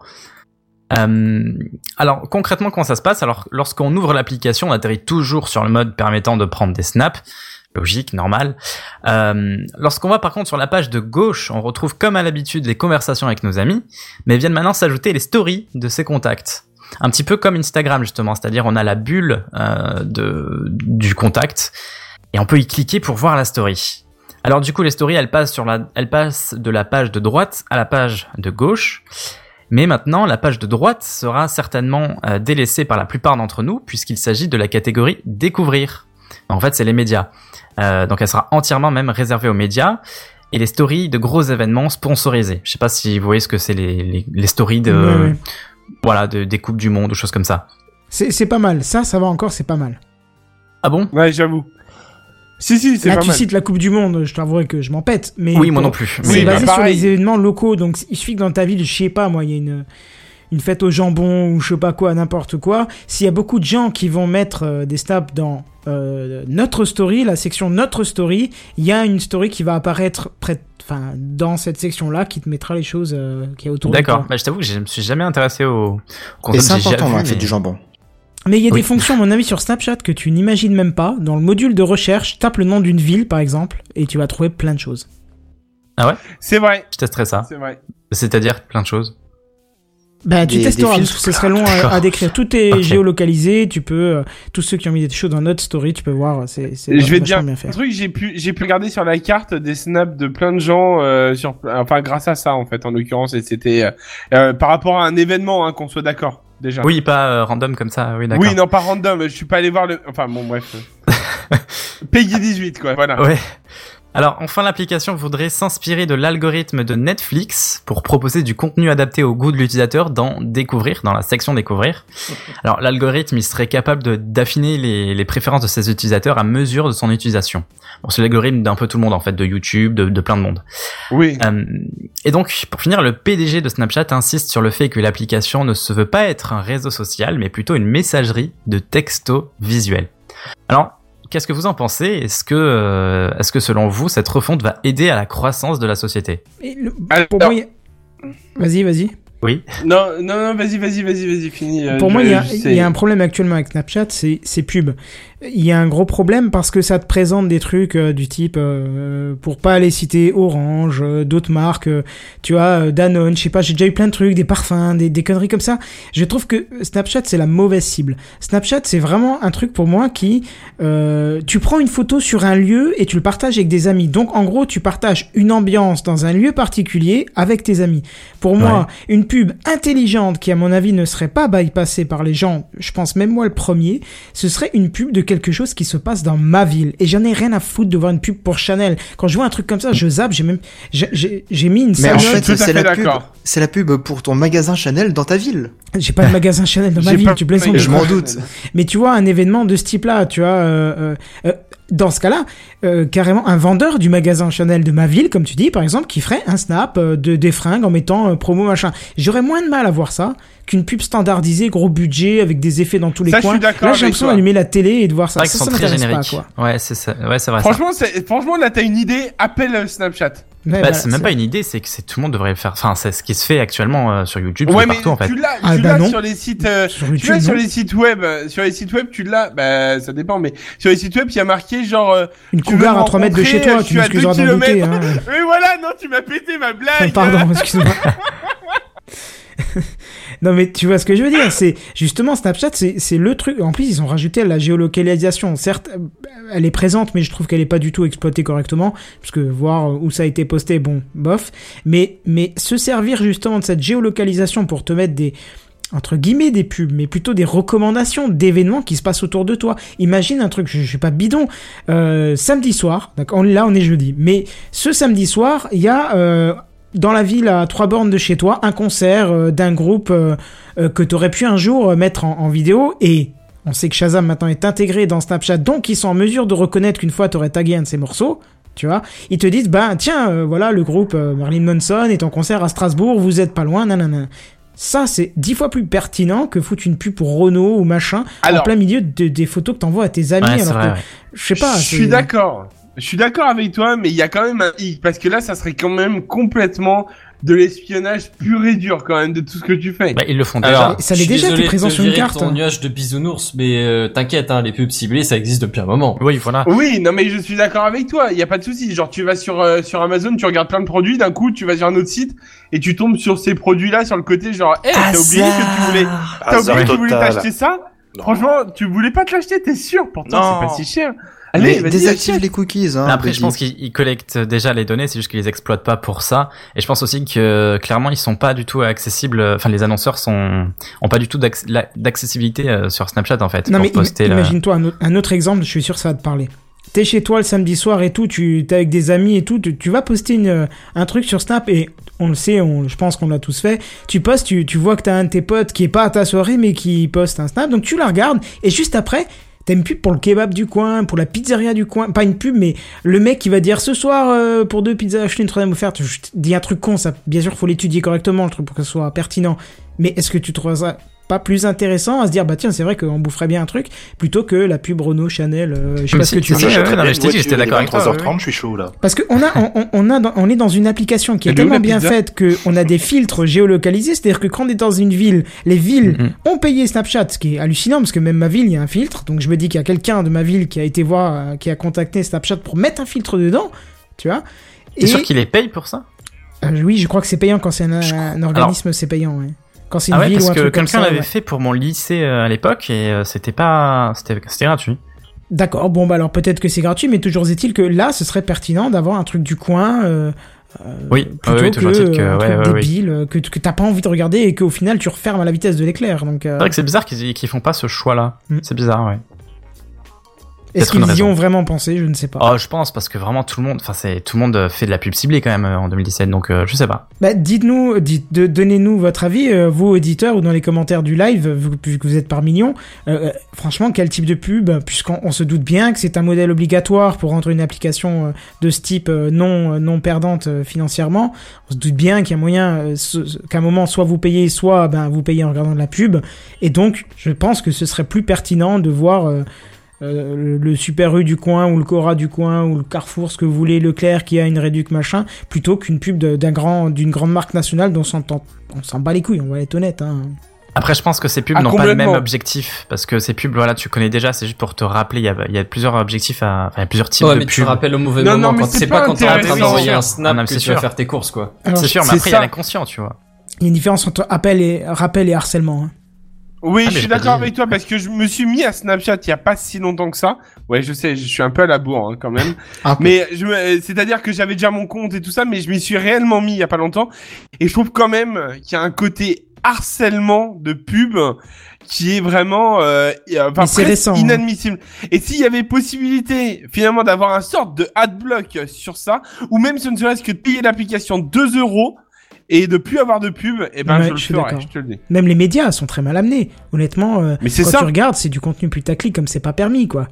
Euh, alors concrètement, comment ça se passe Alors lorsqu'on ouvre l'application, on atterrit toujours sur le mode permettant de prendre des snaps. Logique, normal. Euh, lorsqu'on va par contre sur la page de gauche, on retrouve comme à l'habitude les conversations avec nos amis, mais viennent maintenant s'ajouter les stories de ses contacts. Un petit peu comme Instagram justement, c'est-à-dire on a la bulle euh, de, du contact et on peut y cliquer pour voir la story. Alors du coup, les stories, elles passent, sur la, elles passent de la page de droite à la page de gauche. Mais maintenant, la page de droite sera certainement euh, délaissée par la plupart d'entre nous, puisqu'il s'agit de la catégorie découvrir. En fait, c'est les médias. Euh, donc elle sera entièrement même réservée aux médias et les stories de gros événements sponsorisés. Je sais pas si vous voyez ce que c'est les, les, les stories de Ouais, ouais. voilà de, des coupes du monde ou choses comme ça. C'est c'est pas mal. Ça, ça va encore, c'est pas mal. Ah bon Ouais, j'avoue. Si, si, c'est Là, pas tu mal. cites la Coupe du Monde, je t'avouerai que je m'en pète. Mais Oui, moi pour- non plus. C'est Oui, Mais, bah, basé sur pareil. les événements locaux. Donc, il suffit que dans ta ville, je sais pas, moi, il y a une, une fête au jambon ou je sais pas quoi, n'importe quoi. S'il y a beaucoup de gens qui vont mettre euh, des snaps dans euh, notre story, la section notre story, il y a une story qui va apparaître près, enfin, dans cette section-là qui te mettra les choses euh, qui est autour de D'accord. toi. Bah, je t'avoue que je me suis jamais intéressé au au Et concept. c'est j'ai déjà important vu, la fête mais- du jambon. Mais il y a Oui. des fonctions, à mon avis, sur Snapchat que tu n'imagines même pas. Dans le module de recherche, tape le nom d'une ville, par exemple, et tu vas trouver plein de choses. C'est vrai. Je testerai ça. C'est vrai. C'est-à-dire plein de choses. Bah, tu Des- testeras, des parce que ce serait long à, à décrire. Tout est Ok. géolocalisé, tu peux, euh, tous ceux qui ont mis des choses dans notre story, tu peux voir, euh, c'est, c'est Je vais te vachement dire bien un fait. truc, j'ai pu, j'ai pu regarder sur la carte des snaps de plein de gens, euh, sur, enfin grâce à ça en fait en l'occurrence, et c'était euh, euh, par rapport à un événement, hein, qu'on soit d'accord déjà. Oui, pas euh, random comme ça. Oui, d'accord. Oui, non, pas random. Je suis pas allé voir le. Enfin, bon, bref. Peggy 18, quoi. Voilà. Ouais. Alors enfin l'application voudrait s'inspirer de l'algorithme de Netflix pour proposer du contenu adapté au goût de l'utilisateur dans Découvrir, dans la section Découvrir. Alors l'algorithme il serait capable de- d'affiner les, les préférences de ses utilisateurs à mesure de son utilisation. Bon c'est l'algorithme d'un peu tout le monde en fait, de YouTube, de, de plein de monde. Oui. Euh, et donc pour finir le PDG de Snapchat insiste sur le fait que l'application ne se veut pas être un réseau social mais plutôt une messagerie de texto visuel. Alors Qu'est-ce que vous en pensez Est-ce que, euh, est-ce que selon vous, cette refonte va aider à la croissance de la société Et le- Alors- pour moi, il y a- Vas-y, vas-y. Non, non, non, vas-y, vas-y, vas-y, vas-y, fini. euh, Pour je- moi, il y, a, je il sais. y a un problème actuellement avec Snapchat, c'est c'est pub. Il y a un gros problème parce que ça te présente des trucs euh, du type, euh, pour pas aller citer Orange, euh, d'autres marques, euh, tu vois, euh, Danone, je sais pas, j'ai déjà eu plein de trucs, des parfums, des, des conneries comme ça. Je trouve que Snapchat, c'est la mauvaise cible. Snapchat, c'est vraiment un truc pour moi qui... euh, tu prends une photo sur un lieu et tu le partages avec des amis. Donc, en gros, tu partages une ambiance dans un lieu particulier avec tes amis. Pour moi, une pub intelligente qui, à mon avis, ne serait pas bypassée par les gens, je pense même moi le premier, ce serait une pub de quelque chose qui se passe dans ma ville. Et j'en ai rien à foutre de voir une pub pour Chanel. Quand je vois un truc comme ça, je zappe, j'ai même... j'ai- J'ai j'ai mis une... Mais en salle suis fait, tout à c'est fait la, pub- d'accord. c'est la pub pour ton magasin Chanel dans ta ville. J'ai pas de magasin Chanel dans ma J'ai ville, pas- tu plaisantes. Je m'en doute. Mais tu vois, un événement de ce type-là, tu vois, euh, euh, euh, dans ce cas-là, euh, carrément un vendeur du magasin Chanel de ma ville, comme tu dis, par exemple, qui ferait un snap euh, de des fringues en mettant euh, promo machin. J'aurais moins de mal à voir ça qu'une pub standardisée, gros budget, avec des effets dans tous les Ça, je coins. suis d'accord Là, avec j'ai l'impression toi. d'allumer la télé et de voir ça. C'est vrai Ça, qu'ils ça sont très m'intéresse pas, génériques. quoi. ouais, c'est ça. Ouais, c'est vrai. ça. Franchement, c'est- franchement, là, t'as une idée. Appelle euh, Snapchat. Ouais, Bah, voilà, c'est même pas une idée, c'est que c'est tout le monde devrait le faire. Enfin, c'est ce qui se fait actuellement euh, sur YouTube, Ouais, tout mais partout en fait. tu l'as, Ah, tu bah l'as non. sur les sites, euh, Sur tu l'as YouTube, sur non. les sites web, euh, sur les sites web, tu l'as. Bah, ça dépend, mais sur les sites web, il y a marqué genre. euh, Une tu veux cougar me à 3 mètres de chez rencontrer, toi, je tu suis à m'excuseras deux d'en douter. kilomètres. hein. Mais voilà, non, tu m'as pété ma blague. Pardon, excuse-moi. non, mais tu vois ce que je veux dire, c'est justement Snapchat, c'est c'est le truc. En plus, ils ont rajouté la géolocalisation. Certes, euh, elle est présente, mais je trouve qu'elle est pas du tout exploitée correctement, parce que voir où ça a été posté, bon, bof. Mais mais se servir justement de cette géolocalisation pour te mettre des entre guillemets des pubs, mais plutôt des recommandations d'événements qui se passent autour de toi. Imagine un truc, je, je suis pas bidon, euh, samedi soir, donc on- là on est jeudi, mais ce samedi soir, il y a euh, dans la ville à trois bornes de chez toi un concert euh, d'un groupe euh, euh, que tu aurais pu un jour euh, mettre en, en vidéo et on sait que Shazam maintenant est intégré dans Snapchat donc ils sont en mesure de reconnaître qu'une fois tu aurais tagué un de ses morceaux. tu vois. Ils te disent, ben tiens, euh, voilà, le groupe euh, Marilyn Manson est en concert à Strasbourg, vous êtes pas loin, nanana. Ça, c'est dix fois plus pertinent que foutre une pub pour Renault ou machin en Alors. plein milieu de- des photos que t'envoies à tes amis. Ouais, c'est alors vrai. que, ouais. je sais pas. Je c'est- suis d'accord. Je suis d'accord avec toi, mais il y a quand même un hic parce que là, ça serait quand même complètement de l'espionnage pur et dur quand même de tout ce que tu fais. Bah, ils le font déjà. Alors, ça l'est je suis déjà, t'es désolé de présent te sur une virer de carte. ton nuage de bisounours, mais euh, t'inquiète, hein, les pubs ciblées, ça existe depuis un moment. Oui, voilà. Oui, non mais je suis d'accord avec toi, il y a pas de souci. Genre tu vas sur euh, sur Amazon, tu regardes plein de produits, d'un coup tu vas sur un autre site et tu tombes sur ces produits-là sur le côté genre "Eh, Ah, t'as oublié que tu voulais t'as oublié Hasard que tu voulais total. t'acheter ça Non. Franchement, tu voulais pas te l'acheter, t'es sûr Pourtant, c'est Non. pas si cher. Mais Allez, vas-y, désactive achète. les cookies. Ah, Hein, Après, je Buddy. pense qu'ils ils collectent déjà les données, c'est juste qu'ils les exploitent pas pour ça. Et je pense aussi que clairement, ils sont pas du tout accessibles. euh, Enfin, les annonceurs sont ont pas du tout d'acc- la- d'accessibilité euh, sur Snapchat en fait Non pour mais im- poster. le- imagine-toi un, autre- un autre exemple, je suis sûr que ça va te parler. T'es chez toi le samedi soir et tout, tu t'es avec des amis et tout, tu, tu vas poster une, euh, un truc sur Snap et on le sait, on, je pense qu'on l'a tous fait. Tu postes, tu, tu vois que t'as un de tes potes qui est pas à ta soirée mais qui poste un Snap, donc tu la regardes et juste après. T'as une pub pour le kebab du coin, pour la pizzeria du coin, pas une pub, mais le mec qui va dire ce soir euh, pour deux pizzas acheter une troisième offerte. Je te dis un truc con, ça. Bien sûr, faut l'étudier correctement le truc pour que ce soit pertinent. Mais est-ce que tu trouves ça pas plus intéressant à se dire bah tiens c'est vrai qu'on boufferait bien un truc plutôt que la pub Renault Chanel euh, je sais Mais pas si, ce que tu si, veux si, J'achèterais ouais, non, bien mais je t'ai une dit, j'étais voiture, il est d'accord avec toi, 23h30, je suis chaud là. parce que on a on, on- on a dans- on est dans une application qui est Elle est où, tellement la bien pizza faite que on a des filtres géolocalisés c'est-à-dire que quand on est dans une ville les villes Mhm. ont payé Snapchat ce qui est hallucinant parce que même ma ville il y a un filtre donc je me dis qu'il y a quelqu'un de ma ville qui a été voir euh, qui a contacté Snapchat pour mettre un filtre dedans tu vois T'es sûr qu'ils les payent pour ça Euh, oui je crois que c'est payant quand c'est un, Je- un organisme c'est payant ouais. quand c'est une Ah ouais, ville ou parce un que truc comme ça quelqu'un l'avait ouais. fait pour mon lycée euh, à l'époque et euh, c'était pas, c'était, c'était gratuit. D'accord, bon bah alors peut-être que c'est gratuit, mais toujours est-il que là, ce serait pertinent d'avoir un truc du coin euh, Oui, plutôt Ah oui, que, toujours est-il que- euh, un ouais, truc ouais, oui. débile euh, que, que t'as pas envie de regarder et qu'au final tu refermes à la vitesse de l'éclair. Donc euh, C'est vrai que c'est bizarre qu'ils, qu'ils font pas ce choix-là. Mm. C'est bizarre, ouais. est-ce peut-être une qu'ils y raison. ont vraiment pensé Je ne sais pas. Oh, je pense parce que vraiment tout le monde, enfin c'est tout le monde euh, fait de la pub ciblée quand même euh, en 2017, donc euh, je sais pas. Bah, dites-nous, dites, de- donnez-nous votre avis, euh, vous auditeurs ou dans les commentaires du live, vu, vu que vous êtes par millions. euh, euh, franchement, quel type de pub euh, Puisqu'on on se doute bien que c'est un modèle obligatoire pour rendre une application euh, de ce type euh, non euh, non perdante euh, financièrement. On se doute bien qu'il y a moyen euh, ce- ce- qu'à un moment soit vous payez, soit ben vous payez en regardant de la pub. Et donc, je pense que ce serait plus pertinent de voir. euh, euh, le- le Super U du coin ou le Cora du coin ou le Carrefour, ce que vous voulez, Leclerc qui a une réduc machin, plutôt qu'une pub de- d'un grand, d'une grande marque nationale dont on s'en, on s'en bat les couilles, on va être honnête. Hein. Après, je pense que ces pubs Ah, n'ont pas le même complètement. objectif parce que ces pubs, voilà, tu connais déjà, c'est juste pour te rappeler. Il y a, il y a plusieurs objectifs, à, enfin, il y a plusieurs types Ouais, de mais tu pubs. rappelles au mauvais Non, moment non, mais quand c'est c'est pas pas quand t'es en train intéressant. d'envoyer un Ah, snap non, mais que c'est tu vas sûr. faire tes courses, quoi. Alors, C'est sûr, mais c'est après il y a ça. l'inconscient, tu vois. Il y a une différence entre appel et, rappel et harcèlement. hein. Oui, Ah, mais je j'ai suis pas d'accord dit. avec toi parce que je me suis mis à Snapchat il y a pas si longtemps que ça. Ouais, je sais, je suis un peu à la bourre hein, quand même. Un peu. mais je me- euh, c'est-à-dire que j'avais déjà mon compte et tout ça, mais je m'y suis réellement mis il y a pas longtemps. Et je trouve quand même qu'il y a un côté harcèlement de pub qui est vraiment euh, et, euh, enfin, Mais c'est presque récent, hein. inadmissible. Et s'il y avait possibilité finalement d'avoir un sorte de adblock euh, sur ça, ou même ce ne serait-ce que de payer l'application 2 euros et de plus avoir de pub, et ben Ouais, je le je suis ferais, d'accord. je te le dis. Même les médias sont très mal amenés. Honnêtement, euh, Mais c'est quand ça. tu regardes, c'est du contenu putaclic comme c'est pas permis, quoi.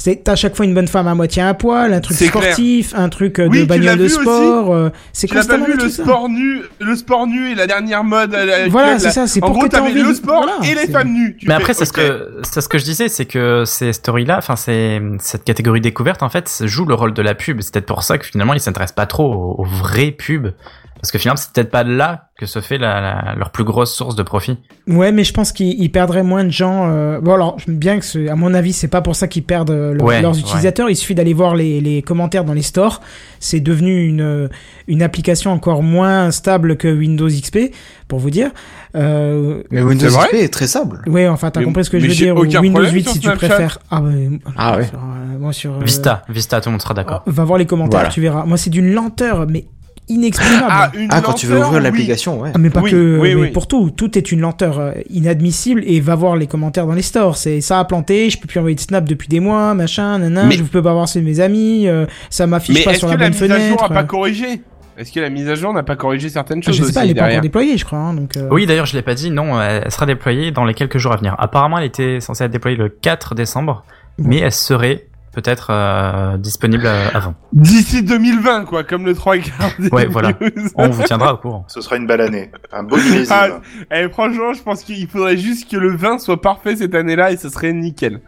C'est t'as à chaque fois une bonne femme à moitié à poil, un truc C'est clair. sportif, un truc euh, de Oui, tu l'as bagnole de vu aussi. sport. euh, c'est Tu n'as pas constamment vu des le trucs, ça. sport nu, le sport nu et la dernière mode. euh, la- Voilà, actuelle, c'est là. ça, c'est En pour gros, que t'aies t'avais envie. de- le sport voilà, et les c'est- femmes nues. Tu Mais fais, après, c'est ce ok. que c'est ce que je disais, c'est que ces stories-là, enfin c'est cette catégorie découverte en fait joue le rôle de la pub. C'est peut-être pour ça que finalement ils s'intéressent pas trop aux, aux vraies pubs parce que finalement c'est peut-être pas là que se fait la, la- leur plus grosse source de profit. Euh. Ouais, mais je pense qu'ils ils perdraient moins de gens. euh, Bon alors, bien que, ce- à mon avis, c'est pas pour ça qu'ils perdent euh, leur- Ouais, leurs ouais. utilisateurs. Il suffit d'aller voir les, les commentaires dans les stores. C'est devenu une euh, une application encore moins stable que Windows XP, pour vous dire. Euh... Mais Windows C'est vrai XP est très stable. Ouais, enfin, t'as Mais- compris ce que je mais veux j'ai dire. ou aucun Windows problème 8 sur si tu Snapchat. préfères. Ah, ouais, Ah ouais. sur, euh, moi sur euh, Vista, Vista, tout le monde sera d'accord. ah, va voir les commentaires, Voilà. tu verras. Moi, c'est d'une lenteur, mais inexprimable. Ah, une Ah, quand tu veux lenteur, ouvrir oui. l'application, ouais. Ah, mais pas Oui, que oui, mais oui. pour tout, tout est une lenteur euh, inadmissible et va voir les commentaires dans les stores. C'est ça a planté, je peux plus envoyer de snap depuis des mois, machin, nanan, Mais- je peux pas voir ceux de mes amis, euh, ça m'affiche Mais pas est-ce sur que la la bonne mise à jour fenêtre. a pas euh. corrigé Est-ce que la mise à jour n'a pas corrigé certaines Ah, choses je sais pas, elle aussi est pas encore derrière déployée, je crois. hein, donc, euh, Oui, d'ailleurs, je l'ai pas dit, non, euh, elle sera déployée dans les quelques jours à venir. Apparemment, elle était censée être déployée le 4 décembre, Bon. mais elle serait peut-être euh, disponible euh, avant. D'ici 2020, quoi, comme le 3 quarts. des Ouais, voilà. news. On vous tiendra au courant. Ce sera une belle année. Un beau millésime. Ah, Eh, franchement, je pense qu'il faudrait juste que le vin soit parfait cette année-là et ce serait nickel.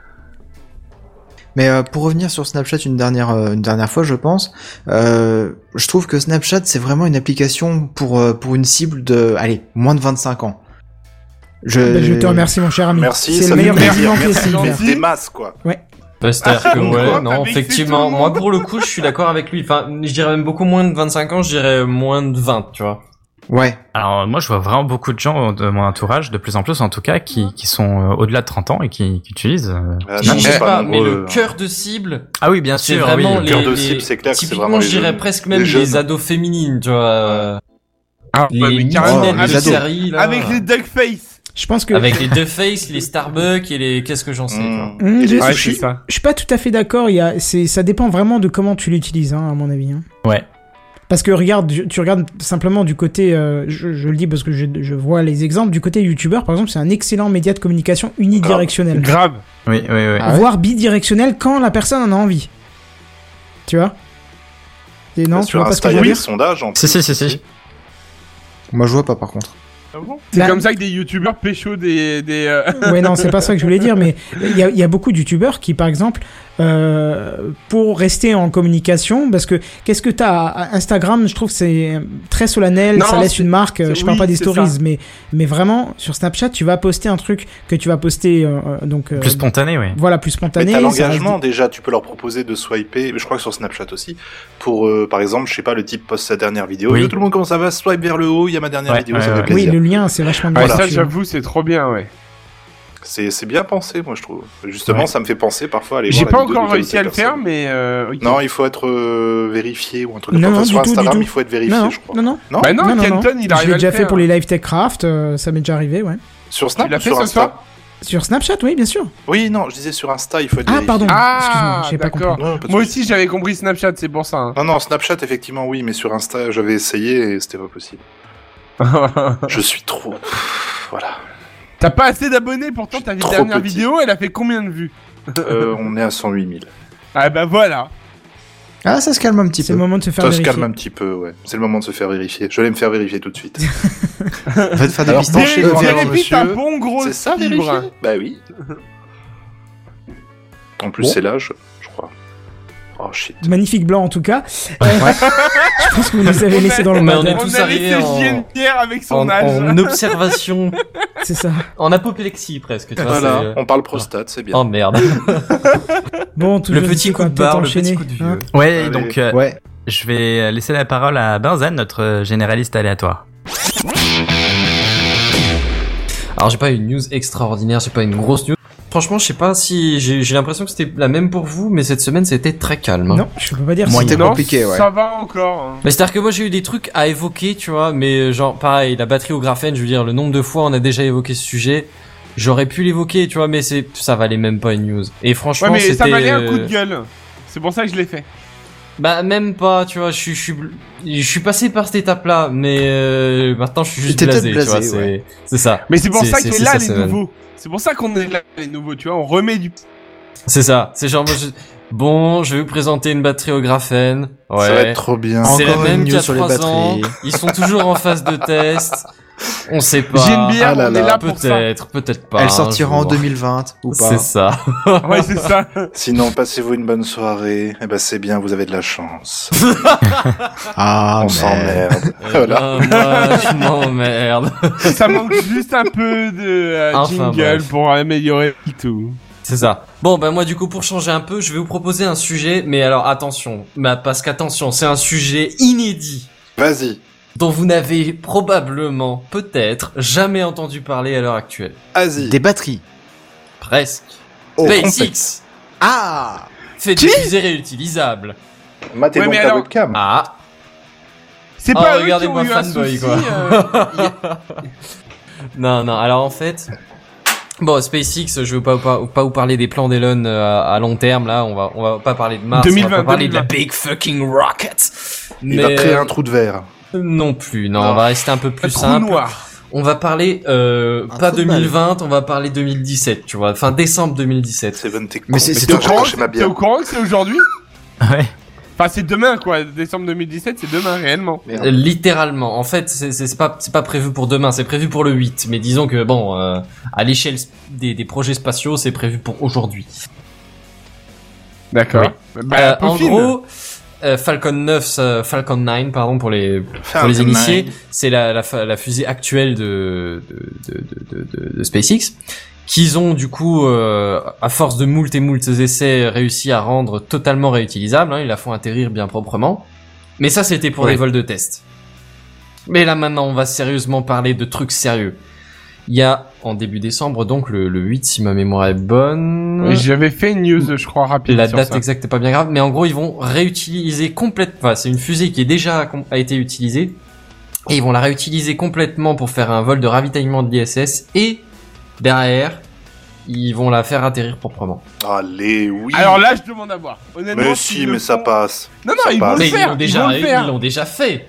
Mais euh, pour revenir sur Snapchat une dernière euh, une dernière fois, je pense, euh, je trouve que Snapchat c'est vraiment une application pour euh, pour une cible de allez moins de 25 ans. Ben, je te remercie, mon cher ami. Merci, C'est ça le fait meilleur plaisir. compliment qui Merci, est gentil. Des masses, quoi. Bah, C'est-à-dire que pourquoi ouais, t'as non, vexé tout effectivement, le monde moi pour le coup, je suis d'accord avec lui. Enfin, je dirais même beaucoup moins de 25 ans, je dirais moins de 20, tu vois. Ouais. Alors euh, moi, je vois vraiment beaucoup de gens de mon entourage, de plus en plus en tout cas, qui, qui sont euh, au-delà de 30 ans et qui, qui utilisent. euh, Euh, Je non, sais c'est pas, mais nombreux, le hein. cœur de cible, Ah oui, bien c'est sûr. vraiment oui. les, cœur de les- cible, c'est clair que c'est Typiquement, vraiment les je dirais jeunes. presque même Les les, jeunes. ados féminines, tu vois. euh, Ah, les mais carrément, minettes les de ados. série, là. Avec les duckface. Je pense que Avec les deux face, les Starbucks et les qu'est-ce que j'en sais. quoi. Mmh. Mmh, Et les ouais, sushis. ça. je suis pas tout à fait d'accord. Il y a, c'est, ça dépend vraiment de comment tu l'utilises, hein, à mon avis. hein. Ouais. Parce que regarde, je- tu regardes simplement du côté, euh, je, je le dis parce que je, je vois les exemples, du côté youtubeur, par exemple, c'est un excellent média de communication unidirectionnel, Grave. Oui, oui, oui. Ah ouais voire bidirectionnel quand la personne en a envie. Tu vois Et non, tu sur vois pas ce que Insta, je il y veux a dire des sondages. en Si, si, plus. si, si. Moi je vois pas par contre. C'est Bah- comme ça que des youtubeurs pécho des. des euh, Ouais, non, c'est pas ça que je voulais dire, mais il y a, il y a beaucoup de youtubeurs qui, par exemple, euh, pour rester en communication, parce que qu'est-ce que t'as à- à Instagram, je trouve que c'est très solennel, Non, ça laisse c'est- une marque, euh, je c'est- parle oui, pas des c'est stories, ça. mais, mais vraiment, sur Snapchat, tu vas poster un truc que tu vas poster, euh, euh, donc, euh, Plus spontané, oui. voilà, plus Mais spontané. t'as ça reste- l'engagement déjà, tu peux leur proposer de swiper, mais je crois que sur Snapchat aussi, pour euh, par exemple, je sais pas, le type poste sa dernière vidéo, Oui. Yo, tout le monde comment ça va, swipe vers le haut, il y a ma dernière Ouais, vidéo, ouais, ça ouais. fait Oui, plaisir. le lien, c'est vachement bien. ouais, Voilà. ça, Tu- j'avoue, c'est trop bien, ouais. C'est c'est bien pensé, moi je trouve. Justement, Ouais. ça me fait penser parfois à aller J'ai voir la pas vidéo encore de telle ou réussi à telle le faire, personne. mais. euh, ok. Non, il faut être euh, vérifié ou un truc comme Non, ça. Enfin, non, du sur tout, du Instagram, tout. il faut être vérifié, Non, je crois. non, non, non. Bah non, non, non. Kenton, il Je arrive l'ai à déjà le fait pour faire. hein. les live Techcraft, euh, ça m'est déjà arrivé, ouais. Sur Tu Snap l'as ou fait sur ce Insta soir Sur Snapchat, oui, bien sûr. Oui, non, je disais sur Insta, il faut être Ah, vérifié. pardon. Ah, Excuse-moi, j'ai pas d'accord. compris. Non, pas de Moi souci. aussi, j'avais compris Snapchat, c'est pour ça. hein. Non, non, Snapchat, effectivement, oui, mais sur Insta, j'avais essayé et c'était pas possible. Je suis trop. Voilà. T'as pas assez d'abonnés, pourtant ta Je suis trop dernière petit. vidéo, elle a fait combien de vues Euh, on est à 108 000. Ah bah voilà. Ah ça se calme un petit C'est peu. le moment de se faire Ça se vérifier. calme un petit peu, ouais. C'est le moment de se faire vérifier. Je vais me faire vérifier tout de suite. Va te faire des Alors, pistons vérifie- chez Vérifier, Vérifie. vérifie. vite un monsieur. bon gros C'est ça, fibre. vérifier Bah oui. En plus, Bon. c'est l'âge, je crois. Oh shit. Magnifique blanc en tout cas. Euh, je pense que vous nous avez laissé dans le Mais bain. on est On tous a laissé arrivés en- JN Pierre avec son En, âge. en observation, C'est ça. en apoplexie presque. Tu vois, c'est, Voilà, euh, on parle prostate, c'est bien. Oh merde. Bon, tout Le je ne sais petit coup pas, de peut-être barre, le enchaîner, petit coup de vieux. hein. Ouais, Allez. donc euh, Ouais. je vais laisser la parole à Benzen, notre euh, généraliste aléatoire. Alors j'ai pas une news extraordinaire, j'ai pas une grosse news. Franchement, je sais pas si j'ai j'ai l'impression que c'était la même pour vous, mais cette semaine c'était très calme. hein. Non, je peux pas dire. Moyen. ça. C'était Non, compliqué, ouais. Ça va encore. hein. Mais c'est-à-dire que moi j'ai eu des trucs à évoquer, tu vois, mais euh, genre pareil, la batterie au graphène, je veux dire, le nombre de fois on a déjà évoqué ce sujet, j'aurais pu l'évoquer, tu vois, mais c'est ça valait même pas une news. Et franchement, Ouais, mais c'était ça valait un coup de euh, gueule. C'est pour ça que je l'ai fait. Bah même pas, tu vois, je suis je suis bl- je suis passé par cette étape-là, mais euh, maintenant je suis juste T'es peut-être blasé, tu vois, blasé, c'est ouais. c'est ça. Mais c'est pour C'est- ça c'est- que c'est là, ça, les Seven. nouveaux. C'est pour ça qu'on est là, les nouveaux, tu vois. On remet du. C'est ça, c'est genre moi je... bon, je vais vous présenter une batterie au graphène. Ouais. Ça va être trop bien. C'est la Encore une même news qu'il y a sur les 3 ans. batteries. Ils sont toujours en phase de test. On sait pas. J'ai une bière, Ah là on là, est là pour ça. Peut-être, peut-être pas. un Elle sortira en jour. 2020 ou pas. Bah, C'est ça. Ouais, c'est ça. Sinon, passez-vous une bonne soirée. Eh ben, c'est bien, vous avez de la chance. Ah on mais. s'emmerde. Eh Voilà. ben, moi, je m'emmerde. ça manque juste un peu de euh, Enfin, jingle bref. pour améliorer et tout. C'est ça. Bon, ben moi du coup pour changer un peu, je vais vous proposer un sujet, mais alors attention, bah, parce qu'attention, c'est un sujet inédit Vas-y. dont vous n'avez probablement, peut-être, jamais entendu parler à l'heure actuelle. Vas-y. Des batteries. Presque. Oh, SpaceX Ah fait des fusées réutilisables. Matez Ouais, donc mais ta alors- webcam. Ah, C'est Oh, pas eux qui regardez-moi ont eu un fanboy, souci. quoi. euh, Non, non, alors en fait... Bon, SpaceX, je veux pas, pas, pas vous parler des plans d'Elon euh, à long terme, là, on va, on va pas parler de Mars, on 2020, va pas parler de la big fucking rocket. euh, Il va créer un trou de verre. Non plus, non, Non. on va rester un peu plus Trou simple. noir. on va parler euh, Un pas trou de balle. 2020, on va parler 2017, tu vois, fin décembre 2017. Seven Tech. Mais c'est- c'est T'es au J'ai courant, ma t'es au bière. courant que c'est aujourd'hui Ouais. Enfin, c'est demain, quoi. Décembre 2017, c'est demain, réellement. Merde. Euh, Littéralement. En fait, c'est- c'est c'est pas c'est pas prévu pour demain, c'est prévu pour le 8. Mais disons que bon, euh, à l'échelle sp- des, des projets spatiaux, c'est prévu pour aujourd'hui. D'accord. Euh, Bah, en peaufine. gros, euh, Falcon 9, euh, Falcon 9, pardon pour les pour les initiés, c'est la, la, fa- la fusée actuelle de, de, de, de, de, de SpaceX, qu'ils ont du coup, euh, à force de moult et moult essais, réussi à rendre totalement réutilisable. hein, ils la font atterrir bien proprement. Mais ça, c'était pour Oui. des vols de test. Mais là maintenant, on va sérieusement parler de trucs sérieux. Il y a en début décembre, donc le, le 8, si ma mémoire est bonne. Oui, J'avais fait une news, je crois, rapide. La sur date ça. exacte est pas bien grave, mais en gros ils vont réutiliser complètement. Enfin, c'est une fusée qui est déjà com- a été utilisée et ils vont la réutiliser complètement pour faire un vol de ravitaillement de l'ISS et derrière ils vont la faire atterrir proprement. Allez, oui. Alors là, je demande à voir. Honnêtement, mais s'ils si, le mais ça font- passe. Non, non, ça ils vont passe. le Mais ils faire. l'ont déjà, vont le ils faire. l'ont déjà fait.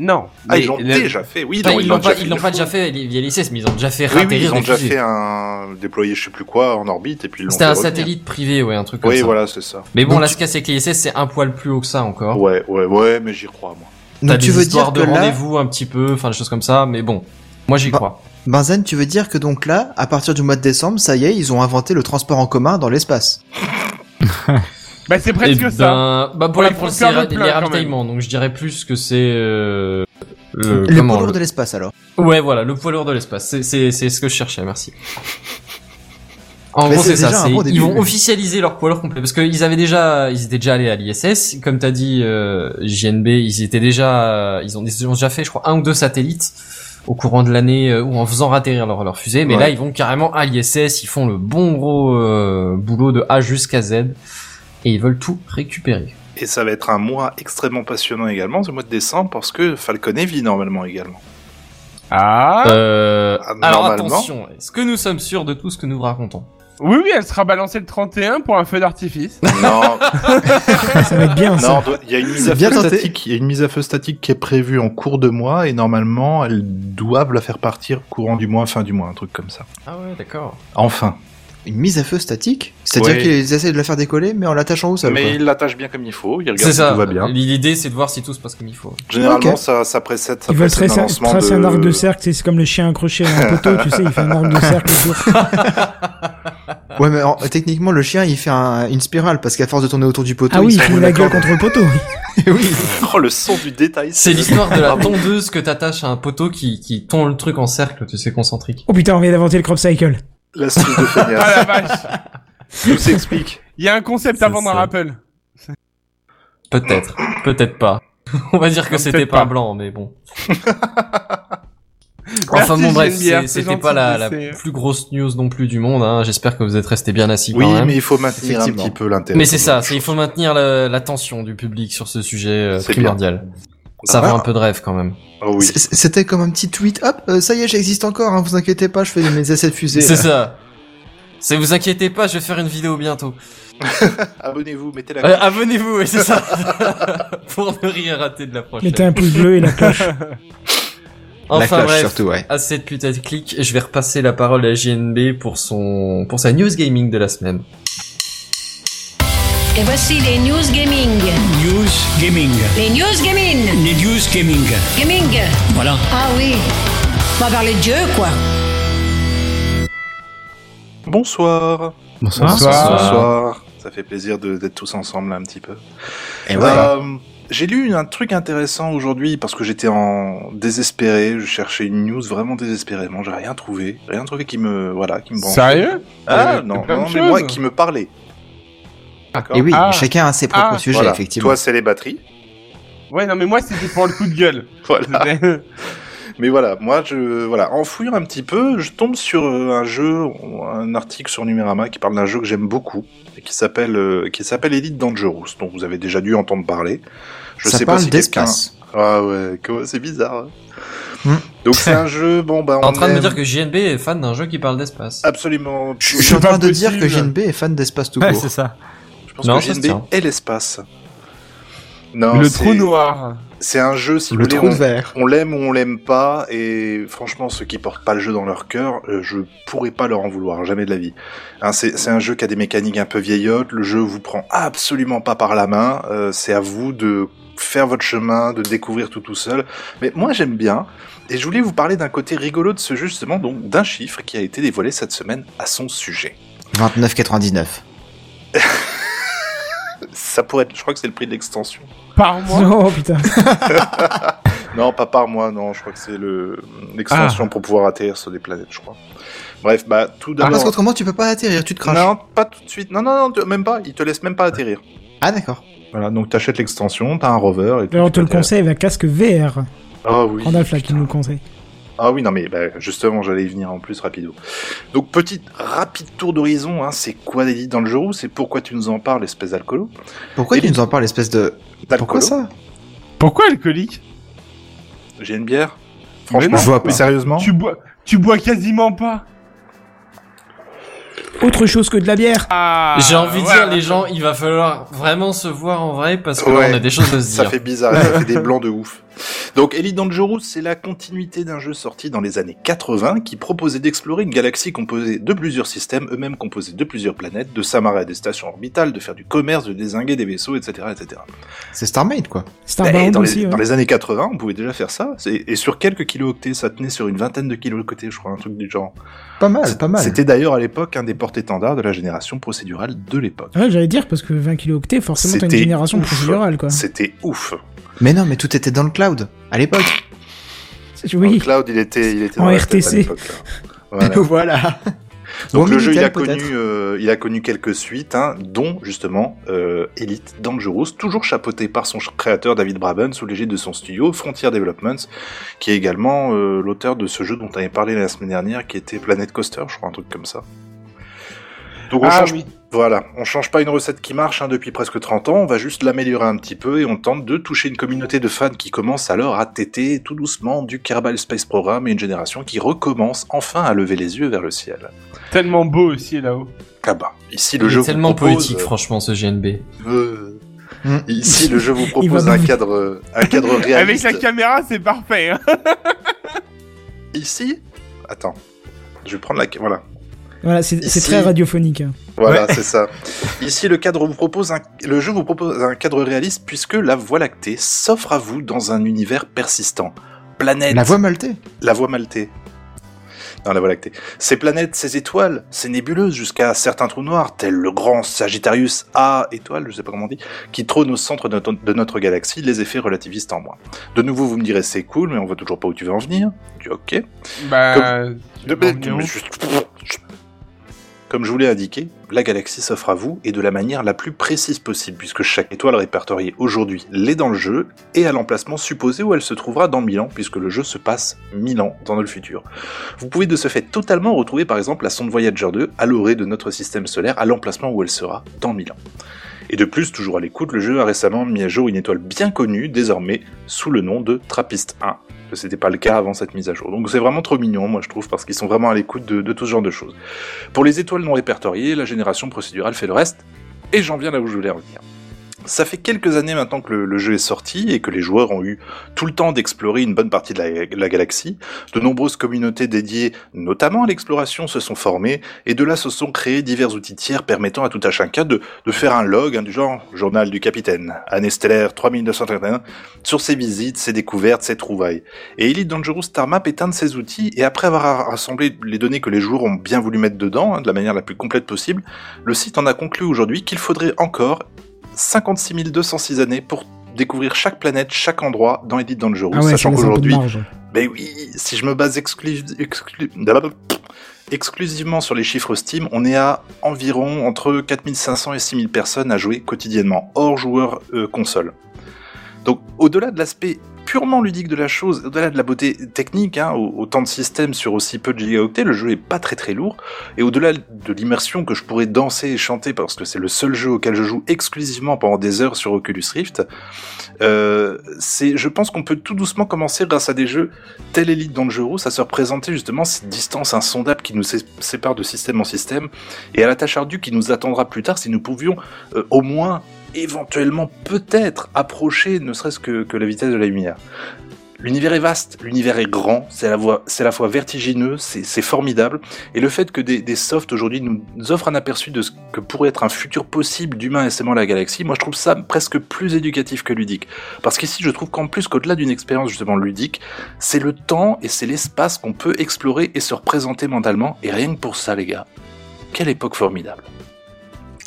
Non. Ah, mais ils l'ont le- déjà fait. Oui, Enfin, non, ils l'ont pas, déjà ils l'ont fait. pas déjà fait via l'ISS, mais ils ont déjà fait Oui, oui, atterrir ils des ont déjà fusées. fait un déployé, je sais plus quoi, en orbite, et puis ils l'ont C'était fait un revenir. satellite privé, ouais, un truc comme Oui, ça. voilà, c'est ça. Mais bon, Donc là, ce qu'il y a, c'est que l'ISS, c'est un poil plus haut que ça encore. Ouais, ouais, ouais, mais j'y crois, moi. T'as Donc des tu veux histoires dire que de là, rendez-vous un petit peu, enfin des choses comme ça, mais bon, moi j'y Bah, crois. Benzen, tu veux dire que donc là, à partir du mois de décembre, ça y est, ils ont inventé le transport en commun dans l'espace. Bah, c'est Eh presque ça. ben, Bah pour Ouais, la il faut France, faire c'est le ra- plein, les quand ravitaillements, donc je dirais plus que c'est euh, le, Le comment, poids lourd le- de l'espace alors. Ouais, voilà, le poids lourd de l'espace. C'est- C'est c'est ce que je cherchais, merci. En Mais gros, c'est c'est ça. déjà un c'est- bon ils début. vont officialiser leur poids lourd complet parce qu'ils avaient déjà, ils étaient déjà allés à l'ISS, comme t'as dit, euh, JNB, ils étaient déjà, euh, ils ont, ils ont déjà fait, je crois, un ou deux satellites au courant de l'année euh, ou en faisant atterrir leur, leur fusée. Mais Ouais. là, ils vont carrément à l'ISS, ils font le bon gros euh, boulot de A jusqu'à Z et ils veulent tout récupérer. Et ça va être un mois extrêmement passionnant également, ce mois de décembre, parce que Falcon Heavy, normalement, également. Ah. Euh, Ah, alors normalement. attention, est-ce que nous sommes sûrs de tout ce que nous racontons Oui, oui, elle sera balancée le 31 pour un feu d'artifice. Non, Ça va être bien ça. non, doit- il y a une mise à Bien feu tenté. statique, il y a une mise à feu statique qui est prévue en cours de mois, et normalement, elles doivent la faire partir courant du mois, fin du mois, un truc comme ça. Ah ouais, d'accord. Enfin. Une mise à feu statique C'est-à-dire Ouais. qu'ils essaient de la faire décoller, mais en l'attachant au sol. Mais quoi. il l'attache bien comme il faut, il regarde C'est si ça. tout va bien. L'idée, c'est de voir si tout se passe comme il faut. Généralement, Ok. ça, ça précède, ça Ils veulent précède tracer, un lancement tracer de... un arc de cercle, c'est c'est comme le chien accroché à un poteau, tu sais, il fait un arc de cercle autour. Ouais, mais en- techniquement, le chien, il fait un- une spirale parce qu'à force de tourner autour du poteau, Ah oui, il il se finit roule la la gueule corde. contre le poteau. Oh, le son du détail. C'est l'histoire de la tondeuse que t'attaches à un poteau qui, qui tond le truc en cercle, tu sais, concentrique. Oh putain, on vient d'inventer le crop cycle. L'astuce de Ah feignasse. la vache. Tout s'explique. Il y a un concept C'est à vendre ça. à Apple. Peut-être. Peut-être pas. On va dire que Peut-être c'était pas pas. blanc, mais bon. enfin bon, Merci, bref, Geneviève, c'est- c'est c'était gentil pas la, de la laisser- plus grosse news non plus du monde. Hein. J'espère que vous êtes restés bien assis Oui, quand même. mais il faut maintenir un Effectivement. petit peu l'intérêt. Mais c'est ça, c'est- il faut maintenir le- l'attention du public sur ce sujet euh, C'est primordial. Ça Ah. va un peu de rêve quand même. Oh oui. C- C'était comme un petit tweet. Hop, euh, ça y est, j'existe encore. Hein, vous inquiétez pas, je fais mes essais de fusée. C'est ça. C'est vous inquiétez pas, je vais faire une vidéo bientôt. Abonnez-vous, mettez la Euh, Abonnez-vous, oui, c'est ça. Pour ne rien rater de la prochaine. Mettez un pouce bleu et la cloche. La Enfin cloche, bref, surtout, ouais. à cette putaclic, je vais repasser la parole à JNB pour son pour sa news gaming de la semaine. Et voici les news gaming. News Gaming. Les news gaming. Les News Gaming. Gaming. Voilà. Ah oui. On va parler de jeux, quoi. Bonsoir. Bonsoir. Bonsoir. Bonsoir. Ça fait plaisir de- d'être tous ensemble là, un petit peu. Et Euh, j'ai lu un truc intéressant aujourd'hui parce que j'étais en désespéré. Je cherchais une news vraiment désespérément. J'ai rien trouvé. Rien trouvé qui me, voilà, qui me branchait. Sérieux Il Ah y a non, plein de non, mais moi choses. qui me parlait. D'accord. Et oui, Ah. chacun a ses propres Ah. sujets, Voilà. effectivement. Toi, c'est les batteries. Ouais, non, mais moi, c'était pour le coup de gueule. Voilà. C'était- Mais voilà, moi, je, voilà, en fouillant un petit peu, je tombe sur euh, un jeu, un article sur Numérama qui parle d'un jeu que j'aime beaucoup et qui s'appelle, euh, qui s'appelle Elite Dangerous, dont vous avez déjà dû entendre parler. Je ça sais parle pas si quelqu'un. d'espace. Ah ouais, comment- c'est bizarre. hein. Hmm. Donc c'est un jeu, bon bah. T'es en on train de me aime- dire que JNB est fan d'un jeu qui parle d'espace. Absolument. Je suis en C'est pas train de dire que possible. JNB est fan d'espace tout Ouais, court. c'est ça. Je pense Non, que ça se JNB tient. est l'espace. Non, le c'est- trou noir. C'est un jeu, si vous Le voulez, trou de on- verre. on l'aime ou on l'aime pas, et franchement, ceux qui portent pas le jeu dans leur cœur, euh, je pourrais pas leur en vouloir, jamais de la vie. Hein, c'est c'est un jeu qui a des mécaniques un peu vieillottes, le jeu vous prend absolument pas par la main, euh, c'est à vous de faire votre chemin, de découvrir tout tout seul. Mais moi, j'aime bien, et je voulais vous parler d'un côté rigolo de ce jeu, justement, donc d'un chiffre qui a été dévoilé cette semaine à son sujet. 29,99. Ça pourrait être, je crois que c'est le prix de l'extension. Par mois. Oh putain. Non, pas par mois, non, je crois que c'est le- l'extension pour pouvoir atterrir sur des planètes, je crois. Bref, bah, tout d'abord. Ah, Parce qu'autrement, tu peux pas atterrir, tu te craches. Non, pas tout de suite. Non, non, non, te- même pas. Il te laisse même pas atterrir. Ah, d'accord. Voilà, donc t'achètes l'extension, t'as un rover. Et puis Alors, on tu te le t'atterris. conseille avec un casque VR. Ah oui. Randolph là qui nous le conseille. Ah oui, non mais bah, justement, j'allais y venir en plus rapido. Donc petit rapide tour d'horizon. Hein, c'est quoi les dans le jeu roux C'est pourquoi tu nous en parles, espèce d'alcoolo Pourquoi Et tu nous en parles, espèce de. Pourquoi D'alcoolo ça Pourquoi alcoolique J'ai une bière. Mais non, Franchement, je vois pas. mais sérieusement Tu bois, tu bois quasiment pas. Autre chose que de la bière. Ah, J'ai envie de ouais, dire, ouais. les gens, il va falloir vraiment se voir en vrai parce que là, Ouais. on a des choses à se Ça dire. fait bizarre, ça fait des blancs de ouf. Donc Elite Dangerous, c'est la continuité d'un jeu sorti dans les années 80 qui proposait d'explorer une galaxie composée de plusieurs systèmes, eux-mêmes composés de plusieurs planètes, de s'amarrer à des stations orbitales, de faire du commerce, de désinguer des vaisseaux, etc. etc. C'est Starmade, quoi. Eh, Starbound dans, les, aussi. ouais. dans les années 80, on pouvait déjà faire ça, C'est- et sur quelques kilooctets, ça tenait sur une vingtaine de kilooctets, je crois, un truc du genre. Pas mal, pas mal. C'était d'ailleurs à l'époque un des porte-étendards de la génération procédurale de l'époque. Ouais, j'allais dire parce que 20 kilooctets, forcément, t'as une C'était génération ouf. procédurale quoi. C'était ouf. Mais non, mais tout était dans le cloud, à l'époque. Dans le Oui. cloud, il était, il était En dans la tête à RTC. l'époque, hein. Voilà. voilà. Ou en Donc le jeu il a Minitel, peut-être. connu, euh, il a connu quelques suites, hein, dont justement euh, Elite Dangerous, toujours chapeauté par son ch- créateur David Braben sous l'égide de son studio Frontier Developments, qui est également euh, l'auteur de ce jeu dont on avait parlé la semaine dernière, qui était Planet Coaster, je crois un truc comme ça. Donc on Ah change, oui. voilà, on change pas une recette qui marche hein, depuis presque 30 ans, on va juste l'améliorer un petit peu et on tente de toucher une communauté de fans qui commence alors à téter tout doucement du Kerbal Space Program et une génération qui recommence enfin à lever les yeux vers le ciel. Tellement beau aussi là-haut. Ah bah, ici Il le jeu est tellement vous propose, poétique, franchement, ce GNB. euh, Mm. Ici le jeu vous va propose un bouger. cadre, euh, un cadre Avec réaliste. la caméra, c'est parfait. hein. Ici, attends, je vais prendre la, ca- voilà, Voilà, c'est c'est Ici. très radiophonique. voilà, c'est ça. Ici le cadre vous propose un, le jeu vous propose un cadre réaliste puisque la Voie lactée s'offre à vous dans un univers persistant. Planète, La voix maltée. La Voie maltée. Non, la Voie lactée. Ces planètes, ces étoiles, ces nébuleuses, jusqu'à certains trous noirs, tels le grand Sagittarius A étoile, je sais pas comment on dit, qui trône au centre de notre, de notre galaxie, les effets relativistes en moi. De nouveau, vous me direz c'est cool, mais on voit toujours pas où tu veux en venir. Tu ok. Bah, De- tu vas en venir mais où juste- Comme je vous l'ai indiqué, la galaxie s'offre à vous et de la manière la plus précise possible, puisque chaque étoile répertoriée aujourd'hui l'est dans le jeu et à l'emplacement supposé où elle se trouvera dans 1000 ans, puisque le jeu se passe 1000 ans dans le futur. Vous pouvez de ce fait totalement retrouver par exemple la sonde Voyager 2 à l'orée de notre système solaire à l'emplacement où elle sera dans 1000 ans. Et de plus, toujours à l'écoute, le jeu a récemment mis à jour une étoile bien connue, désormais sous le nom de Trappist 1 que c'était pas le cas avant cette mise à jour. Donc c'est vraiment trop mignon, moi je trouve, parce qu'ils sont vraiment à l'écoute de, de tout ce genre de choses. Pour les étoiles non répertoriées, la génération procédurale fait le reste, et j'en viens là où je voulais revenir. Ça fait quelques années maintenant que le, le jeu est sorti et que les joueurs ont eu tout le temps d'explorer une bonne partie de la, la galaxie. De nombreuses communautés dédiées, notamment à l'exploration, se sont formées et de là se sont créés divers outils tiers permettant à tout à chacun de, de faire un log hein, du genre journal du capitaine, année stellaire 3931, sur ses visites, ses découvertes, ses trouvailles. Et Elite Dangerous Star Map est un de ces outils, et après avoir rassemblé les données que les joueurs ont bien voulu mettre dedans, hein, de la manière la plus complète possible, le site en a conclu aujourd'hui qu'il faudrait encore 56 206 années pour découvrir chaque planète, chaque endroit dans Elite Dangerous, Ah ouais, ça sachant laisse un peu de qu'aujourd'hui, marge. ben oui, si je me base exclu- exclu- blablabla, exclusivement sur les chiffres Steam, on est à environ entre 4500 et 6000 personnes à jouer quotidiennement, hors joueurs euh, console. Donc au-delà de l'aspect purement ludique de la chose, au-delà de la beauté technique, hein, au- autant de systèmes sur aussi peu de gigaoctets, le jeu est pas très très lourd, et au-delà de l'immersion que je pourrais danser et chanter parce que c'est le seul jeu auquel je joue exclusivement pendant des heures sur Oculus Rift, euh, c'est, je pense qu'on peut tout doucement commencer grâce à des jeux tels Elite Dangerous à se représenter justement cette distance insondable qui nous sé- sépare de système en système et à la tâche ardue qui nous attendra plus tard si nous pouvions euh, au moins éventuellement peut-être approcher ne serait-ce que, que la vitesse de la lumière. L'univers est vaste, l'univers est grand, c'est à la, voie- c'est à la fois vertigineux, c'est c'est formidable, et le fait que des, des softs aujourd'hui nous, nous offrent un aperçu de ce que pourrait être un futur possible d'humains et s'aimant la galaxie, moi je trouve ça presque plus éducatif que ludique. Parce qu'ici je trouve qu'en plus qu'au-delà d'une expérience justement ludique, c'est le temps et c'est l'espace qu'on peut explorer et se représenter mentalement, et rien que pour ça les gars, quelle époque formidable.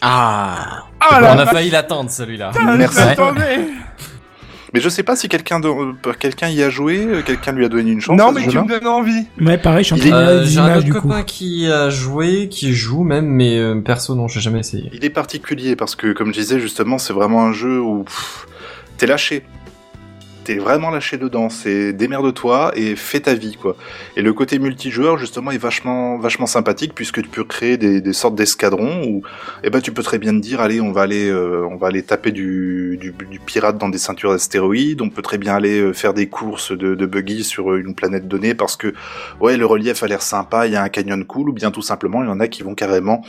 Ah Ah On la a failli l'attendre celui-là. Merci. Attendez Mais je sais pas si quelqu'un de- euh, quelqu'un y a joué, euh, quelqu'un lui a donné une chance. à Non, ce mais tu jeu-là. me donnes envie Ouais, pareil, je suis en train de Euh, regarder des J'ai un images autre du coup. copain qui a joué, qui joue même, mais euh, perso non, j'ai jamais essayé. Il est particulier parce que, comme je disais justement, c'est vraiment un jeu où pff, t'es lâché. T'es vraiment lâché dedans. C'est démerde-toi et fais ta vie, quoi. Et le côté multijoueur, justement, est vachement, vachement sympathique puisque tu peux créer des, des sortes d'escadrons où, eh ben, tu peux très bien te dire, allez, on va aller, euh, on va aller taper du, du, du pirate dans des ceintures d'astéroïdes. On peut très bien aller euh, faire des courses de, de buggy sur euh, une planète donnée parce que, ouais, le relief a l'air sympa, il y a un canyon cool ou bien tout simplement, il y en a qui vont carrément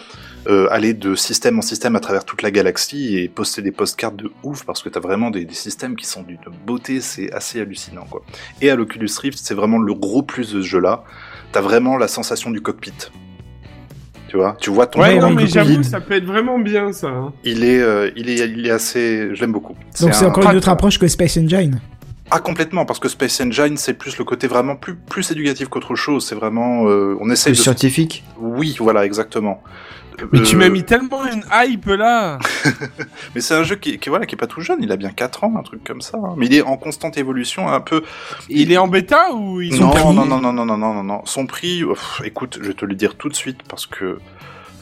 euh, aller de système en système à travers toute la galaxie et poster des postcards de ouf parce que t'as vraiment des, des systèmes qui sont d'une beauté, c'est assez hallucinant quoi. Et à l'Oculus Rift, c'est vraiment le gros plus de ce jeu-là. T'as vraiment la sensation du cockpit. Tu vois, tu vois ton Ouais, Ouais, non, ouais, mais écoute, j'avoue, vite. ça peut être vraiment bien, ça. hein. il est, euh, il est, il est assez, je l'aime beaucoup. Donc c'est un- encore une autre approche que Space Engine. Ah complètement, parce que Space Engine, c'est plus le côté vraiment plus, plus éducatif qu'autre chose. C'est vraiment, euh, on essaye Plus de. scientifique. Oui, voilà, exactement. Mais tu Euh, m'as mis tellement une hype, là Mais c'est un jeu qui, qui voilà qui est pas tout jeune, il a bien 4 ans, un truc comme ça. hein. Mais il est en constante évolution, un peu. Il est en bêta ou ils non, ont pris non non non non non non non non. Son prix, pff, écoute, je vais te le dire tout de suite parce que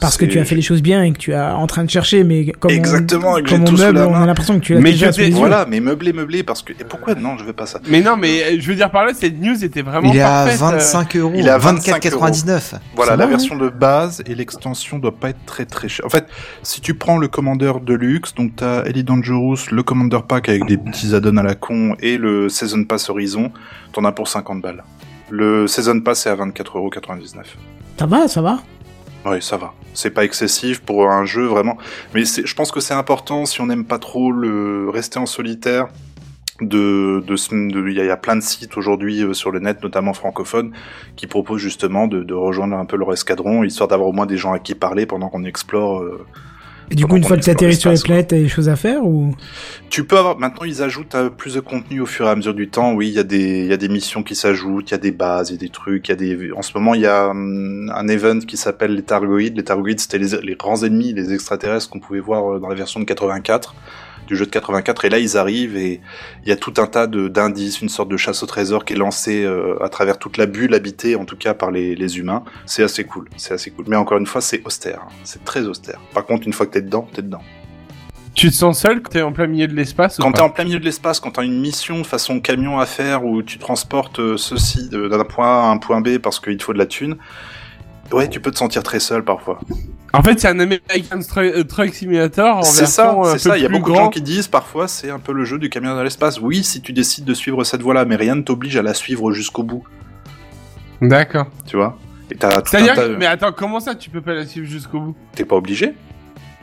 Parce que c'est- tu as fait les choses bien et que tu es en train de chercher, mais comme Exactement, et on, que j'ai comme on tout sous meuble, la on main. a l'impression que tu l'as Mais déjà je sous les vais- yeux. Voilà, mais meublé meublé parce que et pourquoi non, je veux pas ça. Mais non, mais euh, je veux dire par là, cette news était vraiment Il est à parfaite. euh. 25 euros. Il est à 24,99. Voilà, Ça la va, hein version de base et l'extension doit pas être très très chère. En fait, si tu prends le commandeur de luxe, donc t'as Ellie Dangerous, le commander pack avec des petits add-ons à la con et le season pass Horizon, t'en as pour 50 balles. Le season pass est à 24,99€. Ça va, ça va. Oui, ça va. C'est pas excessif pour un jeu vraiment, mais c'est- je pense que c'est important si on n'aime pas trop le rester en solitaire. De, de, se- de- il y, a- il y a plein de sites aujourd'hui euh, sur le net, notamment francophones, qui proposent justement de, de rejoindre un peu leur escadron, histoire d'avoir au moins des gens à qui parler pendant qu'on explore. euh. Et du Pendant coup, une qu'on fois que tu explore atterris sur les l'espace, quoi. planètes, t'as des choses à faire ou Tu peux avoir. Maintenant, ils ajoutent euh, plus de contenu au fur et à mesure du temps. Oui, il y a des, il y a des missions qui s'ajoutent, il y a des bases, il y a des trucs, il y a des. En ce moment, il y a hum, un event qui s'appelle les Targoïdes. Les Targoïdes, c'était les, les grands ennemis, les extraterrestres qu'on pouvait voir euh, dans la version de 84 du jeu de 84 et là ils arrivent et il y a tout un tas de- d'indices, une sorte de chasse au trésor qui est lancée euh, à travers toute la bulle habitée en tout cas par les, les humains. C'est assez cool, c'est assez cool. Mais encore une fois c'est austère, hein. c'est très austère. Par contre une fois que t'es dedans, t'es dedans. Tu te sens seul quand t'es en plein milieu de l'espace ou Quand pas t'es en plein milieu de l'espace, quand t'as une mission façon camion à faire où tu transportes euh, ceci de- d'un point A à un point B parce qu'il te faut de la thune, ouais, tu peux te sentir très seul parfois. En fait, c'est un American Stru- euh, Truck Simulator en C'est ça, version euh, un c'est peu ça. Il y a plus beaucoup de grand. gens qui disent parfois c'est un peu le jeu du camion dans l'espace. Oui, si tu décides de suivre cette voie-là, mais rien ne t'oblige à la suivre jusqu'au bout, D'accord. tu vois. Et t'as tout un C'est-à-dire tas que... de- Mais attends, comment ça, tu peux pas la suivre jusqu'au bout T'es pas obligé.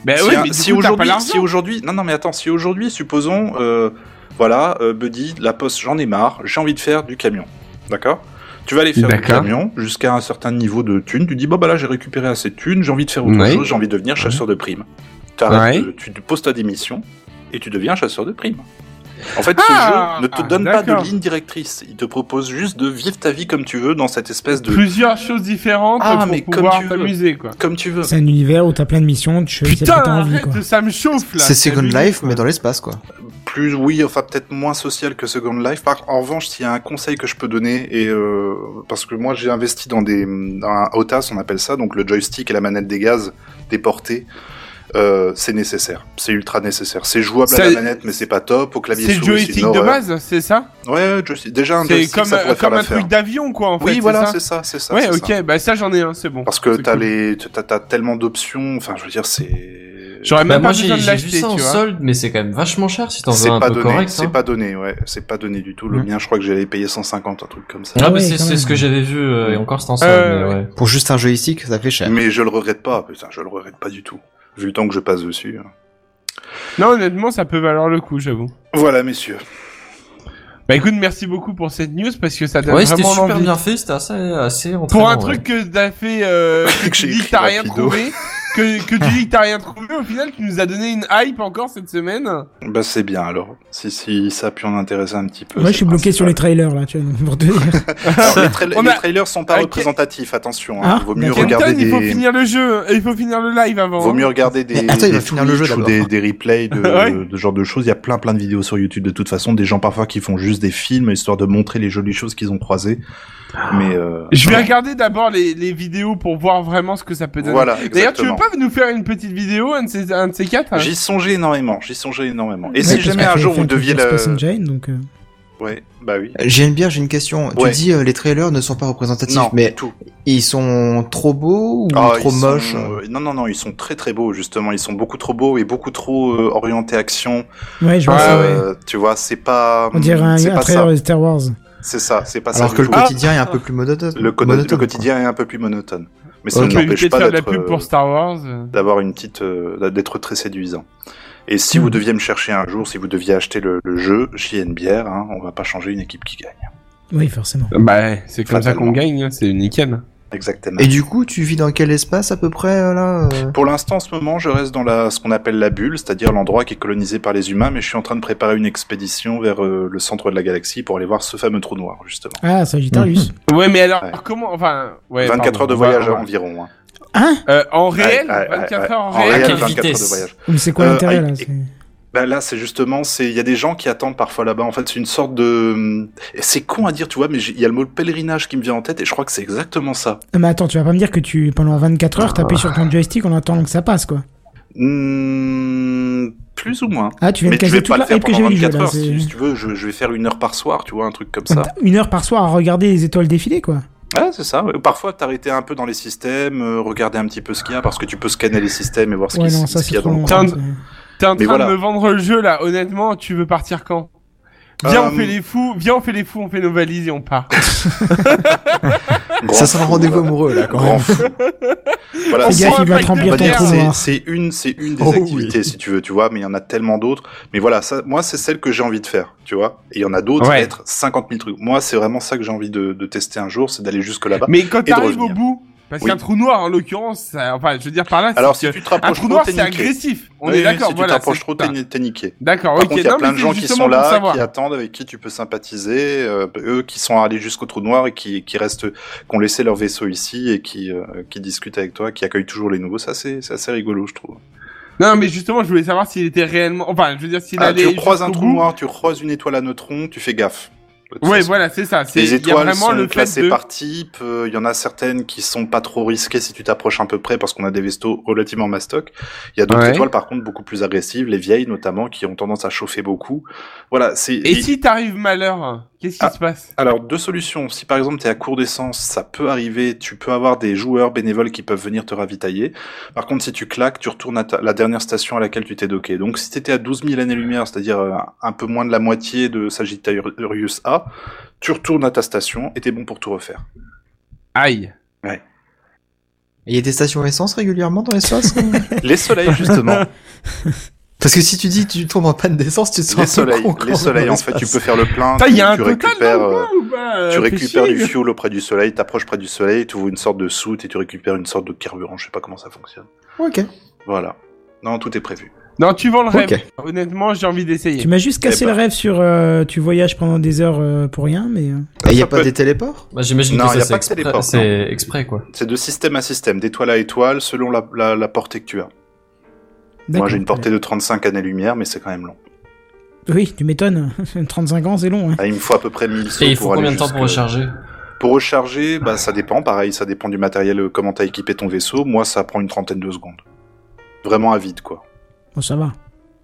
Bah si oui, un- mais du Eh si coup, t'as pas aujourd'hui, l'argent. si aujourd'hui, non, non, mais attends, si aujourd'hui, supposons, euh, voilà, euh, Buddy, la poste, j'en ai marre, j'ai envie de faire du camion, d'accord Tu vas aller faire du D'accord. camion jusqu'à un certain niveau de thunes. Tu dis bon bah là j'ai récupéré assez de thunes, j'ai envie de faire autre Ouais. chose, j'ai envie de devenir chasseur de primes. T'arrêtes, Ouais. euh, Tu te poses ta démission et tu deviens chasseur de primes. En fait, Ah, ce jeu ne te ah, donne pas de d'accord. ligne directrice. Il te propose juste de vivre ta vie comme tu veux dans cette espèce de Plusieurs choses différentes Ah, pour mais comme pouvoir tu veux. t'amuser, quoi. comme tu veux. c'est un univers où t'as plein de missions, tu choisis Putain, celle que t'as envie, arrête, quoi. ça me chauffe, là. C'est Second abusé, Life, quoi. mais dans l'espace, quoi. plus oui enfin peut-être moins social que Second Life Par, en revanche s'il y a un conseil que je peux donner et euh, parce que moi j'ai investi dans des dans un OTAS on appelle ça donc le joystick et la manette des gaz déportés euh, c'est nécessaire c'est ultra nécessaire c'est jouable à Ça- la manette mais c'est pas top au clavier C'est le souris, joystick une de horreur. base, c'est ça ouais ouais, joystick. déjà un C'est joystick comme, ça pourrait euh, faire comme un l'affaire truc d'avion, quoi, en fait. oui voilà ça c'est ça c'est ça Ouais, c'est ça. ok, bah ça j'en ai un, c'est bon. parce que C'est t'as cool. les t'as t'as tellement d'options enfin je veux dire c'est J'aurais Bah, même moi pas besoin de j'ai j'ai vu l'acheter, tu ça en vois. solde, mais c'est quand même vachement cher si t'en veux c'est un pas peu donné correct. c'est hein. pas donné ouais c'est pas donné du tout le Mm. mien je crois que j'allais payer 150 un truc comme ça Ah, Ah bah ouais, c'est quand c'est même. ce que j'avais vu euh, et encore c'était en solde. Euh, mais ouais. Pour juste un joystick, ça fait cher. Mais je le regrette pas, putain, je le regrette pas du tout. Vu le temps que je passe dessus. hein. Non, honnêtement, ça peut valoir le coup, j'avoue. Voilà, messieurs. Bah écoute, merci beaucoup pour cette news parce que ça donne Ouais, c'était vraiment super l'envie. bien fait, c'était assez, assez Pour entraînant, un ouais. truc que t'as fait, euh, que Ah, Que tu j'ai dis que écrit t'as rien rapido. trouvé, que, que tu dis que t'as rien trouvé, au final tu nous as donné une hype encore cette semaine. Bah c'est bien alors. Si, si ça a pu en intéresser un petit peu. Moi, c'est je suis bloqué principal. sur les trailers, là, tu vois, pour te dire. Alors, les, trail- On les a- trailers sont pas Ah, ok. représentatifs, attention. Ah, hein. Vaut mieux d'accord. regarder Kenton, il faut des. finir le jeu, il faut finir le live avant. hein. Vaut mieux regarder des, Mais attends, il des va finir le Twitch jeu ou d'abord. des, des replays de, Ouais. de ce genre de choses. Il y a plein plein de vidéos sur YouTube de toute façon. Des gens parfois qui font juste des films histoire de montrer les jolies choses qu'ils ont croisées. Mais euh, Je vais regarder d'abord les, les vidéos pour voir vraiment ce que ça peut donner. voilà. D'ailleurs, tu veux exactement. pas nous faire une petite vidéo, un de ces, un de ces quatre hein J'y songeais énormément. J'y songeais énormément. Et Ouais, si parce jamais que un j'ai jour fait vous un truc deviez sur le, Space Engine, donc, euh, ouais, bah oui. Euh, J'ai une bière, j'ai une question. Ouais. Tu dis euh, les trailers ne sont pas représentatifs, Non, mais tout. ils sont trop beaux ou Ah, trop ils sont, moches euh, non, non, non, ils sont très très beaux justement. Ils sont beaucoup trop beaux et beaucoup trop euh, orientés action. Ouais, je vois Ouais, ça, ouais. Euh, Tu vois, c'est pas. On dirait un, c'est un pas ça. trailer de Star Wars. C'est ça. C'est pas Alors ça. que du le tout. quotidien est un peu plus monotone. Le, co- monotone, le quoi. quotidien est un peu plus monotone. Mais ça Ok. ne Tu peux éviter l'empêche de pas faire de la d'être pub euh, pour Star Wars. euh. d'avoir une petite euh, d'être très séduisant. Et si Hmm. vous deviez me chercher un jour, si vous deviez acheter le, le jeu JNBR, hein, on va pas changer une équipe qui gagne. Oui, forcément. Bah, c'est comme ça qu'on Fatalement. gagne, hein, c'est nickel. Exactement. Et du coup, tu vis dans quel espace à peu près euh, là euh Pour l'instant, en ce moment, je reste dans la, ce qu'on appelle la bulle, c'est-à-dire l'endroit qui est colonisé par les humains, mais je suis en train de préparer une expédition vers euh, le centre de la galaxie pour aller voir ce fameux trou noir, justement. Ah, Sagittarius. Ouais, mais alors, Ouais. comment, enfin, ouais. 24 pardon, heures de on va- voyage on va- environ. hein. Euh, en réel, Ouais, ouais, 24 ouais, heures en en réel. réel, Quelle 24 heures de vitesse. voyage. Mais c'est quoi Euh, l'intérêt, ah, là et- c'est- Bah là, c'est justement, c'est il y a des gens qui attendent parfois là-bas. En fait, c'est une sorte de, et c'est con à dire, tu vois, mais j'ai- il y a le mot pèlerinage qui me vient en tête, et je crois que c'est exactement ça. Ah, Mais attends, tu vas pas me dire que tu, pendant 24 heures, Ah. t'appuies sur ton joystick en attendant que ça passe, quoi. Hmm, plus ou moins. Ah, tu viens Mais de tu casser vais toute pas le la faire hype que pendant j'avais du jeu, 24 là. heures. Si, c'est- si tu veux, je, je vais faire une heure par soir, tu vois, un truc comme ça. Une heure par soir à regarder les étoiles défiler, quoi. Ouais, c'est ça. ouais. Parfois, t'arrêter un peu dans les systèmes, euh, regarder un petit peu ce qu'il y a, parce que tu peux scanner les systèmes et voir ce Ouais, qui- non, ce ça, qu'il c'est y a trop dans le long. coin. ça, c'est- T'es en train Mais voilà. de me vendre le jeu là, honnêtement, tu veux partir quand Viens, on Euh, fait les fous, viens, on fait les fous, on fait nos valises et on part. Grand Ça sera un fou, rendez-vous voilà. amoureux là quand Grand même. fou. Voilà, Fais c'est- gaffe, un il va pack te de on remplir va ton dire, trou hein. bière, c'est- noir. c'est une, c'est une des Oh oui. activités si tu veux, tu vois, mais il y en a tellement d'autres. Mais voilà, ça, moi c'est celle que j'ai envie de faire, tu vois. Et il y en a d'autres, Ouais. être 50 000 trucs. Moi c'est vraiment ça que j'ai envie de, de tester un jour, c'est d'aller jusque là-bas. Mais quand de t'arrives au revenir. bout, parce Oui. qu'un trou noir en l'occurrence, ça- enfin, je veux dire par là, c'est Alors si que tu te un rapproches trou trop, noir t'es c'est niqué. agressif. On Oui, est oui, d'accord, Si tu voilà. t'approches c'est- trop, t'es t'es niqué. D'accord, Par ok. contre, il y a non, plein mais de c'est gens qui justement sont pour là, savoir. qui attendent, avec qui tu peux sympathiser, euh, eux qui sont allés jusqu'au trou noir et qui, qui restent, qui ont laissé leur vaisseau ici et qui, euh, qui discutent avec toi, qui accueillent toujours les nouveaux. Ça, c'est c'est assez rigolo, je trouve. Non, mais justement, je voulais savoir s'il était réellement. Enfin, je veux dire, s'il Ah, allait. tu croises un jusqu'au trou bout. noir, tu croises une étoile à neutrons, tu fais gaffe. De toute Ouais, façon. voilà, c'est ça. C'est il Les y a étoiles vraiment sont le fait classées de- par type. euh, Il y en a certaines qui sont pas trop risquées si tu t'approches un peu près parce qu'on a des vestos relativement mastoc. Il y a d'autres Ouais. étoiles par contre beaucoup plus agressives, les vieilles notamment, qui ont tendance à chauffer beaucoup. Voilà. C'est. Et et- si t'arrives malheur, qu'est-ce qui Ah. se passe Alors deux solutions. Si par exemple t'es à court d'essence, ça peut arriver. Tu peux avoir des joueurs bénévoles qui peuvent venir te ravitailler. Par contre, si tu claques, tu retournes à ta- la dernière station à laquelle tu t'es docké. Donc si t'étais à 12 000 années-lumière, c'est-à-dire euh, un peu moins de la moitié de Sagittarius A, tu retournes à ta station et t'es bon pour tout refaire. Aïe. Il y a des stations essence régulièrement dans l'espace Les soleils, justement. Parce que si tu dis tu tombes en panne d'essence, tu te les sens un peu soleils. con, Ah, quand Les même, soleils, dans en fait, tu l'espace. peux faire le plein. Putain, il y a un tu total récupères, dans le euh, coin ou pas bah, euh, tu récupères fais du chier. fuel auprès du soleil, t'approches près du soleil, tu ouvres une sorte de soute et tu récupères une sorte de carburant. Je sais pas comment ça fonctionne. Ok. Voilà. Non, tout est prévu. Non, tu vends le rêve. Ok. Honnêtement, j'ai envie d'essayer. Tu m'as juste cassé Eh le ben. rêve sur euh, tu voyages pendant des heures euh, pour rien, mais. euh, Et il y a Ça pas peut- des téléports Bah, J'imagine Non, que y a ça c'est pas que exprès, téléport, c'est exprès, quoi. C'est de système à système, d'étoile à étoile, selon la, la, la portée que tu as. d'accord. Moi, j'ai une portée de 35 années-lumière, mais c'est quand même long. Euh, Oui, tu m'étonnes. 35 ans, c'est long. hein. Ah, il me faut à peu près 1000 sauts Et il faut pour aller combien de temps pour jusque- recharger Pour recharger, bah, ça dépend. Pareil, ça dépend du matériel, euh, comment t'as équipé ton vaisseau. Moi, ça prend une trentaine de secondes. Vraiment à vide, quoi. Bon, ça va.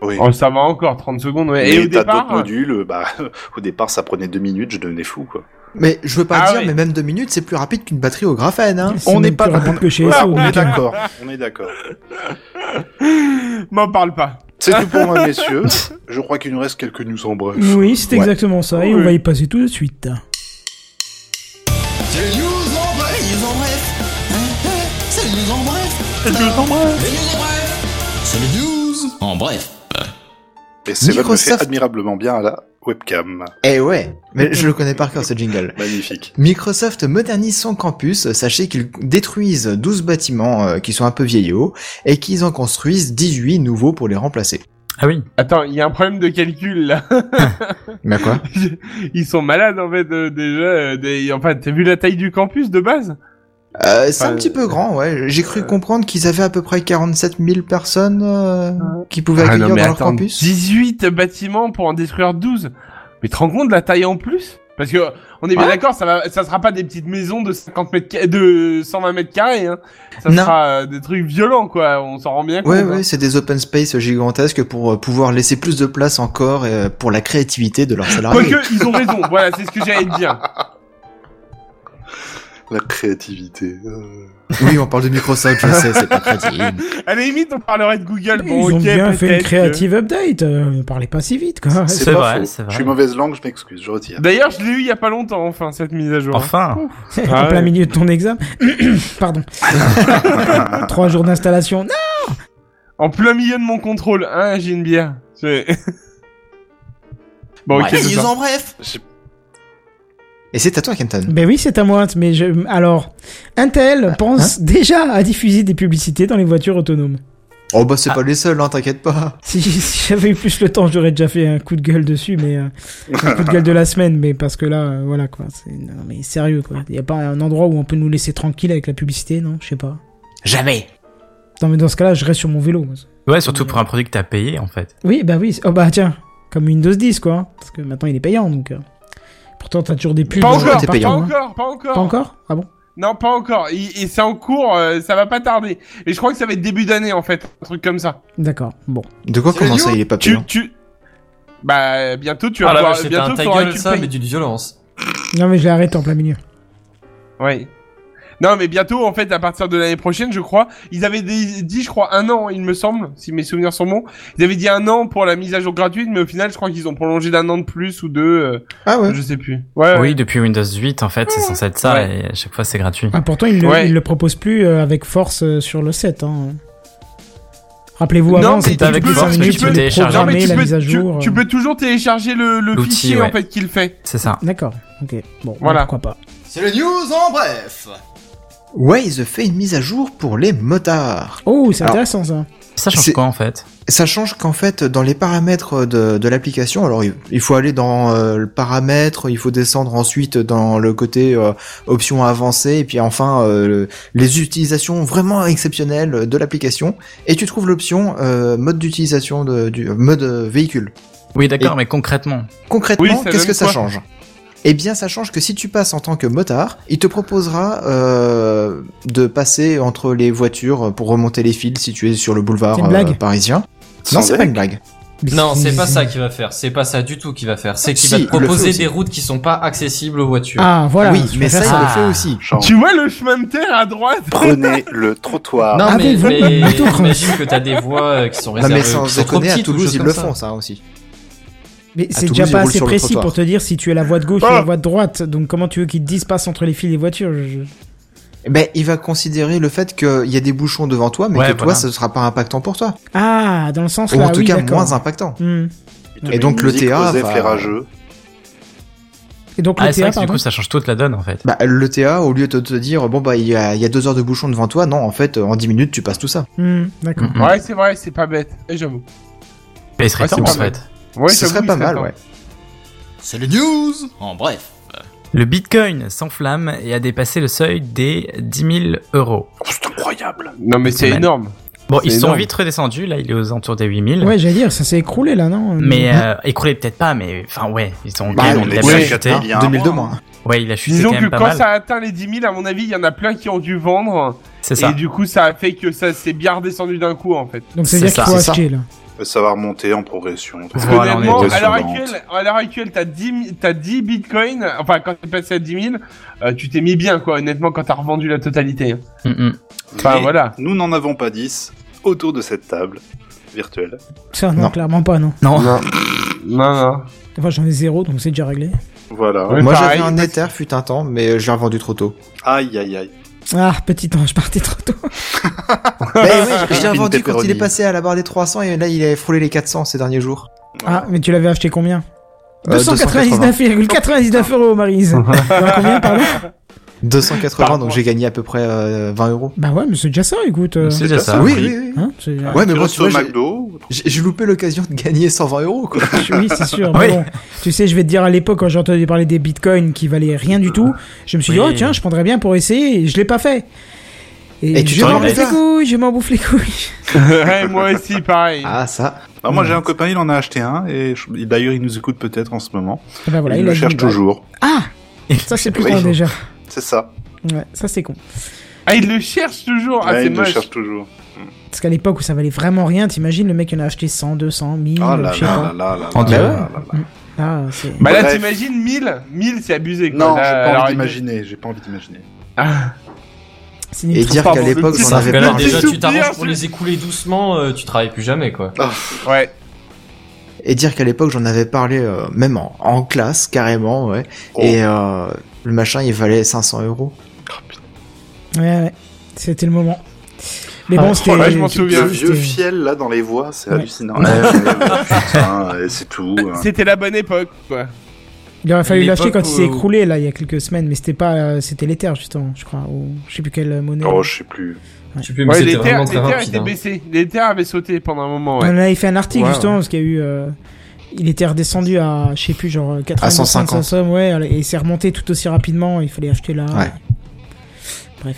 Oui. Oh, ça va encore, 30 secondes. ouais. Et au Mais t'as d'autres départ, modules, euh, bah, au départ, ça prenait deux minutes, je devenais fou, quoi. Mais je veux pas Ah dire, oui. mais même deux minutes, c'est plus rapide qu'une batterie au graphène. Hein. C'est même plus rapide que chez Voilà, SO, on mais est tu vois. d'accord. On est d'accord. m'en euh, parle pas. C'est tout pour moi, messieurs. Je crois qu'il nous reste quelques news en bref. Oui, c'est Ouais. exactement ça, et Oui. on va y passer tout de suite. C'est les news en bref. Les news en bref. Hein, hein, C'est les news en bref. Les news en bref. Les news en bref. C'est les news en bref. Et Seven le fait Microsoft- admirablement bien à la webcam. Eh ouais, mais je le connais par cœur ce jingle. Magnifique. Microsoft modernise son campus, sachez qu'ils détruisent 12 bâtiments euh, qui sont un peu vieillots et qu'ils en construisent 18 nouveaux pour les remplacer. Ah oui. Attends, il y a un problème de calcul là. Mais quoi Ils sont malades en fait euh, déjà. euh, des... En fait, t'as vu la taille du campus de base euh, C'est Enfin, un petit peu grand, ouais. J'ai euh, cru comprendre qu'ils avaient à peu près 47 000 personnes euh, qui pouvaient Ah accueillir non, mais dans leur attends, campus. 18 bâtiments pour en détruire 12. Mais tu te rends compte de la taille en plus Parce que on est bien d'accord, ça va, ça sera pas des petites maisons de 50 mètres ca- de 120 mètres carrés. Hein. Ça Non. sera euh, des trucs violents quoi. On s'en rend bien compte. Ouais, hein. ouais, c'est des open space gigantesques pour euh, pouvoir laisser plus de place encore euh, pour la créativité de leurs salariés. Quoique, ils ont raison. voilà, c'est ce que j'allais te dire. La créativité. euh. Oui, on parle de Microsoft, je sais, c'est pas crédible. À la limite, on parlerait de Google. Bon, Ils ont ok, bien fait une peut-être que- créative update. euh, ne parlez pas si vite, quoi. C'est pas vrai, faux. c'est vrai. Je suis mauvaise langue, je m'excuse, je retire. D'ailleurs, je l'ai eu il y a pas longtemps, enfin, cette mise à jour. hein. Enfin. en plein milieu de ton examen. Pardon. Trois jours d'installation. Non En plein milieu de mon contrôle, hein, j'ai une bière. C'est- bon, ok, Mais c'est ils ça. en bref. Et c'est à toi, Kenton. Ben oui, c'est à moi. Mais je... alors, Intel pense déjà à diffuser des publicités dans les voitures autonomes. Oh bah c'est Ah. pas les seuls, hein, t'inquiète pas. Si, si j'avais eu plus le temps, j'aurais déjà fait un coup de gueule dessus, mais euh, un coup de gueule de la semaine, mais parce que là, euh, voilà quoi. c'est- Non, mais sérieux quoi. Il y a pas un endroit où on peut nous laisser tranquille avec la publicité, non Je sais pas. Jamais. Non, mais dans ce cas-là, je reste sur mon vélo. moi. Ouais, surtout pour un produit que t'as payé en fait. Oui, bah oui. c'est- Oh bah tiens, comme Windows 10 quoi. Parce que maintenant il est payant donc. euh, Pourtant, t'as toujours des pubs. Pas euh, encore, t'es pas, payant. encore, pas encore. Pas encore Ah bon Non, pas encore. Il- Et c'est en cours, euh, ça va pas tarder. Et je crois que ça va être début d'année, en fait. Un truc comme ça. D'accord. Bon. De quoi comment ça, il est pas Tu, payant tu... Bah, bientôt, tu vas Ah là, pouvoir- ouais, c'était un bientôt, ta faudra que gueule, tu ça, payes. mais d'une violence. Non mais je l'ai arrêté en plein milieu. Ouais. Non, mais bientôt, en fait, à partir de l'année prochaine, je crois, ils avaient dé- dit, je crois, un an, il me semble, si mes souvenirs sont bons. Ils avaient dit un an pour la mise à jour gratuite, mais au final, je crois qu'ils ont prolongé d'un an de plus ou deux, euh, Ah ouais je sais plus. Euh, Ouais, Oui, depuis Windows 8 en fait, c'est censé être ça Ouais. et à chaque fois c'est gratuit. Ah, pourtant, il ne Ouais. le propose plus euh, avec force euh, sur le 7. Hein. Rappelez-vous Non, avant, mais c'était tu Ah, avec peux- force, tu minutes, peux de télécharger. Non, mais programmer tu la peux, mise à tu- jour. tu euh. peux toujours télécharger le, le L'outil, fichier, en ouais. fait, qu'il fait. C'est ça. D'accord, ok. Bon, Voilà. voilà. pourquoi pas. C'est le news en bref. Waze fait une mise à jour pour les motards. Oh, c'est Alors, intéressant ça. Ça change C'est- quoi en fait Ça change qu'en fait, dans les paramètres de, de l'application, alors il, il faut aller dans euh, le paramètre, il faut descendre ensuite dans le côté euh, options avancées, et puis enfin euh, le- les utilisations vraiment exceptionnelles de l'application, et tu trouves l'option euh, mode d'utilisation de- du euh, mode euh, véhicule. Oui, d'accord, mais concrètement. Oui, Concrètement, ça qu'est-ce donne que ça quoi change Eh bien, ça change que si tu passes en tant que motard, il te proposera euh, de passer entre les voitures pour remonter les fils si tu es sur le boulevard C'est une euh, blague parisien. Sans Non, c'est pas une blague. Non, c'est pas ça qu'il va faire. C'est pas ça du tout qu'il va faire. C'est qu'il Si, va te il le fait proposer aussi. des routes qui sont pas accessibles aux voitures. Ah, voilà. oui, je mais ça, préfère il le ça. fait aussi. Genre, Tu vois le chemin de terre à droite prenez le trottoir. Non, Ah, mais, mais vous- mais mais tout, j'imagine que t'as des voies euh, qui sont Non, réservées. mais qui sans sont trop déconner, à petites ou des Toulouse, choses ils comme le ça. font, ça aussi. Mais c'est Toulouse, déjà ils pas roulent assez sur le précis trottoir. pour te dire si tu es la voie de gauche ou Ah la voie de droite. Donc comment tu veux qu'ils te disent passe entre les fils des voitures je- Ben, il va considérer le fait qu'il y a des bouchons devant toi, mais Ouais, que toi, voilà. ça ne sera pas impactant pour toi. Ah, dans le sens Ou là, en tout oui, cas, d'accord. moins impactant. Hmm. Il te Et met donc, une le euh, musique TA, Joseph enfin, les rageux. Et donc le Ah, c'est TA, vrai que du pardon coup ça change toute la donne en fait. Bah, le TA, au lieu de te dire, bon, bah, il y a, il y a deux heures de bouchons devant toi, non, en fait, en 10 minutes, tu passes tout ça. Hmm, D'accord. Mm, mm. Ouais, c'est vrai, c'est pas bête. Et j'avoue. Et il serait Ah, c'est temps, en pas mal. fait. Ouais, Ce j'avoue, serait il pas mal, temps. ouais. C'est le news en bref. Le bitcoin s'enflamme et a dépassé le seuil des 10 000 euros. Oh, c'est incroyable. Non, mais c'est Semaine. énorme. Bon, C'est ils sont énorme. vite redescendus, là il est aux alentours des 8 000. Ouais, j'allais dire, ça s'est écroulé là, non Mais Mm-hmm. euh, écroulé peut-être pas, mais enfin ouais, ils sont Bah, quand on même- il a les bien achète, chuté. hein. Il y a un 2002 mois, mois. Ouais, il a chuté Disons quand que même pas quand mal. ça a atteint les 10 000, à mon avis, il y en a plein qui ont dû vendre. C'est Et ça. du coup, ça a fait que ça s'est bien redescendu d'un coup, en fait. Donc ça veut dire qu'il c'est ça. faut C'est ça. acheter là. Ça va remonter en progression. Parce que Voilà, on est Honnêtement, déjà à l'heure sur Nantes. actuelle, à l'heure actuelle, t'as 10, 000 t'as 10 bitcoins. Enfin, quand t'es passé à 10 000, euh, tu t'es mis bien, quoi. Honnêtement, quand t'as revendu la totalité. hein. Mm, mm. Enfin, Mais voilà. Nous n'en avons pas 10 autour de cette table virtuelle. Ça, non, Non. clairement pas, non. Non, Non, non. Enfin, j'en ai zéro, donc c'est déjà réglé. Voilà. Ouais. Moi, pareil, j'avais un parce- Ether, fut un temps, mais je l'ai revendu trop tôt. Aïe, aïe, aïe. Ah, petit temps, je partais trop tôt. bah, ouais, je l'ai Une revendu quand il pepperoni. est passé à la barre des 300, et là, il a frôlé les 400 ces derniers jours. Ah, mais tu l'avais acheté combien Euh, 299,99 euros, Marise. Non, combien, pardon 280, donc j'ai gagné à peu près euh, 20 euros. Bah ouais, mais c'est déjà ça, écoute. euh, C'est déjà ça. oui, prix. oui, oui. hein, c'est- Ouais, mais Tu moi, restes tu vois, au j'ai- McDo j'ai j'ai loupé l'occasion de gagner 120 euros, quoi. euh, Oui, c'est sûr. mais Oui. bon, tu sais, je vais te dire à l'époque, quand j'ai entendu parler des bitcoins qui valaient rien du tout, je me suis dit, Oui. oh tiens, je prendrais bien pour essayer, et je l'ai pas fait. Et, Et tu je t'en m'en remets bouffe les pas. couilles, je m'en bouffe les couilles. Ouais, moi aussi, pareil. Ah, ça. Bah, Moi, j'ai un copain, il en a aché un, et je- d'ailleurs, il nous écoute peut-être en ce moment. Ah bah voilà, il il le a dit, cherche bah, toujours. Ah Ça, c'est plus Oui. con déjà. C'est ça. Ouais, ça, c'est con. Ah, il le cherche toujours. Ah, Ouais, c'est il le moche. cherche toujours. Parce qu'à l'époque où ça valait vraiment rien, t'imagines, le mec, il en a acheté 100, 200, 1000, Ah là je sais là là pas. là là En là direct. là là là. Ah, c'est- Bah là, Bref. t'imagines 1000 1000, c'est abusé. Quoi. Non, j'ai Là, pas Euh, alors, envie d'imaginer. J'ai pas envie d'imaginer. Ah, c'est Et une dire pardon, qu'à l'époque, le j'en petit- avais Parce que là, pas. un déjà, petit tu t'arranges souvenir, pour les écouler doucement, euh, tu travailles plus jamais, quoi. Ah. ouais. Et dire qu'à l'époque, j'en avais parlé, euh, même en, en classe, carrément, ouais. Oh. Et euh, le machin, il valait 500 euros. Ouais, ouais. C'était le moment. Mais Ah, bon, ouais, c'était. je m'en souviens. Le vieux c'était- fiel là dans les voies, c'est Ouais. hallucinant. Ouais, ouais, putain, et c'est tout. hein. C'était la bonne époque, quoi. Il aurait fallu L'époque l'acheter quand il s'est où- écroulé là il y a quelques semaines, mais c'était pas, euh, c'était l'éther justement, je crois, ou je sais plus quelle monnaie. Oh, je sais plus. Je sais plus, mais Ouais, c'était les terres, vraiment les très terres rapide. étaient hein. baissées. Les terres avaient sauté pendant un moment, On ouais. en avait fait un article Ouais, justement parce qu'il y a eu, euh, il était redescendu à, je sais plus, genre 80 150. somme, ouais, et c'est remonté tout aussi rapidement. Il fallait acheter là. Ouais. Bref.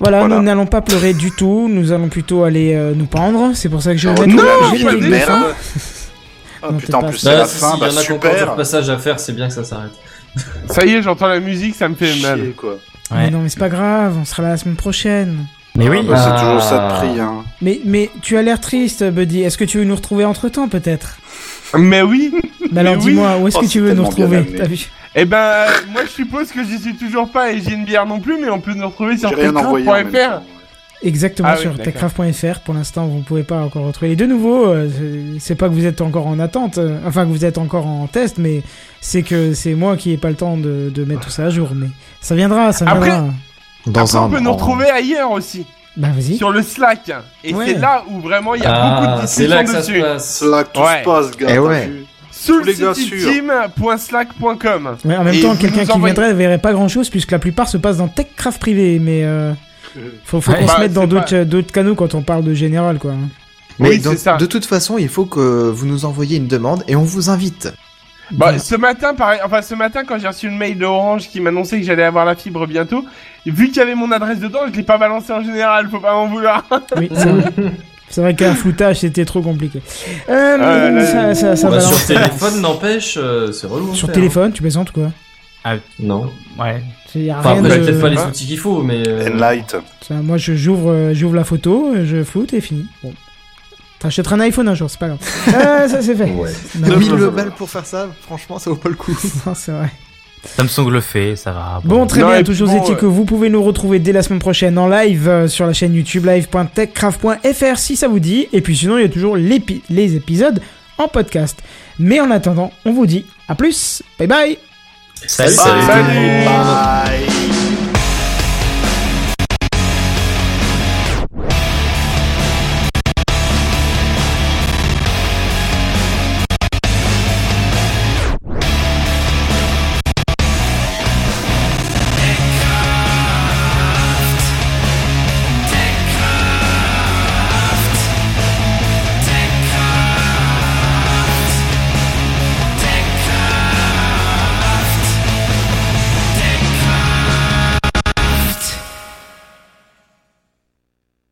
Voilà, Voilà. nous n'allons pas pleurer du tout. Nous allons plutôt aller euh, nous pendre. C'est pour ça que je Un vais retour Oh non, à la j'ai vie de pas merde. Non, Oh t'es putain, en pas plus sûr. c'est Ah, la si, fin, si, y bah en a qui ont encore super. du passage à faire, c'est bien que ça s'arrête. Ça y est, j'entends la musique, ça me fait mal. Chier, quoi. Mais non, mais c'est pas grave. On sera là la semaine prochaine. Mais Ah, oui. bah, Ah. C'est toujours ça de prix. Hein. Mais, mais tu as l'air triste, Buddy. Est-ce que tu veux nous retrouver entre temps, peut-être Mais oui, Bah alors Mais oui. dis-moi, où est-ce Oh, que c'est tu veux nous tellement bien retrouver amené. T'as vu eh ben, euh, moi je suppose que j'y suis toujours pas et j'ai une bière non plus, mais on peut nous retrouver sur J'ai rien envoyé. en même techcraft.fr. temps. Exactement Ah oui, sur d'accord. techcraft.fr. Pour l'instant, vous ne pouvez pas encore retrouver les deux nouveaux. euh, c'est- c'est pas que vous êtes encore en attente, euh, enfin que vous êtes encore en test, mais c'est que c'est moi qui ai pas le temps de, de mettre tout ça à jour. Mais ça viendra, ça Après- viendra. Dans Après, un on peut nous en- retrouver ailleurs aussi, Bah vas-y. sur le Slack. Et Ouais. c'est là où vraiment il y a beaucoup de Ah, c'est discussions là que ça se dessus. passe. C'est là que tout Ouais. se passe, gars. Eh t'as ouais. vu Sur Tous les gars sûrs. Soulcityteam.slack.com. Ouais, en même Et temps, vous quelqu'un nous qui envoyez- viendrait ne verrait pas grand-chose puisque la plupart se passe dans techcraft privé. Mais euh, faut, faut Ouais, qu'on bah, se mette dans c'est pas- d'autres euh, d'autres canaux quand on parle de général, quoi. hein. Mais Oui, donc, c'est ça. de toute façon, il faut que vous nous envoyiez une demande et on vous invite. Bah, ce matin, pareil, enfin, ce matin, quand j'ai reçu le mail d'Orange qui m'annonçait que j'allais avoir la fibre bientôt, vu qu'il y avait mon adresse dedans, je l'ai pas balancé en général, faut pas m'en vouloir. Oui, c'est vrai. C'est vrai qu'un floutage, c'était trop compliqué. Euh, Ah, là, ça, ça, ça Bah, balance. sur téléphone, n'empêche, euh, c'est relou. à Sur faire. téléphone, tu plaisantes quoi Non. bah. Ouais. Il y a Enfin, Ah, rien après, j'ai peut-être pas de... les outils qu'il faut, mais. euh, Enlight. Ça, moi, je- j'ouvre, euh, j'ouvre la photo, euh, je floute et fini. Bon. T'achèteras un iPhone un jour, c'est pas grave. Ah, ça c'est fait. Ouais. Non, 1000 non, balles pour faire ça, franchement, ça vaut pas le coup. non, c'est vrai. Samsung le fait, ça va. Bon, très Non, bien, et puis toujours bon, est-il euh, que vous pouvez nous retrouver dès la semaine prochaine en live euh, sur la chaîne YouTube live.techcraft.fr si ça vous dit. Et puis sinon, il y a toujours l'épi- les épisodes en podcast. Mais en attendant, on vous dit à plus. Bye bye Salut, Salut. salut. Bye.